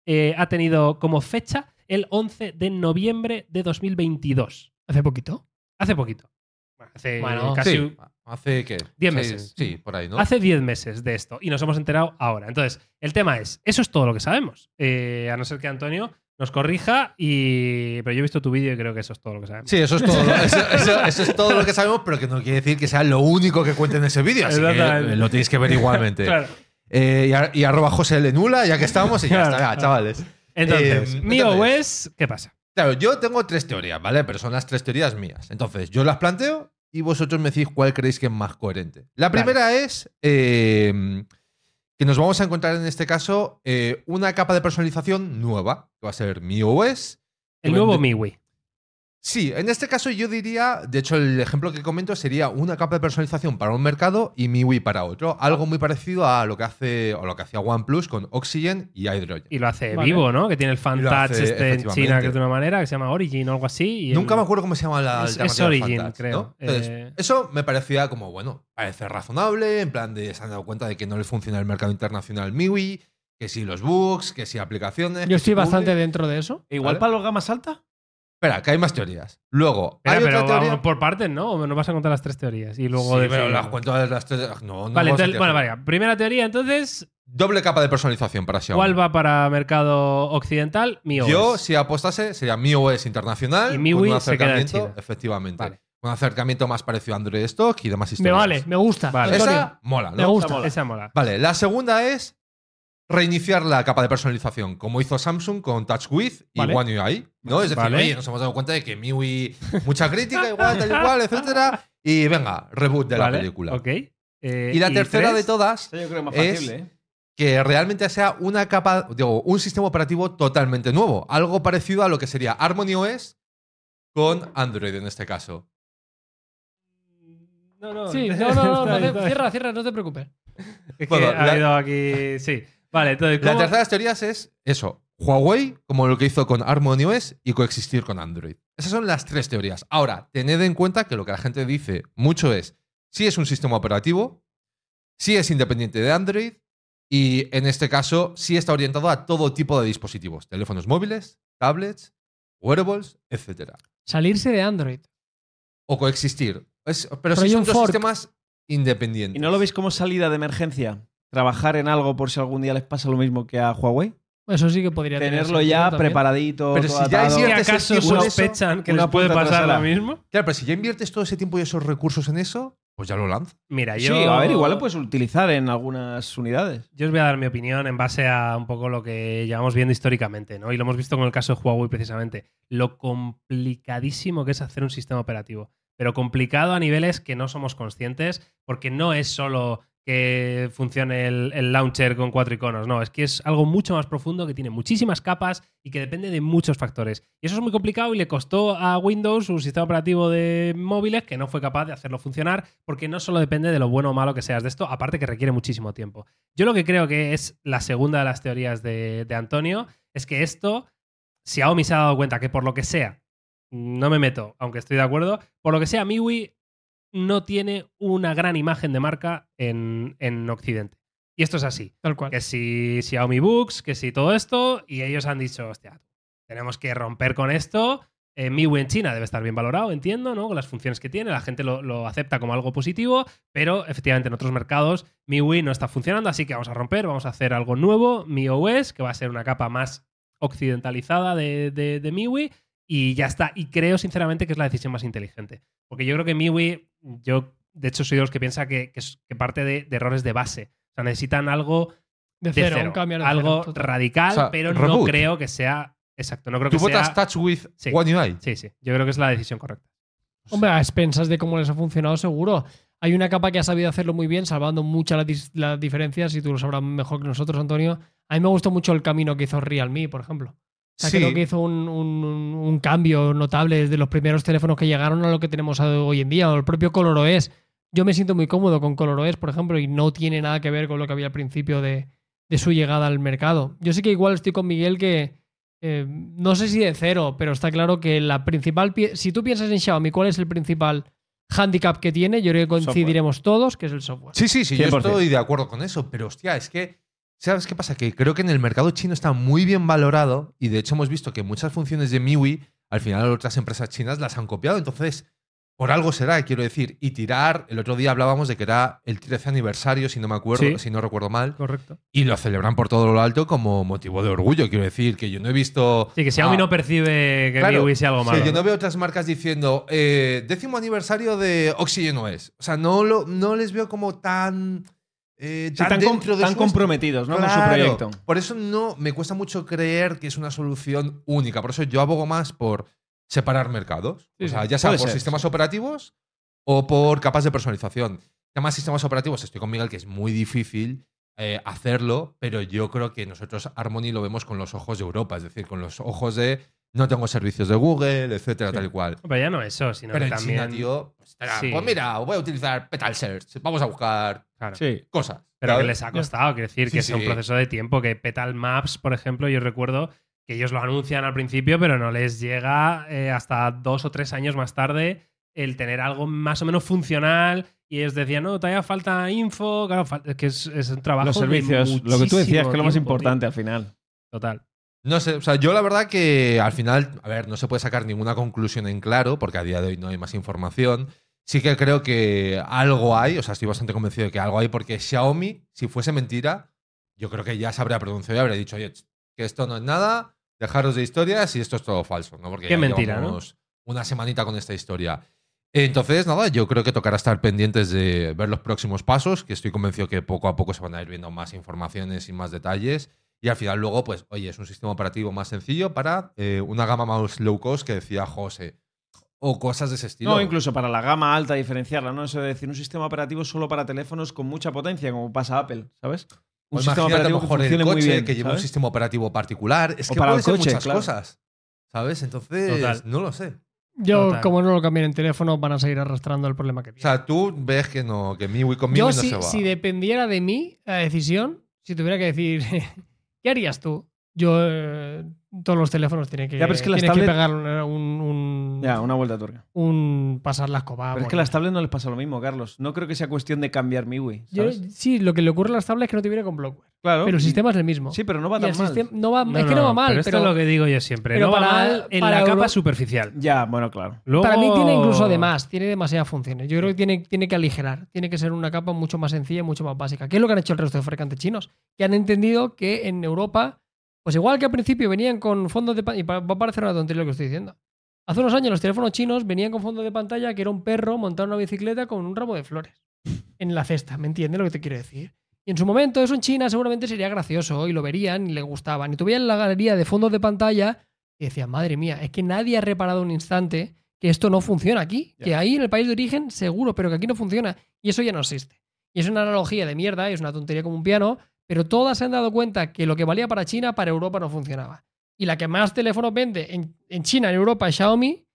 Speaker 1: eh, ha tenido como fecha el 11 de noviembre de 2022.
Speaker 4: Hace poquito.
Speaker 1: Hace poquito. Hace
Speaker 4: Bueno,
Speaker 1: casi
Speaker 3: Sí, hace que.
Speaker 1: Diez meses.
Speaker 3: Sí, por ahí, ¿no?
Speaker 1: Hace 10 meses de esto y nos hemos enterado ahora. Entonces, el tema es, eso es todo lo que sabemos. Eh, a no ser que Antonio nos corrija y... Pero yo he visto tu vídeo y creo que eso es todo lo que sabemos.
Speaker 3: Sí, eso es, todo, eso, eso- eso es todo lo que sabemos, pero que no quiere decir que sea lo único que cuente en ese vídeo. Así que
Speaker 1: Exactamente.
Speaker 3: eh, lo tenéis que ver igualmente.
Speaker 1: Claro.
Speaker 3: Eh, y, ar- y arroba José Lenula, ya que estamos, y ya
Speaker 1: Claro,
Speaker 3: está, ya,
Speaker 1: claro.
Speaker 3: chavales.
Speaker 1: Entonces,
Speaker 3: Eh,
Speaker 1: MIOS, ¿qué pasa?
Speaker 3: Claro, yo tengo tres teorías, ¿vale? Pero son las tres teorías mías. Entonces, yo las planteo y vosotros me decís cuál creéis que es más coherente. La
Speaker 1: Vale.
Speaker 3: primera es eh, que nos vamos a encontrar en este caso eh, una capa de personalización nueva, que va a ser MIOS.
Speaker 1: El
Speaker 3: Yo
Speaker 1: nuevo
Speaker 3: vende-
Speaker 1: MIUI.
Speaker 3: Sí, en este caso yo diría, de hecho el ejemplo que comento sería una capa de personalización para un mercado y MIUI para otro, algo muy parecido a lo que hace o lo que hacía OnePlus con Oxygen y Hydrogen.
Speaker 1: Y lo hace
Speaker 4: Vale.
Speaker 1: vivo, ¿no? Que tiene el
Speaker 3: Y lo
Speaker 1: Fantouch este
Speaker 3: hace,
Speaker 1: en
Speaker 3: efectivamente.
Speaker 1: China, que es de una manera, que se llama Origin o algo así. y
Speaker 3: Nunca
Speaker 1: el-
Speaker 3: me acuerdo cómo se llama la
Speaker 1: Es- es
Speaker 3: alternativa al
Speaker 1: Origin,
Speaker 3: Fantouch,
Speaker 1: creo.
Speaker 3: ¿no? Entonces,
Speaker 1: Eh.
Speaker 3: Eso me parecía como, bueno, parece razonable, en plan de se han dado cuenta de que no le funciona el mercado internacional MIUI, que si los bugs, que si aplicaciones. que
Speaker 4: Yo estoy
Speaker 3: si
Speaker 4: bastante
Speaker 3: public-
Speaker 4: dentro de eso.
Speaker 2: E igual
Speaker 3: ¿Vale?
Speaker 2: para los gamas altas.
Speaker 3: Espera, que hay más teorías. Luego,
Speaker 1: Espera,
Speaker 3: hay
Speaker 1: pero
Speaker 3: otra teoría.
Speaker 1: vamos por partes, ¿no? ¿O nos vas a contar las tres teorías y luego...
Speaker 3: Sí,
Speaker 1: de
Speaker 3: pero las cuento de las tres. No, no
Speaker 1: Vale,
Speaker 3: vamos a
Speaker 1: entonces- bueno,
Speaker 3: hacer-
Speaker 1: vale. Primera teoría, entonces,
Speaker 3: Doble capa de personalización para Xiaomi.
Speaker 1: ¿cuál va para mercado occidental? MIOS.
Speaker 3: Yo, si apostase, sería MIOS internacional.
Speaker 1: Y
Speaker 3: con
Speaker 1: MIUI
Speaker 3: un
Speaker 1: se queda en
Speaker 3: acercamiento,
Speaker 1: China.
Speaker 3: efectivamente.
Speaker 1: Vale.
Speaker 3: Un acercamiento más parecido a Android Stock y demás
Speaker 4: Me
Speaker 3: historias.
Speaker 4: vale, me gusta.
Speaker 1: Vale.
Speaker 4: Antonio,
Speaker 3: Esa mola, ¿no?
Speaker 4: me gusta.
Speaker 2: Esa mola.
Speaker 1: Esa mola.
Speaker 3: Vale, la segunda es reiniciar la capa de personalización, como hizo Samsung con TouchWiz y
Speaker 4: Vale.
Speaker 3: One UI. ¿no? Es decir,
Speaker 1: Vale.
Speaker 3: oye, nos hemos dado cuenta de que MIUI, mucha crítica, igual, tal igual, etcétera. Y venga, reboot de la
Speaker 1: Vale,
Speaker 3: película.
Speaker 1: ok. Eh,
Speaker 3: Y la tercera
Speaker 1: tres?
Speaker 3: de todas,
Speaker 2: Esa yo creo que es más
Speaker 3: Es-
Speaker 2: factible, ¿eh?
Speaker 3: que realmente sea una capa, digo, un sistema operativo totalmente nuevo. Algo parecido a lo que sería Harmony OS con Android en este caso.
Speaker 1: No, no,
Speaker 4: Sí, no, no, no, no,
Speaker 1: Está bien,
Speaker 4: te-
Speaker 1: está bien.
Speaker 4: cierra, cierra, no te preocupes.
Speaker 1: Es que
Speaker 3: Bueno,
Speaker 1: ha
Speaker 3: la-
Speaker 1: habido aquí. Sí. Vale, entonces.
Speaker 3: La
Speaker 1: ¿cómo?
Speaker 3: tercera de las teorías es eso, Huawei, como lo que hizo con Harmony OS y coexistir con Android. Esas son las tres teorías. Ahora, tened en cuenta que lo que la gente dice mucho es, si es un sistema operativo, si es independiente de Android y en este caso sí está orientado a todo tipo de dispositivos, teléfonos móviles, tablets, wearables, etc.
Speaker 4: Salirse de Android.
Speaker 3: O coexistir. Es- pero
Speaker 4: hay
Speaker 3: sí son
Speaker 4: un
Speaker 3: dos
Speaker 4: fork.
Speaker 3: sistemas independientes.
Speaker 2: ¿Y no lo veis como salida de emergencia? Trabajar en algo por si algún día les pasa lo mismo que a Huawei.
Speaker 4: Eso sí que podría tener
Speaker 2: Tenerlo
Speaker 4: sentido
Speaker 2: ya
Speaker 4: también.
Speaker 2: preparadito.
Speaker 3: Pero
Speaker 2: todo
Speaker 3: si ya
Speaker 2: atado.
Speaker 3: hay
Speaker 1: ¿Y
Speaker 3: cierta- antes
Speaker 1: acaso
Speaker 3: es que una-
Speaker 1: sospechan que
Speaker 2: una
Speaker 1: les puede
Speaker 2: punta
Speaker 1: pasar
Speaker 2: trasera.
Speaker 1: lo mismo?
Speaker 3: Claro, pero si ya inviertes todo ese tiempo y esos recursos en eso, pues ya lo lanzas.
Speaker 1: Mira,
Speaker 2: Sí,
Speaker 1: yo.
Speaker 2: a ver, igual lo puedes utilizar en algunas unidades.
Speaker 1: Yo os voy a dar mi opinión en base a un poco lo que llevamos viendo históricamente, ¿no? Y lo hemos visto con el caso de Huawei precisamente. Lo complicadísimo que es hacer un sistema operativo. Pero complicado a niveles que no somos conscientes, porque no es solo que funcione el, el launcher con cuatro iconos, no, es que es algo mucho más profundo que tiene muchísimas capas y que depende de muchos factores. Y eso es muy complicado y le costó a Windows su sistema operativo de móviles que no fue capaz de hacerlo funcionar, porque no solo depende de lo bueno o malo que seas de esto, aparte que requiere muchísimo tiempo. Yo lo que creo que es la segunda de las teorías de, de Antonio es que esto, Xiaomi se ha dado cuenta que por lo que sea, no me meto, aunque estoy de acuerdo, por lo que sea, MIUI no tiene una gran imagen de marca en, en Occidente. Y esto es así.
Speaker 4: Tal cual.
Speaker 1: Que si Xiaomi Books, que si todo esto, y ellos han dicho, hostia, tenemos que romper con esto. Eh, MIUI en China debe estar bien valorado, entiendo, ¿no? Con las funciones que tiene, la gente lo, lo acepta como algo positivo, pero efectivamente en otros mercados MIUI no está funcionando, así que vamos a romper, vamos a hacer algo nuevo, MIOS, que va a ser una capa más occidentalizada de, de, de MIUI, y ya está. Y creo sinceramente que es la decisión más inteligente. Porque yo creo que MIUI, yo de hecho soy de los que piensa que, que es- que parte de, de errores de base. O sea, necesitan algo
Speaker 4: De
Speaker 1: de
Speaker 4: cero,
Speaker 1: cero,
Speaker 4: un cambio de
Speaker 1: algo
Speaker 4: cero, total.
Speaker 1: radical,
Speaker 3: O sea,
Speaker 1: pero no
Speaker 3: reboot.
Speaker 1: creo que sea exacto. No creo que
Speaker 3: Tú votas
Speaker 1: sea.
Speaker 3: Touch with
Speaker 1: Sí.
Speaker 3: One UI.
Speaker 1: Sí, sí. Yo creo que es la decisión correcta.
Speaker 4: Hombre, a expensas de cómo les ha funcionado, seguro. Hay una capa que ha sabido hacerlo muy bien, salvando muchas las, dis- las diferencias, y tú lo sabrás mejor que nosotros, Antonio. A mí me gustó mucho el camino que hizo Realme, por ejemplo. O sea,
Speaker 3: Sí.
Speaker 4: creo que hizo un, un- un- un cambio notable desde los primeros teléfonos que llegaron a lo que tenemos hoy en día, o el propio ColorOS. Yo me siento muy cómodo con ColorOS, por ejemplo, y no tiene nada que ver con lo que había al principio de, de su llegada al mercado. Yo sé que igual estoy con Miguel que, eh, no sé si de cero, pero está claro que la principal. pie- Si tú piensas en Xiaomi, ¿cuál es el principal handicap que tiene? Yo creo que coincidiremos todos, que es el software.
Speaker 3: Sí, sí, sí, yo
Speaker 2: 100%.
Speaker 3: estoy de acuerdo con eso, pero hostia, es que, ¿sabes qué pasa? Que creo que en el mercado chino está muy bien valorado y de hecho hemos visto que muchas funciones de MIUI, al final otras empresas chinas las han copiado, entonces, por algo será, quiero decir, y tirar, el otro día hablábamos de que era el 13 aniversario, si no me acuerdo,
Speaker 1: Sí.
Speaker 3: si no recuerdo mal,
Speaker 1: Correcto.
Speaker 3: y lo celebran por todo lo alto como motivo de orgullo, quiero decir, que yo no he visto...
Speaker 1: Sí, que Xiaomi
Speaker 3: Ah,
Speaker 1: no percibe que
Speaker 3: Claro,
Speaker 1: MIUI sea algo
Speaker 3: Sí,
Speaker 1: malo.
Speaker 3: yo no veo otras marcas diciendo eh, décimo aniversario de Oxygen OS. O sea, no, lo, no les veo como tan. eh,
Speaker 2: Sí,
Speaker 3: tan,
Speaker 2: tan, com-
Speaker 3: dentro de
Speaker 2: tan
Speaker 3: su-
Speaker 2: comprometidos Pues ¿no? con su
Speaker 3: Claro.
Speaker 2: proyecto.
Speaker 3: Por eso no me cuesta mucho creer que es una solución única. Por eso yo abogo más por separar mercados.
Speaker 4: Sí,
Speaker 3: o sea,
Speaker 4: sí.
Speaker 3: ya sea
Speaker 2: Puede
Speaker 3: por
Speaker 2: ser.
Speaker 3: sistemas operativos o por capas de personalización. Temas sistemas operativos, estoy con Miguel que es muy difícil eh, hacerlo, pero yo creo que nosotros Harmony lo vemos con los ojos de Europa, es decir, con los ojos de no tengo servicios de Google, etcétera, tal y cual.
Speaker 1: Pero ya no eso, sino
Speaker 3: Pero
Speaker 1: que
Speaker 3: en
Speaker 1: también.
Speaker 3: China, tío, pues, estará,
Speaker 1: Sí.
Speaker 3: pues mira, voy a utilizar Petal Search, vamos a buscar
Speaker 1: Claro.
Speaker 2: Sí.
Speaker 3: cosas.
Speaker 1: Pero que
Speaker 3: ¿sabes?
Speaker 1: les ha costado, quiero decir,
Speaker 3: Sí,
Speaker 1: que es un
Speaker 3: sí.
Speaker 1: proceso de tiempo. Que Petal Maps, por ejemplo, yo recuerdo que ellos lo anuncian al principio, pero no les llega eh, hasta dos o tres años más tarde el tener algo más o menos funcional. Y ellos decían, no, todavía falta info, claro, fal- es que es, es un trabajo.
Speaker 2: Los
Speaker 1: de
Speaker 2: servicios, lo que tú
Speaker 1: muchísimo
Speaker 2: decías que es lo más
Speaker 1: tiempo, tío.
Speaker 2: importante al final.
Speaker 1: Total.
Speaker 3: No sé, o sea, yo la verdad que al final, a ver, no se puede sacar ninguna conclusión en claro, porque a día de hoy no hay más información. Sí que creo que algo hay, o sea, estoy bastante convencido de que algo hay, porque Xiaomi, si fuese mentira, yo creo que ya se habría pronunciado y habría dicho, oye, ch, que esto no es nada, dejaros de historias y esto es todo falso, ¿no? Porque
Speaker 1: Qué
Speaker 3: ya
Speaker 1: mentira,
Speaker 3: llevamos una semanita con esta historia. Entonces, nada, yo creo que tocará estar pendientes de ver los próximos pasos, que estoy convencido que poco a poco se van a ir viendo más informaciones y más detalles. Y al final luego, pues, oye, es un sistema operativo más sencillo para eh, una gama más low cost que decía José. O cosas de ese estilo.
Speaker 2: No, incluso para la gama alta diferenciarla, ¿no? Eso de decir un sistema operativo solo para teléfonos con mucha potencia, como pasa Apple, ¿sabes? Un
Speaker 3: O Pues imagínate a lo mejor el coche que lleva un
Speaker 2: ¿sabes?
Speaker 3: sistema operativo particular. Es
Speaker 2: O
Speaker 3: que
Speaker 2: para
Speaker 3: puede
Speaker 2: el
Speaker 3: ser
Speaker 2: coche,
Speaker 3: muchas
Speaker 2: claro.
Speaker 3: cosas. ¿Sabes? Entonces,
Speaker 1: Total.
Speaker 3: no lo sé.
Speaker 4: Yo,
Speaker 1: Total.
Speaker 4: como no lo cambien en teléfono, van a seguir arrastrando el problema que
Speaker 3: O
Speaker 4: tienen.
Speaker 3: sea, tú ves que no, que MIUI conmigo
Speaker 4: Yo,
Speaker 3: no
Speaker 4: si,
Speaker 3: se va.
Speaker 4: si dependiera de mí la decisión, si tuviera que decir, ¿qué harías tú? Yo, eh, todos los teléfonos tienen que,
Speaker 2: Ya, pero es que las
Speaker 4: tienes que
Speaker 2: tablet-
Speaker 4: pegar un, un-
Speaker 2: Ya, una vuelta turca.
Speaker 3: Ah,
Speaker 4: un pasar la escoba.
Speaker 2: Pero es que a
Speaker 4: morir.
Speaker 2: las tablets no les pasa lo mismo, Carlos. No creo que sea cuestión de cambiar MIUI,
Speaker 4: Yo-
Speaker 2: ¿sabes?
Speaker 4: sí, lo que le ocurre a las tablets es que no te viene con bloatware.
Speaker 2: claro.
Speaker 4: Pero el
Speaker 2: y-
Speaker 4: sistema es el mismo.
Speaker 2: Sí, pero no va
Speaker 4: Y
Speaker 2: tan
Speaker 4: el
Speaker 2: mal.
Speaker 4: sistem- no va-
Speaker 1: No,
Speaker 4: es que no,
Speaker 1: no,
Speaker 4: va mal, pero,
Speaker 1: esto es lo que digo yo siempre.
Speaker 4: pero
Speaker 1: no va
Speaker 4: para-
Speaker 1: mal en
Speaker 4: para
Speaker 1: la capa
Speaker 4: Euro-
Speaker 1: superficial.
Speaker 2: Ya, bueno, claro.
Speaker 1: Luego-
Speaker 4: para mí tiene incluso de más, tiene demasiadas funciones. Yo creo que tiene, tiene que aligerar, tiene que ser una capa mucho más sencilla y mucho más básica. ¿Qué es lo que han hecho el resto de fabricantes chinos? Que han entendido que en Europa, pues igual que al principio venían con fondos de pantalla, y pa- va a parecer una tontería lo que estoy diciendo. Hace unos años los teléfonos chinos venían con fondos de pantalla que era un perro montado en una bicicleta con un ramo de flores en la cesta, ¿me entiendes lo que te quiero decir? Y en su momento eso en China seguramente sería gracioso y lo verían y le gustaban. Y tú veías la galería de fondos de pantalla y decías, madre mía, es que nadie ha reparado un instante que esto no funciona aquí.
Speaker 2: Ya.
Speaker 4: Que ahí en el país de origen seguro, pero que aquí no funciona. Y eso ya no existe. Y es una analogía de mierda, y es una tontería como un piano, pero todas se han dado cuenta que lo que valía para China, para Europa no funcionaba. Y la que más teléfonos vende en, en China, en Europa, es Xiaomi,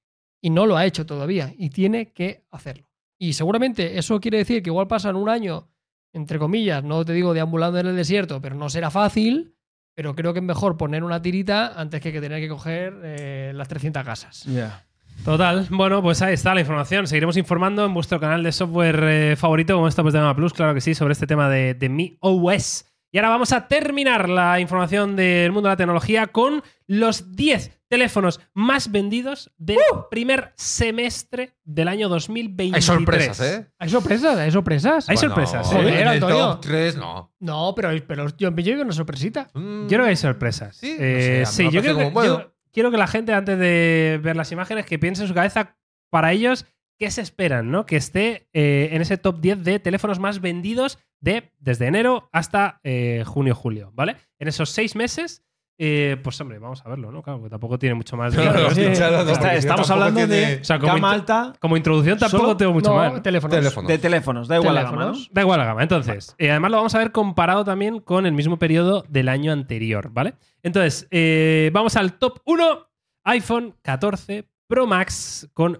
Speaker 4: y no lo ha hecho todavía, y tiene que hacerlo. Y seguramente eso quiere decir que igual pasan un año, entre comillas, no te digo deambulando en el desierto, pero no será fácil, pero creo que es mejor poner una tirita antes que, que tener que coger eh, las 300 casas.
Speaker 2: Ya.
Speaker 1: Total. Bueno, pues ahí está la información. Seguiremos informando en vuestro canal de software eh, favorito, como esta pues de Gama Plus, claro que sí, sobre este tema de, de Mi OS. Y ahora vamos a terminar la información del mundo de la tecnología con los 10 teléfonos más vendidos del primer semestre del año 2023.
Speaker 3: ¡Uh! Hay sorpresas, ¿eh?
Speaker 4: Hay sorpresas, hay sorpresas.
Speaker 1: Hay sorpresas, ¿eh?
Speaker 3: Bueno, en
Speaker 4: joder,
Speaker 3: el
Speaker 4: Antonio.
Speaker 3: top 3, no.
Speaker 4: No, pero, pero yo, yo llevo una sorpresita.
Speaker 3: Mm.
Speaker 1: Yo creo que hay sorpresas.
Speaker 3: Sí, no
Speaker 1: Eh,
Speaker 3: sé, a
Speaker 1: sí, yo
Speaker 3: mí me parece
Speaker 1: creo que,
Speaker 3: como, bueno.
Speaker 1: yo quiero que la gente, antes de ver las imágenes, que piense en su cabeza para ellos qué se esperan, ¿no? Que esté eh, en ese top 10 de teléfonos más vendidos de desde enero hasta eh, junio, julio, ¿vale? En esos seis meses, eh, pues hombre, vamos a verlo, ¿no? Claro, porque tampoco tiene mucho más.
Speaker 3: Claro,
Speaker 1: Sí.
Speaker 3: claro, no,
Speaker 2: Está-
Speaker 3: porque
Speaker 2: estamos
Speaker 3: tampoco
Speaker 2: hablando
Speaker 3: tiene-
Speaker 2: de
Speaker 1: O sea, como
Speaker 2: gama
Speaker 1: inter-
Speaker 2: alta
Speaker 1: Como introducción tampoco
Speaker 2: Solo-
Speaker 1: tengo mucho
Speaker 4: no,
Speaker 1: más. ¿no?
Speaker 4: teléfonos.
Speaker 3: Teléfono.
Speaker 2: de teléfonos. Da igual la gama, ¿no?
Speaker 4: Teléfonos.
Speaker 1: Da igual la gama. Entonces, eh, además lo vamos a ver comparado también con el mismo periodo del año anterior, ¿vale? Entonces, eh, vamos al top 1, iPhone 14 Pro Max con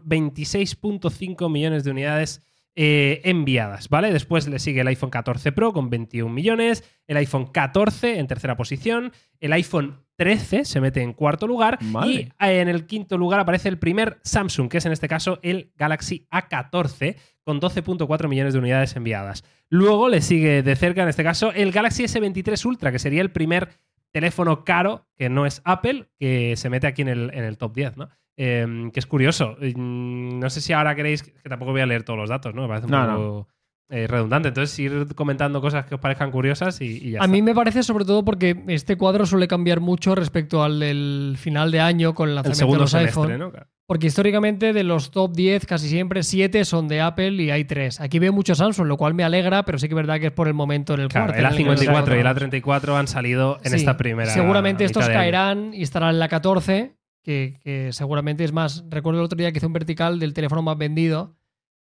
Speaker 1: 26.5 millones de unidades eh, enviadas, ¿vale? Después le sigue el iPhone 14 Pro con 21 millones, el iPhone 14 en tercera posición, el iPhone 13 se mete en cuarto lugar
Speaker 2: Madre.
Speaker 1: y eh, en el quinto lugar aparece el primer Samsung, que es en este caso el Galaxy A14 con 12.4 millones de unidades enviadas. Luego le sigue de cerca en este caso el Galaxy S23 Ultra, que sería el primer teléfono caro que no es Apple, que se mete aquí en el, en el top 10, ¿no? Eh, que es curioso. Mm, No sé si ahora queréis, que tampoco voy a leer todos los datos, ¿no? Me parece un
Speaker 2: No,
Speaker 1: poco eh, redundante. Entonces, ir comentando cosas que os parezcan curiosas y, y ya
Speaker 4: A
Speaker 1: está.
Speaker 4: mí me parece sobre todo porque este cuadro suele cambiar mucho respecto al del final de año con el
Speaker 1: el
Speaker 4: lanzamiento de
Speaker 1: segundo
Speaker 4: los
Speaker 1: semestre,
Speaker 4: iPhone.
Speaker 1: ¿no? Claro.
Speaker 4: Porque históricamente de los top 10 casi siempre 7 son de Apple y hay 3. Aquí veo mucho Samsung, lo cual me alegra, pero sí que es verdad que es por el momento en el
Speaker 1: Claro,
Speaker 4: cuarto.
Speaker 1: el
Speaker 4: en que nos
Speaker 1: A54 y el
Speaker 4: encontramos.
Speaker 1: A34 han salido en
Speaker 4: Sí,
Speaker 1: esta primera.
Speaker 4: Seguramente
Speaker 1: mitad
Speaker 4: estos
Speaker 1: de año.
Speaker 4: caerán y estarán en la 14, que, que seguramente es más. Recuerdo el otro día que hice un vertical del teléfono más vendido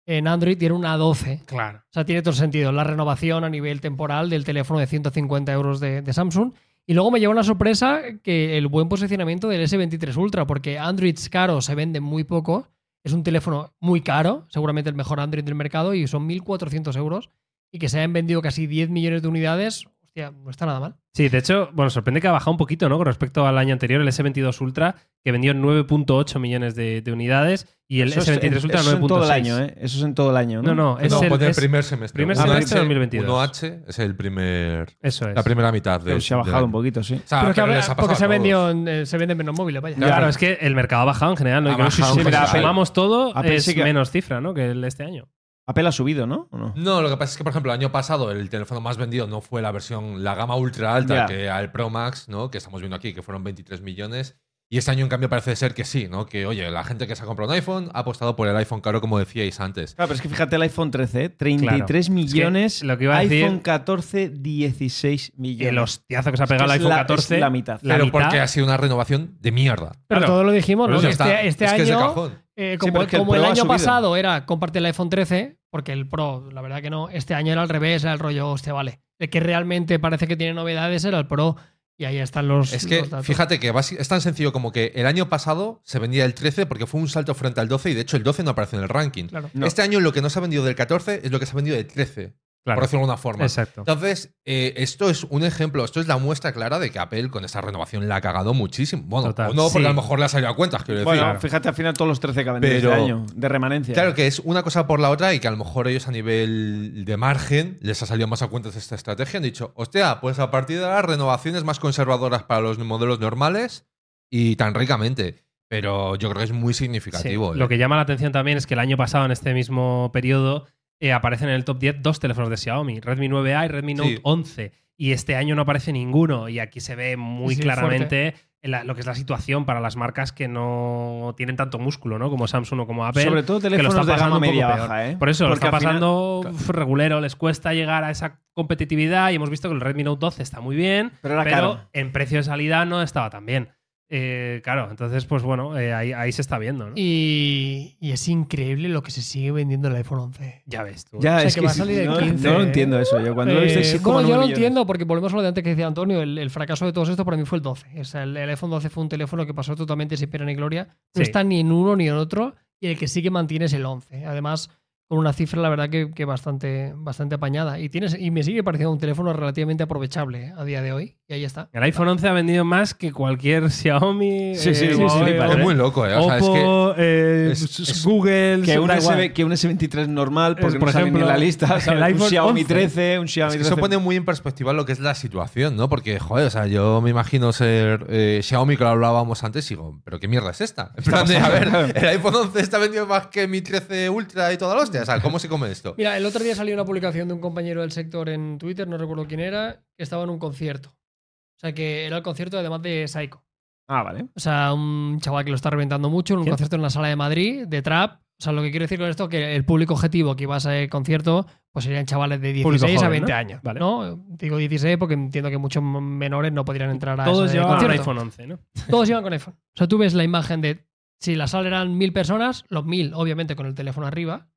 Speaker 4: en Android tiene una 12.
Speaker 1: Claro.
Speaker 4: O sea, tiene todo el sentido. La renovación a nivel temporal del teléfono de 150 euros de, de Samsung. Y luego me lleva una sorpresa que el buen posicionamiento del S23 Ultra, porque Androids caros se venden muy poco. Es un teléfono muy caro, seguramente el mejor Android del mercado, y son 1.400 euros. Y que se hayan vendido casi 10 millones de unidades, hostia, no está nada mal.
Speaker 1: Sí, de hecho, bueno, sorprende que ha bajado un poquito, ¿no? Con respecto al año anterior, el S22 Ultra, que vendió 9.8 millones de, de unidades, y el
Speaker 2: Eso es-
Speaker 1: S23 Ultra
Speaker 2: eso es
Speaker 1: 9.6.
Speaker 2: en todo el año, ¿eh? Eso es en todo el año, ¿no?
Speaker 1: No, no, es
Speaker 3: no,
Speaker 1: el,
Speaker 3: pone
Speaker 1: es-
Speaker 3: primer semestre.
Speaker 1: primer
Speaker 3: Uno
Speaker 1: semestre
Speaker 3: H,
Speaker 1: 2022.
Speaker 3: 1H es el primer,
Speaker 1: Eso es.
Speaker 3: la primera mitad. De,
Speaker 2: Pero se ha
Speaker 3: del
Speaker 2: bajado
Speaker 3: año.
Speaker 2: un poquito, sí.
Speaker 3: O sea,
Speaker 4: pero es que
Speaker 3: Ah, pero
Speaker 4: habrá-
Speaker 3: les ha
Speaker 4: porque
Speaker 3: pasado
Speaker 4: se,
Speaker 3: a todos.
Speaker 4: vendido en- eh, se venden menos móviles, vaya.
Speaker 1: Claro, es que el mercado ha bajado en general, ¿no?
Speaker 3: Ha
Speaker 1: Y creo que
Speaker 3: bajado
Speaker 1: si
Speaker 3: en
Speaker 1: si
Speaker 3: general.
Speaker 1: sumamos todo,
Speaker 2: Apple
Speaker 1: es
Speaker 2: sí Ah, que-
Speaker 1: menos cifra, ¿no? Que el de este año.
Speaker 2: Apple ha subido, ¿no? ¿O no?
Speaker 3: No, lo que pasa es que, por ejemplo, el año pasado el teléfono más vendido no fue la versión, la gama ultra alta,
Speaker 2: Ya.
Speaker 3: que al Pro Max, ¿no? Que estamos viendo aquí, que fueron 23 millones. Y este año, en cambio, parece ser que sí, ¿no? Que, oye, la gente que se ha comprado un iPhone ha apostado por el iPhone caro, como decíais antes.
Speaker 2: Claro, pero es que fíjate el iPhone 13, ¿eh? 33 millones.
Speaker 1: lo que iba a decir-
Speaker 2: iPhone 14, 16 millones.
Speaker 1: El hostiazo que se ha
Speaker 2: Es que
Speaker 1: pegado el
Speaker 2: es
Speaker 1: iPhone
Speaker 2: la- es
Speaker 1: 14.
Speaker 2: la mitad.
Speaker 1: la
Speaker 3: pero
Speaker 1: mitad.
Speaker 3: porque ha sido una renovación de mierda.
Speaker 4: Pero
Speaker 1: Claro.
Speaker 4: todo lo dijimos, ¿no?
Speaker 3: Pero ya
Speaker 4: Que
Speaker 3: está.
Speaker 4: este este
Speaker 3: es que es de
Speaker 4: año,
Speaker 3: cajón.
Speaker 4: eh,
Speaker 2: Sí, pero
Speaker 4: como,
Speaker 2: es que el
Speaker 4: como el,
Speaker 2: Pro ha
Speaker 4: año
Speaker 2: subido.
Speaker 4: pasado era comparte el iPhone 13, porque el Pro, la verdad que no, este año era al revés, era el rollo, hostia, vale. El que realmente parece que tiene novedades era el Pro, y ahí están los.
Speaker 3: Es que
Speaker 4: los datos.
Speaker 3: fíjate que basi- es tan sencillo como que el año pasado se vendía el 13 porque fue un salto frente al 12 y de hecho el 12 no aparece en el ranking.
Speaker 4: Claro.
Speaker 2: No.
Speaker 3: Este año lo que no se ha vendido del 14 es lo que se ha vendido del 13,
Speaker 1: Claro,
Speaker 3: por decirlo de alguna forma.
Speaker 1: Exacto.
Speaker 3: Entonces, eh, esto es un ejemplo, esto es la muestra clara de que Apple con esta renovación la ha cagado muchísimo. Bueno,
Speaker 1: Total.
Speaker 3: o no, porque
Speaker 1: Sí.
Speaker 3: a lo mejor le ha salido a cuentas, quiero decir.
Speaker 2: Bueno,
Speaker 1: claro.
Speaker 2: fíjate al final todos los 13 que ha vendido
Speaker 3: Pero-
Speaker 2: este año, de remanencia.
Speaker 3: Claro que es una cosa por la otra y que a lo mejor ellos a nivel de margen les ha salido más a cuentas esta estrategia. Han dicho, hostia, pues a partir de ahora renovaciones más conservadoras para los modelos normales y tan ricamente. Pero yo creo que es muy significativo.
Speaker 1: Sí.
Speaker 3: ¿eh?
Speaker 1: Lo que llama la atención también es que el año pasado, en este mismo periodo, eh, aparecen en el top 10 dos teléfonos de Xiaomi, Redmi 9A y Redmi Note
Speaker 3: Sí.
Speaker 1: 11. Y este año no aparece ninguno. Y aquí se ve muy
Speaker 4: Sí, sí,
Speaker 1: claramente la- lo que es la situación para las marcas que no tienen tanto músculo, ¿no? Como Samsung o como Apple.
Speaker 2: Sobre todo
Speaker 1: que lo
Speaker 2: teléfonos
Speaker 1: están
Speaker 2: de
Speaker 1: pasando
Speaker 2: gama
Speaker 1: un poco
Speaker 2: media
Speaker 1: peor.
Speaker 2: baja, ¿eh?
Speaker 1: Por eso, lo
Speaker 2: Porque
Speaker 1: está
Speaker 2: al final-
Speaker 1: pasando uf, regulero, les cuesta llegar a esa competitividad y hemos visto que el Redmi Note 12 está muy bien,
Speaker 2: Pero era
Speaker 1: pero
Speaker 2: caro.
Speaker 1: en precio de salida no estaba tan bien. Eh, claro, entonces, pues bueno, eh, ahí, ahí se está viendo, ¿no?
Speaker 4: Y, y es increíble lo que se sigue vendiendo el iPhone 11.
Speaker 1: Ya ves tú.
Speaker 2: Ya,
Speaker 4: O sea,
Speaker 2: es
Speaker 4: que
Speaker 2: que,
Speaker 4: va a
Speaker 2: sí,
Speaker 4: salir el
Speaker 2: no,
Speaker 4: 15,
Speaker 2: no lo
Speaker 4: ¿eh?
Speaker 2: entiendo eso. Yo cuando lo
Speaker 4: Eh,
Speaker 2: viste, sí, como
Speaker 4: bueno, yo
Speaker 2: nueve
Speaker 4: lo
Speaker 2: millones.
Speaker 4: entiendo, porque volvemos a lo de antes que decía Antonio, el, el fracaso de todos estos para mí fue el 12. O sea, el, el iPhone 12 fue un teléfono que pasó totalmente sin pena ni gloria.
Speaker 1: Sí.
Speaker 4: No está ni en uno ni en otro, y el que sí que mantiene es el 11. Además, con una cifra, la verdad, que, que bastante, bastante apañada. Y, tienes, y me sigue pareciendo un teléfono relativamente aprovechable eh, a día de hoy, y ahí está.
Speaker 1: El iPhone 11 ha vendido más que cualquier Xiaomi. eh,
Speaker 2: Sí, sí, sí, sí,
Speaker 1: Huawei,
Speaker 2: flipas,
Speaker 3: es muy loco, ¿eh? O sea, es que-
Speaker 1: Oppo, eh,
Speaker 3: es- es-
Speaker 1: Google,
Speaker 2: Que un,
Speaker 1: da igual.
Speaker 2: S- que un S23 normal,
Speaker 1: Es,
Speaker 2: porque
Speaker 1: por
Speaker 2: no sale ni en
Speaker 1: ejemplo,
Speaker 2: la lista.
Speaker 1: el
Speaker 2: ¿sabes?
Speaker 1: iPhone
Speaker 2: un Xiaomi
Speaker 1: 11.
Speaker 2: 13, un
Speaker 3: Es
Speaker 2: Xiaomi
Speaker 3: que
Speaker 2: 13.
Speaker 3: eso pone muy en perspectiva lo que es la situación, ¿no? Porque, joder, o sea, yo me imagino ser eh, Xiaomi, que lo hablábamos antes, y digo, ¿pero qué mierda es esta? En plan de, a ver, el iPhone 11 está vendido más que mi 13 Ultra y toda la hostia. O sea, ¿cómo se come esto?
Speaker 4: Mira, el otro día salió una publicación de un compañero del sector en Twitter, no recuerdo quién era, que estaba en un concierto. O sea, que era el concierto además de Psycho.
Speaker 2: Ah, vale.
Speaker 4: O sea, un chaval que lo está reventando mucho en un
Speaker 1: ¿Quién?
Speaker 4: concierto en la sala de Madrid, de trap. O sea, lo que quiero decir con esto es que el público objetivo que iba a ese concierto pues serían chavales de 16
Speaker 1: Público
Speaker 4: a
Speaker 1: joven,
Speaker 4: 20
Speaker 1: ¿no?
Speaker 4: años.
Speaker 1: Vale.
Speaker 4: ¿no? Digo 16 porque entiendo que muchos menores no podrían entrar a
Speaker 1: Todos
Speaker 4: ese
Speaker 1: llevan un
Speaker 4: concierto.
Speaker 1: iPhone 11, ¿no?
Speaker 4: Todos llevan con iPhone. O sea, tú ves la imagen de si la sala eran mil personas, los mil, obviamente, con el teléfono arriba,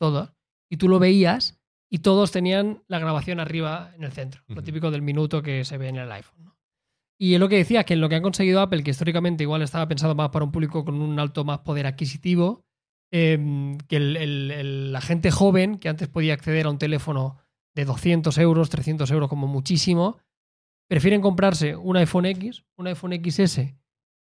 Speaker 4: todos. Y tú lo veías y todos tenían la grabación arriba en el centro. Lo
Speaker 3: Ujú.
Speaker 4: típico del minuto que se ve en el iPhone. ¿no? Y es lo que decía, que en lo que han conseguido Apple, que históricamente igual estaba pensado más para un público con un alto más poder adquisitivo, eh, que el- el- el- la gente joven, que antes podía acceder a un teléfono de 200 euros, 300 euros como muchísimo, prefieren comprarse un iPhone X, un iPhone XS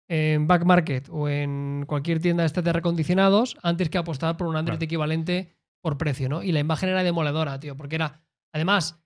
Speaker 4: en Back Market o en cualquier tienda esta de recondicionados antes que apostar por un Android
Speaker 1: Claro.
Speaker 4: equivalente por precio, ¿no? Y la imagen era demoledora, tío, porque era, además,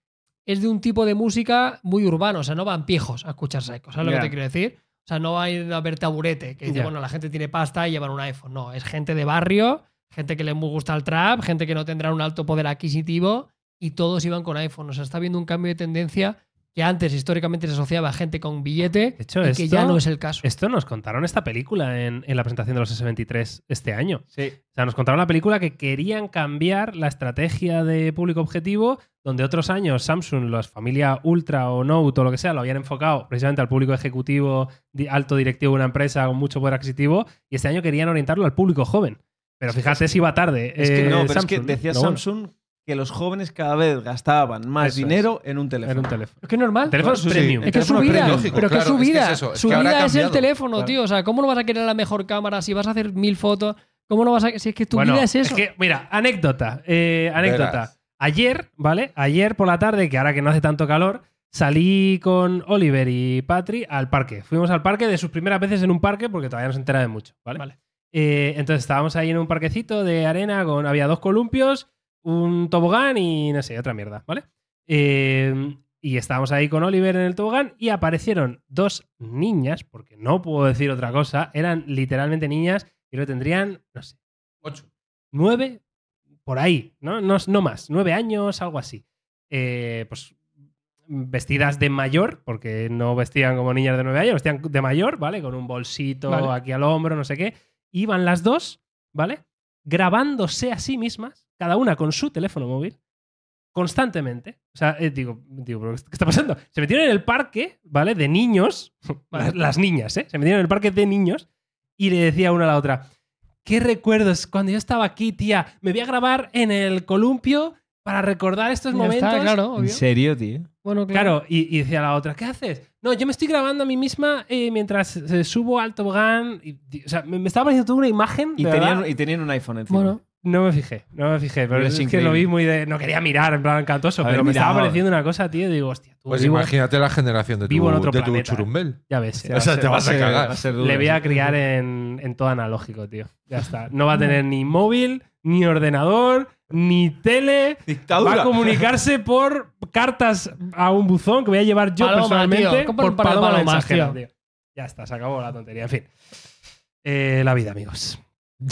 Speaker 4: es de un tipo de música muy urbano, o sea, no van pijos a escuchar psycho, ¿sabes lo
Speaker 2: Ya.
Speaker 4: que te quiero decir? O sea, no hay a ver taburete, que dice,
Speaker 1: Ya.
Speaker 4: bueno, la gente tiene pasta y llevan un iPhone. No, es gente de barrio, gente que le mu- gusta el trap, gente que no tendrá un alto poder adquisitivo y todos iban con iPhone. O sea, está habiendo un cambio de tendencia que antes históricamente se asociaba a gente con billete
Speaker 1: De hecho,
Speaker 4: y que
Speaker 1: esto-
Speaker 4: ya no es el caso.
Speaker 1: Esto nos contaron esta película en, en la presentación de los S23 este año.
Speaker 2: Sí.
Speaker 1: O sea, nos contaron la película que querían cambiar la estrategia de público objetivo, donde otros años Samsung, las familia Ultra o Note o lo que sea, lo habían enfocado precisamente al público ejecutivo, di- alto directivo de una empresa con mucho poder adquisitivo, y este año querían orientarlo al público joven. Pero fíjate si iba tarde.
Speaker 2: Es que
Speaker 1: eh,
Speaker 2: no, pero es
Speaker 1: Samsung,
Speaker 2: que
Speaker 1: ¿no?
Speaker 2: decía
Speaker 1: Pero bueno,
Speaker 2: Samsung que los jóvenes cada vez gastaban más
Speaker 1: Eso es.
Speaker 2: dinero en un teléfono.
Speaker 1: Era un teléfono.
Speaker 4: Es que es normal.
Speaker 1: Teléfonos
Speaker 3: Sí, sí.
Speaker 1: premium.
Speaker 4: Es que es su
Speaker 2: teléfono
Speaker 4: vida.
Speaker 2: premium.
Speaker 3: Lógico,
Speaker 4: pero que es
Speaker 3: claro,
Speaker 4: su
Speaker 3: es que
Speaker 4: vida.
Speaker 3: es eso, es
Speaker 4: su
Speaker 3: que habrá
Speaker 4: vida es el
Speaker 3: cambiado.
Speaker 4: teléfono,
Speaker 3: Claro.
Speaker 4: tío. O sea, ¿cómo no vas a querer la mejor cámara si vas a hacer mil fotos? ¿Cómo no vas a.? Si es que tu
Speaker 1: Bueno,
Speaker 4: vida es eso.
Speaker 1: que, mira, anécdota. eh, anécdota.
Speaker 3: Verás.
Speaker 1: Ayer, ¿vale? Ayer por la tarde, que ahora que no hace tanto calor, salí con Oliver y Patri al parque. Fuimos al parque de sus primeras veces en un parque porque todavía no se entera de mucho, ¿vale?
Speaker 4: Vale.
Speaker 1: Eh, entonces estábamos ahí en un parquecito de arena con. Había dos columpios, un tobogán y no sé, otra mierda, ¿vale? Eh, y estábamos ahí con Oliver en el tobogán y aparecieron dos niñas, porque no puedo decir otra cosa, eran literalmente niñas, y lo tendrían, no sé,
Speaker 3: Ocho.
Speaker 1: nueve, por ahí, ¿no? No, no más, nueve años, algo así. Eh, pues vestidas de mayor, porque no vestían como niñas de nueve años, vestían de mayor, ¿vale? Con un bolsito
Speaker 4: Vale.
Speaker 1: aquí al hombro, no sé qué. Iban las dos, ¿vale? Grabándose a sí mismas, cada una con su teléfono móvil, constantemente. O sea, eh, digo, digo, ¿pero ¿qué está pasando? Se metieron en el parque, ¿vale? De niños, las, las niñas, ¿eh? Se metieron en el parque de niños y le decía una a la otra, ¿Qué recuerdos? Cuando yo estaba aquí, tía, me voy a grabar en el columpio para recordar estos
Speaker 4: Ya
Speaker 1: momentos.
Speaker 4: está, claro, obvio.
Speaker 2: serio, tío?
Speaker 4: Bueno, claro.
Speaker 1: Claro, y, y decía la otra, ¿qué haces? No, yo me estoy grabando a mí misma eh, mientras eh, subo al tobogán. y- y- o sea, me, me estaba pareciendo toda una imagen.
Speaker 2: Y
Speaker 1: de
Speaker 2: tenían,
Speaker 1: verdad.
Speaker 2: y tenían un iPhone encima.
Speaker 4: Bueno,
Speaker 1: No me fijé, no me fijé, pero
Speaker 2: Pero
Speaker 1: es,
Speaker 2: es
Speaker 1: que lo vi
Speaker 2: increíble.
Speaker 1: muy de. No quería mirar, en plan cantoso,
Speaker 2: Haber
Speaker 1: pero me estaba
Speaker 2: mirado.
Speaker 1: pareciendo una cosa, tío. y Digo, hostia, tú
Speaker 3: Pues
Speaker 1: vivo-
Speaker 3: imagínate la generación de tu,
Speaker 1: vivo en otro
Speaker 3: de tu
Speaker 1: planeta.
Speaker 3: churumbel.
Speaker 1: Ya ves.
Speaker 3: O sea, te vas a cagar.
Speaker 2: duro
Speaker 1: Le voy a
Speaker 2: eso.
Speaker 1: criar en, en todo analógico, tío. Ya está. No va a tener ni móvil, ni ordenador, ni tele. Va a
Speaker 2: Dictadura.
Speaker 1: comunicarse por cartas a un buzón que voy a llevar yo
Speaker 4: Paloma,
Speaker 1: personalmente
Speaker 4: tío. Compra
Speaker 1: por
Speaker 4: un par de
Speaker 1: paloma
Speaker 4: palomas,
Speaker 1: mensajera,
Speaker 4: tío.
Speaker 1: tío. Ya está, se acabó la tontería. En fin. Eh, la vida, amigos.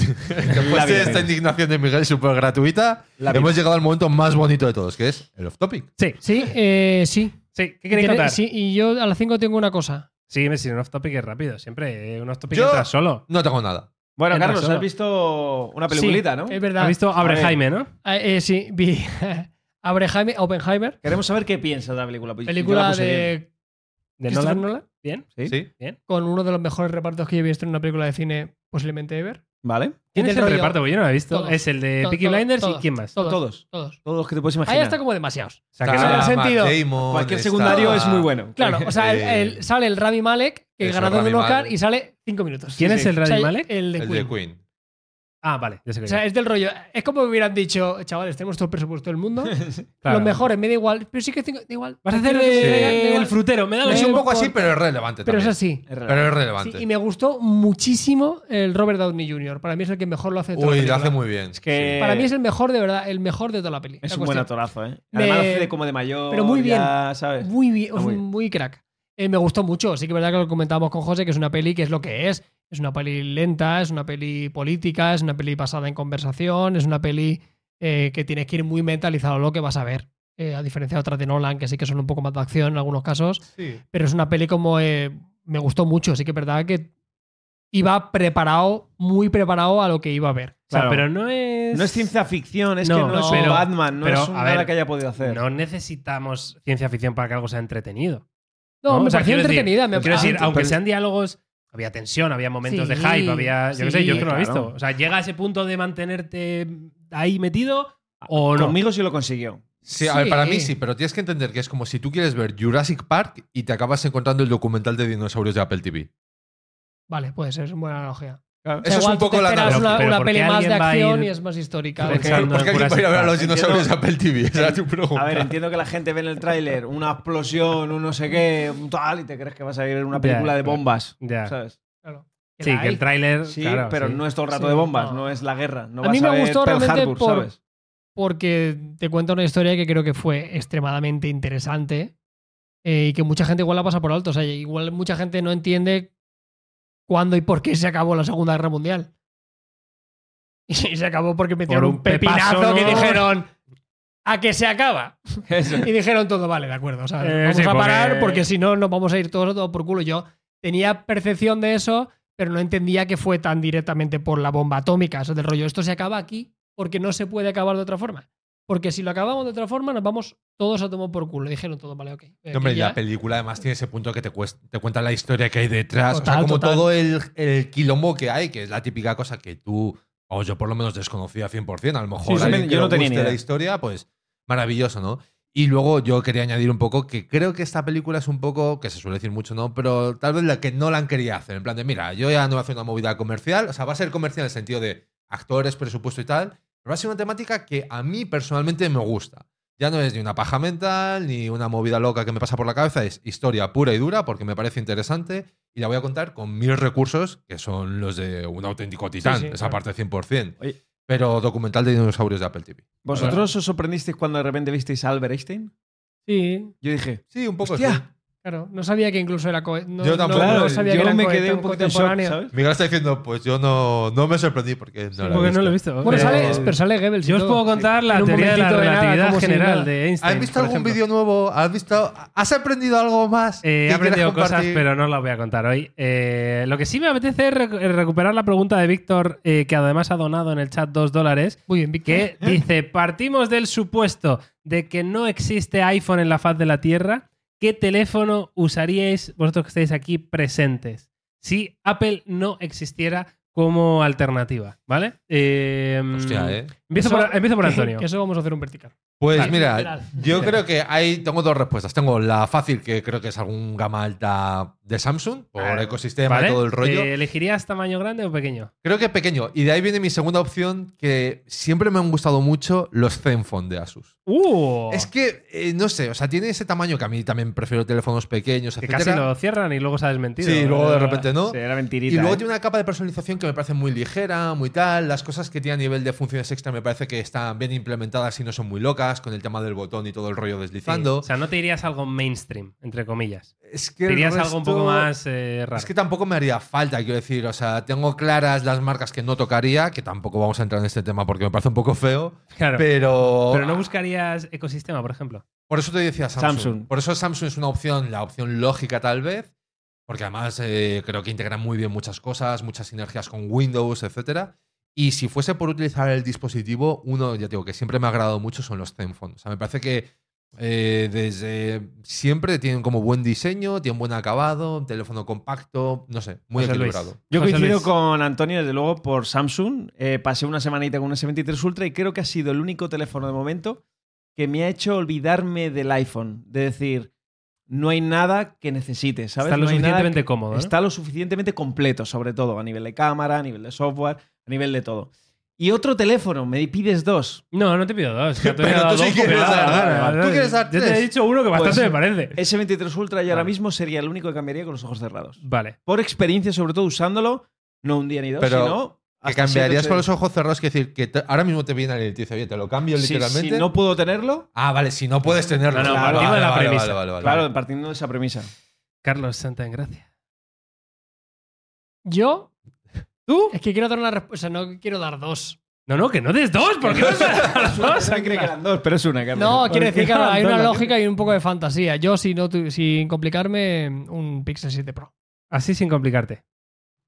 Speaker 3: Después de
Speaker 2: vida.
Speaker 3: Pues esta indignación de Miguel súper gratuita, hemos llegado al momento más bonito de todos, que es el off topic.
Speaker 1: Sí,
Speaker 4: sí, eh, sí.
Speaker 1: sí. ¿Qué queréis contar?
Speaker 4: Sí, y yo a las 5 tengo una cosa.
Speaker 1: Sígueme sin off topic es rápido. Siempre eh, un off topic
Speaker 3: Yo-
Speaker 1: entra solo.
Speaker 3: No tengo nada.
Speaker 2: Bueno,
Speaker 1: Entra
Speaker 2: Carlos,
Speaker 1: solo.
Speaker 2: has visto una peliculita,
Speaker 4: Sí,
Speaker 2: ¿no?
Speaker 4: Es
Speaker 1: ¿Has
Speaker 4: verdad.
Speaker 1: visto
Speaker 2: A
Speaker 1: Abre
Speaker 2: ver.
Speaker 1: Jaime, no?
Speaker 4: Eh, eh, sí, vi. Abre Jaime, Oppenheimer,
Speaker 2: Queremos saber qué piensas de la película. pues yo la
Speaker 4: película
Speaker 2: puse bien.
Speaker 4: de
Speaker 1: De
Speaker 4: Christopher
Speaker 1: Nolan.
Speaker 4: Nolan,
Speaker 1: Bien.
Speaker 2: ¿Sí?
Speaker 3: Sí.
Speaker 4: con uno de los mejores repartos que yo he visto en una película de cine posiblemente ever.
Speaker 2: ¿Vale?
Speaker 1: ¿Quién es
Speaker 4: Del
Speaker 1: el
Speaker 4: rollo-
Speaker 1: reparto? Porque yo no lo he visto.
Speaker 4: Todos.
Speaker 1: es el de
Speaker 4: Todos,
Speaker 1: Peaky
Speaker 4: todos,
Speaker 1: Blinders y
Speaker 4: todos,
Speaker 1: ¿quién más? O
Speaker 4: Todos.
Speaker 2: Todos.
Speaker 4: Todos.
Speaker 2: Todos los que te puedes
Speaker 4: Ahí
Speaker 2: imaginar.
Speaker 4: Ah, está como demasiados.
Speaker 1: sea, que no-
Speaker 4: Está- el sentido.
Speaker 2: Cualquier secundario es muy bueno.
Speaker 4: Claro, o sea, el-
Speaker 3: Eh,
Speaker 4: el- sale el Rami Malek, que
Speaker 3: eso,
Speaker 4: ganador de un
Speaker 3: Rami
Speaker 4: Oscar,
Speaker 3: Malek.
Speaker 4: y sale cinco minutos.
Speaker 1: ¿Quién
Speaker 4: Sí,
Speaker 1: es
Speaker 4: sí.
Speaker 1: el Rami
Speaker 4: O sea,
Speaker 1: Malek?
Speaker 4: El de
Speaker 3: el
Speaker 4: Queen.
Speaker 3: de Queen.
Speaker 1: Ah, vale. Ya sé que
Speaker 4: O sea, es del rollo. Es como me hubieran dicho, chavales, tenemos todo el presupuesto del mundo.
Speaker 1: Claro.
Speaker 4: Los mejores, me da igual. Pero sí que cinco, da igual.
Speaker 1: Vas a hacer
Speaker 4: Cinco minutos, da igual, da
Speaker 1: eh,
Speaker 4: igual.
Speaker 1: el frutero. Me da lo
Speaker 4: Eh,
Speaker 3: Es
Speaker 1: mismo.
Speaker 3: un poco así,
Speaker 4: por-
Speaker 3: pero es relevante.
Speaker 4: Pero es
Speaker 3: también.
Speaker 4: así.
Speaker 2: Es raro.
Speaker 3: Pero es
Speaker 4: Sí,
Speaker 3: relevante.
Speaker 4: y me gustó muchísimo el Robert Downey Jr. Para mí es el que mejor lo hace de toda la
Speaker 3: Uy, lo ¿eh?
Speaker 4: película.
Speaker 3: hace muy bien.
Speaker 2: Es que
Speaker 4: Para mí es el mejor, de verdad, el mejor de toda la peli.
Speaker 2: es
Speaker 4: La
Speaker 2: un buen
Speaker 4: cuestión.
Speaker 2: atorazo, ¿eh?
Speaker 4: Me-
Speaker 2: Además hace de como de mayor.
Speaker 4: Pero muy bien.
Speaker 2: ya, ¿sabes?
Speaker 4: Muy bien,
Speaker 2: Ah, muy
Speaker 4: muy,
Speaker 2: bien.
Speaker 4: crack. Eh, me gustó mucho. Sí que es verdad que lo comentábamos con José, que es una peli que es lo que es. Es una peli lenta, es una peli política, es una peli basada en conversación, es una peli eh, que tienes que ir muy mentalizado a lo que vas a ver. Eh, a diferencia de otras de Nolan, que sí que son un poco más de acción en algunos casos. Pero es una peli como. eh, me gustó mucho. Sí que es verdad que iba preparado, muy preparado a lo que iba a ver.
Speaker 1: O sea,
Speaker 2: Claro.
Speaker 1: pero no es.
Speaker 2: No es ciencia ficción, es
Speaker 1: Pues No,
Speaker 2: que no, es un
Speaker 1: pero-
Speaker 2: Batman, no
Speaker 1: pero,
Speaker 2: es un
Speaker 1: a
Speaker 2: nada
Speaker 1: ver,
Speaker 2: que haya podido hacer.
Speaker 1: No necesitamos ciencia ficción para que algo sea entretenido.
Speaker 4: No, me
Speaker 1: O sea,
Speaker 4: pareció
Speaker 1: quiero decir-
Speaker 4: entretenida. me-
Speaker 1: Quiero decir,
Speaker 4: ah,
Speaker 1: aunque
Speaker 2: pero-
Speaker 1: sean diálogos, había tensión, había momentos de
Speaker 4: Sí,
Speaker 1: hype, había. Yo qué sé,
Speaker 4: sí,
Speaker 1: yo es que no lo he
Speaker 2: claro.
Speaker 1: visto. O sea, llega a ese punto de mantenerte ahí metido o no.
Speaker 2: Conmigo sí lo consiguió.
Speaker 3: Sí, a ver, para mí
Speaker 4: Sí.
Speaker 3: sí, pero tienes que entender que es como si tú quieres ver Jurassic Park y te acabas encontrando el documental de dinosaurios de Apple TV.
Speaker 4: Vale, puede ser, es una buena analogía.
Speaker 2: Claro.
Speaker 4: O sea,
Speaker 3: Eso es
Speaker 4: igual
Speaker 3: un
Speaker 4: tú
Speaker 3: poco
Speaker 4: te
Speaker 3: la
Speaker 4: esperas
Speaker 3: trama.
Speaker 1: Pero-
Speaker 4: una,
Speaker 1: pero
Speaker 4: una
Speaker 1: ¿por qué
Speaker 4: peli más de
Speaker 1: alguien va a
Speaker 4: acción
Speaker 1: ir
Speaker 4: y es más histórica.
Speaker 1: Porque-
Speaker 4: ¿no?
Speaker 1: pensando en
Speaker 3: Porque alguien va a ir a ver a los
Speaker 2: Jurassic Park.
Speaker 3: dinosaurios a Apple TV. Esa era tu
Speaker 2: A ver,
Speaker 3: pregunta.
Speaker 2: entiendo que la gente ve en el tráiler una explosión, un no sé qué, un tal, y te crees que vas a ir en una
Speaker 1: Ya,
Speaker 2: película de
Speaker 1: claro.
Speaker 2: bombas.
Speaker 1: Ya.
Speaker 2: ¿Sabes?
Speaker 4: Claro. Que
Speaker 1: Sí,
Speaker 4: la
Speaker 1: que
Speaker 4: hay.
Speaker 1: el tráiler.
Speaker 2: Sí,
Speaker 1: claro,
Speaker 2: pero
Speaker 1: sí.
Speaker 2: no es todo el rato
Speaker 4: Sí,
Speaker 2: de bombas,
Speaker 4: no.
Speaker 2: no, es la guerra. No
Speaker 4: A mí
Speaker 2: vas
Speaker 4: me
Speaker 2: ver
Speaker 4: gustó
Speaker 2: Pearl
Speaker 4: realmente
Speaker 2: Harbor,
Speaker 4: por-
Speaker 2: ¿sabes?
Speaker 4: porque te cuenta una historia que creo que fue extremadamente interesante eh, y que mucha gente igual la pasa por alto. O sea, igual mucha gente no entiende cuándo y por qué se acabó la Segunda Guerra Mundial. Y se acabó porque metieron
Speaker 1: un
Speaker 4: un, pepinazo
Speaker 1: pepazo,
Speaker 4: que
Speaker 1: ¿no?
Speaker 4: dijeron a que se acaba.
Speaker 2: Eso.
Speaker 4: Y dijeron todo, vale, de acuerdo. o sea,
Speaker 1: Eh,
Speaker 4: vamos
Speaker 1: sí,
Speaker 4: a
Speaker 1: porque-
Speaker 4: parar porque, si no nos vamos a ir todos a todo por culo. Yo tenía percepción de eso, pero no entendía que fue tan directamente por la bomba atómica. Eso del rollo, esto se acaba aquí porque no se puede acabar de otra forma. Porque si lo acabamos de otra forma, nos vamos todos a tomar por culo. Dijeron todo, vale, ok. eh,
Speaker 3: No, hombre,
Speaker 4: que
Speaker 3: y
Speaker 4: ya-
Speaker 3: la película además tiene ese punto que te, cuest- te cuenta la historia que hay detrás. o
Speaker 4: Total,
Speaker 3: sea, como
Speaker 4: total.
Speaker 3: todo el, el quilombo que hay, que es la típica cosa que tú, o yo por lo menos desconocía 100%, a lo mejor
Speaker 2: Sí, sí,
Speaker 3: alguien
Speaker 2: yo
Speaker 3: que
Speaker 2: no
Speaker 3: no
Speaker 2: tenía
Speaker 3: guste
Speaker 2: ni idea.
Speaker 3: la historia, pues maravilloso, ¿no? Y luego yo quería añadir un poco que creo que esta película es un poco, que se suele decir mucho, ¿no? Pero tal vez la que no la han querido hacer. En plan de, mira, yo ya no voy a hacer una movida comercial. O sea, va a ser comercial en el sentido de actores, presupuesto y tal. Pero va a ser una temática que a mí personalmente me gusta. Ya no es ni una paja mental, ni una movida loca que me pasa por la cabeza. Es historia pura y dura porque me parece interesante y la voy a contar con mis recursos, que son los de un auténtico titán.
Speaker 4: sí,
Speaker 3: esa
Speaker 4: claro.
Speaker 3: parte 100%.
Speaker 2: Oye.
Speaker 3: Pero documental de dinosaurios de Apple TV.
Speaker 2: ¿Vosotros os sorprendisteis cuando de repente visteis a Albert Einstein?
Speaker 4: Sí,
Speaker 2: Yo dije,
Speaker 3: Sí, un poco.
Speaker 2: ¡hostia!
Speaker 3: sí.
Speaker 4: claro. No sabía que incluso era. co- no-
Speaker 3: Yo
Speaker 4: no-
Speaker 3: tampoco.
Speaker 4: no
Speaker 3: Claro,
Speaker 4: sabía
Speaker 2: yo
Speaker 4: que eran
Speaker 2: me
Speaker 4: co-
Speaker 2: quedé un poquito en shock,
Speaker 4: contemporáneos.
Speaker 2: ¿sabes?
Speaker 3: Miguel está diciendo, pues yo no, no me sorprendí porque no la he
Speaker 1: Porque no lo he
Speaker 3: visto.
Speaker 1: visto.
Speaker 4: Bueno,
Speaker 1: Pero-
Speaker 4: sale, pero sale Goebbels. y
Speaker 1: Yo os
Speaker 4: todo.
Speaker 1: puedo contar
Speaker 4: En
Speaker 1: la
Speaker 4: un
Speaker 1: teoría de la
Speaker 4: momentito de nada,
Speaker 1: relatividad
Speaker 4: como si
Speaker 1: general
Speaker 4: nada.
Speaker 1: de Einstein.
Speaker 3: ¿Has visto
Speaker 1: por
Speaker 3: algún
Speaker 1: ejemplo.
Speaker 3: vídeo nuevo? ¿Has visto? ¿Has aprendido algo más?
Speaker 1: Eh, he
Speaker 3: que quieras
Speaker 1: aprendido cosas,
Speaker 3: compartir?
Speaker 1: pero no os las voy a contar hoy. Eh, lo que sí me apetece es recu- eh, recuperar la pregunta de Víctor, eh, que además ha donado en el chat dos dólares,
Speaker 4: Muy bien, Vic.
Speaker 1: que dice, partimos del supuesto de que no existe iPhone en la faz de la Tierra, ¿qué teléfono usaríais vosotros que estáis aquí presentes si Apple no existiera como alternativa? ¿Vale? Eh,
Speaker 3: Hostia, ¿eh?
Speaker 1: empiezo,
Speaker 4: Eso-
Speaker 1: por, empiezo por Antonio.
Speaker 4: Que eso vamos a hacer un vertical.
Speaker 3: Pues
Speaker 1: Vale.
Speaker 3: mira,
Speaker 4: Literal.
Speaker 3: yo creo que hay, tengo dos respuestas. Tengo la fácil, que creo que es algún gama alta de Samsung, por
Speaker 1: Claro.
Speaker 3: ecosistema y todo el rollo.
Speaker 1: Eh, ¿Elegirías tamaño grande o pequeño?
Speaker 3: Creo que pequeño. Y de ahí viene mi segunda opción, que siempre me han gustado mucho los Zenfone de Asus.
Speaker 1: ¡Uh!
Speaker 3: Es que, eh, no sé, o sea, tiene ese tamaño que a mí también prefiero teléfonos pequeños,
Speaker 1: Que
Speaker 3: etc.
Speaker 1: casi lo cierran y luego se ha desmentido.
Speaker 3: Sí, luego de repente no.
Speaker 2: Sí, era mentirita.
Speaker 3: Y luego
Speaker 2: ¿eh?
Speaker 3: tiene una capa de personalización que me parece muy ligera, muy tal. Las cosas que tiene a nivel de funciones extra me parece que están bien implementadas y no son muy locas, con el tema del botón y todo el rollo
Speaker 1: Sí,
Speaker 3: deslizando.
Speaker 1: O sea, no te irías a algo mainstream, entre comillas.
Speaker 3: es
Speaker 1: Te
Speaker 3: que el
Speaker 1: irías a algo un poco
Speaker 3: resto-
Speaker 1: más eh, raro.
Speaker 3: Es que tampoco me haría falta, quiero decir. O sea, tengo claras las marcas que no tocaría, que tampoco vamos a entrar en este tema porque me parece un poco feo.
Speaker 1: claro. Pero,
Speaker 3: Pero.
Speaker 1: no buscarías ecosistema, por ejemplo.
Speaker 3: Por eso te decía Samsung.
Speaker 2: Samsung.
Speaker 3: Por eso Samsung es una opción, la opción lógica tal vez, porque además eh, creo que integran muy bien muchas cosas, muchas sinergias con Windows, etcétera. Y si fuese por utilizar el dispositivo, uno, ya te digo, que siempre me ha agradado mucho son los Zenfone. O sea, me parece que eh, desde siempre tienen como buen diseño, tienen buen acabado, un teléfono compacto, no sé, muy
Speaker 1: José Luis.
Speaker 3: equilibrado.
Speaker 2: Yo
Speaker 1: José
Speaker 2: coincido
Speaker 1: Luis.
Speaker 2: con Antonio, desde luego, por Samsung. Eh, pasé una semanita con un S23 Ultra y creo que ha sido el único teléfono de momento que me ha hecho olvidarme del iPhone. De decir, no hay nada que necesites, ¿sabes?
Speaker 1: Está lo
Speaker 2: No hay nada
Speaker 1: suficientemente
Speaker 2: que-
Speaker 1: cómodo. ¿eh? ¿no?
Speaker 2: Está lo suficientemente completo, sobre todo, a nivel de cámara, a nivel de software, a nivel de todo. Y otro teléfono, me pides dos.
Speaker 1: No, no te pido dos. que te he
Speaker 3: Pero
Speaker 1: dado
Speaker 3: tú sí
Speaker 1: dos
Speaker 3: quieres
Speaker 1: porque-
Speaker 3: dar-
Speaker 1: Vale, vale,
Speaker 3: tú
Speaker 1: vale.
Speaker 3: quieres dar
Speaker 1: Yo te he
Speaker 3: tres.
Speaker 1: dicho uno que bastante
Speaker 2: Pues-
Speaker 1: me parece.
Speaker 2: S23 Ultra y ahora
Speaker 1: Vale.
Speaker 2: mismo sería el único que cambiaría con los ojos cerrados.
Speaker 1: Vale.
Speaker 2: Por experiencia, sobre todo usándolo, no un día ni dos,
Speaker 3: Pero,
Speaker 2: sino.
Speaker 3: Que
Speaker 2: hasta
Speaker 3: cambiarías
Speaker 2: siete,
Speaker 3: con
Speaker 2: ocho
Speaker 3: los ojos cerrados, que decir, que te- ahora mismo te viene alguien y te dice, oye, te lo cambio
Speaker 2: días. Si-
Speaker 3: literalmente.
Speaker 2: si no puedo tenerlo,
Speaker 3: Ah, vale, si no puedes tenerlo.
Speaker 1: No, no,
Speaker 3: Vale,
Speaker 2: partimos
Speaker 3: vale,
Speaker 1: de la
Speaker 3: vale,
Speaker 1: premisa.
Speaker 3: vale, vale, vale.
Speaker 2: Claro, partiendo de esa premisa.
Speaker 1: Carlos Santa en gracia.
Speaker 4: Yo
Speaker 1: ¿Tú?
Speaker 4: Es que quiero dar una respuesta, no quiero dar dos.
Speaker 1: No, no, que no des dos. ¿Por qué no das dos?
Speaker 2: Yo creo que eran dos, pero es una, Carlos.
Speaker 4: No, quiero decir que
Speaker 1: no?
Speaker 4: hay
Speaker 1: No,
Speaker 4: una
Speaker 1: no.
Speaker 4: lógica y un poco de fantasía. Yo, si no tu- sin complicarme, un Pixel 7 Pro.
Speaker 1: Así sin complicarte.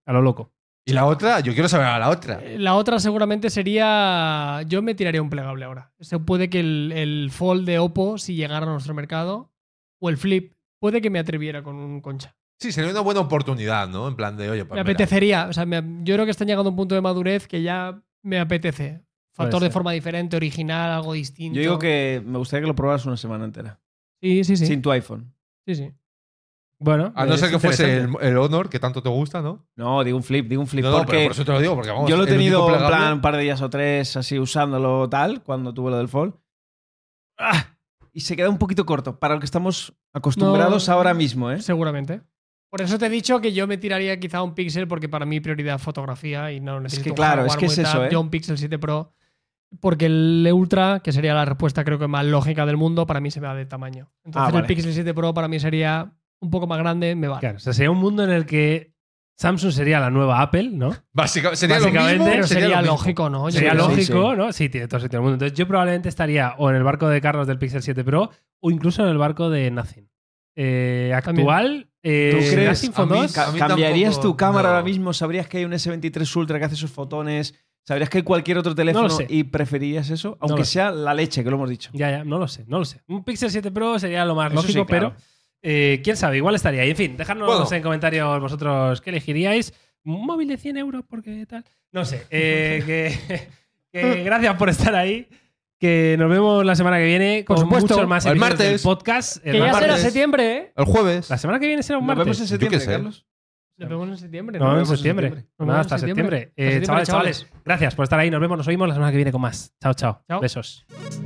Speaker 1: A lo loco.
Speaker 3: Y la otra, yo quiero saber a la otra.
Speaker 4: La otra seguramente sería. Yo me tiraría un plegable ahora. Se puede que el, el Fold de Oppo, si llegara a nuestro mercado, o el Flip, puede que me atreviera con un concha.
Speaker 3: Sí, sería una buena oportunidad, ¿no? En plan de, oye, pues
Speaker 4: me
Speaker 3: mira,
Speaker 4: apetecería. O sea, me- yo creo que están llegando a un punto de madurez que ya me apetece. Factor
Speaker 1: Puede
Speaker 4: de
Speaker 1: ser.
Speaker 4: forma diferente, original, algo distinto.
Speaker 2: Yo digo que me gustaría que lo probaras una semana entera.
Speaker 4: Sí, sí, sí.
Speaker 2: Sin tu iPhone.
Speaker 4: sí, sí.
Speaker 1: Bueno, eh,
Speaker 3: A no
Speaker 1: es
Speaker 3: ser que fuese el,
Speaker 1: interesante.
Speaker 3: el Honor, que tanto te gusta, ¿no?
Speaker 2: No, digo un flip, digo un flip.
Speaker 3: No, no, pero
Speaker 2: porque
Speaker 3: por eso te lo digo, porque vamos.
Speaker 2: yo lo he
Speaker 3: el único
Speaker 2: tenido en
Speaker 3: plegable-
Speaker 2: plan un par de días o tres así usándolo tal, cuando tuve lo del fall. ¡Ah! Y se queda un poquito corto para lo que estamos acostumbrados
Speaker 4: No.
Speaker 2: ahora mismo, ¿eh?
Speaker 4: Seguramente. Por eso te he dicho que yo me tiraría quizá un Pixel porque para mí prioridad fotografía y no necesito
Speaker 2: que
Speaker 4: un
Speaker 2: claro, es
Speaker 4: hardware
Speaker 2: que es
Speaker 4: muy
Speaker 2: eso,
Speaker 4: tal.
Speaker 2: ¿eh?
Speaker 4: Yo un Pixel 7 Pro porque el Ultra, que sería la respuesta creo que más lógica del mundo, para mí se me da de tamaño. Entonces
Speaker 2: Ah, vale.
Speaker 4: el Pixel 7 Pro para mí sería un poco más grande, me vale.
Speaker 1: Claro, o sea, sería un mundo en el que Samsung sería la nueva Apple, ¿no?
Speaker 3: Básica- sería lo
Speaker 1: Básicamente,
Speaker 3: mismo,
Speaker 4: Pero sería,
Speaker 3: lo mismo.
Speaker 4: lógico, ¿no? Yo
Speaker 1: Sería
Speaker 4: creo que sí.
Speaker 1: lógico,
Speaker 2: sí,
Speaker 1: ¿no? Sí, tiene todo sentido del mundo. Entonces, yo probablemente estaría o en el barco de Carlos del Pixel 7 Pro o incluso en el barco de Nothing. Eh,
Speaker 4: También.
Speaker 1: actual, eh,
Speaker 2: crees?
Speaker 1: Nothing Phone
Speaker 3: A mí
Speaker 1: 2.
Speaker 3: ca-
Speaker 2: Ca- ¿Cambiarías
Speaker 3: tampoco-
Speaker 2: tu cámara
Speaker 3: no.
Speaker 2: ahora mismo? ¿Sabrías que hay un S23 Ultra que hace esos fotones? ¿Sabrías que hay cualquier otro teléfono
Speaker 1: sé.
Speaker 2: y preferirías eso?
Speaker 1: lo
Speaker 2: Aunque
Speaker 1: sé.
Speaker 2: sea la leche, que lo hemos dicho.
Speaker 1: Ya, ya, no lo sé, no lo sé. Un Pixel 7 Pro sería lo más
Speaker 2: Eso
Speaker 1: lógico,
Speaker 2: sí, claro.
Speaker 1: pero eh, quién sabe, igual estaría ahí. En fin, dejadnos
Speaker 3: Bueno.
Speaker 1: en comentarios vosotros qué elegiríais. Un móvil de 100 euros, porque tal. No sé. eh, que, que gracias por estar ahí. Que nos vemos la semana que viene
Speaker 4: Por
Speaker 1: con
Speaker 4: supuesto.
Speaker 1: muchos más
Speaker 3: El
Speaker 1: episodios del
Speaker 3: martes.
Speaker 1: podcast. El
Speaker 4: Que ya será
Speaker 3: martes.
Speaker 4: septiembre, ¿eh?
Speaker 3: El jueves.
Speaker 1: La semana que viene será un
Speaker 2: Nos
Speaker 1: martes.
Speaker 2: vemos en septiembre,
Speaker 3: qué sé.
Speaker 2: Carlos.
Speaker 4: Nos vemos en septiembre.
Speaker 1: Nos
Speaker 4: ¿no?
Speaker 1: vemos en septiembre.
Speaker 4: Nos
Speaker 1: Nada,
Speaker 4: vemos
Speaker 1: hasta
Speaker 4: en
Speaker 1: septiembre.
Speaker 4: septiembre.
Speaker 1: Eh,
Speaker 4: Hasta
Speaker 1: chavales,
Speaker 4: septiembre,
Speaker 1: chavales, gracias por estar ahí. Nos vemos, nos oímos la semana que viene con más. Chao, chao.
Speaker 4: Chao.
Speaker 1: Besos.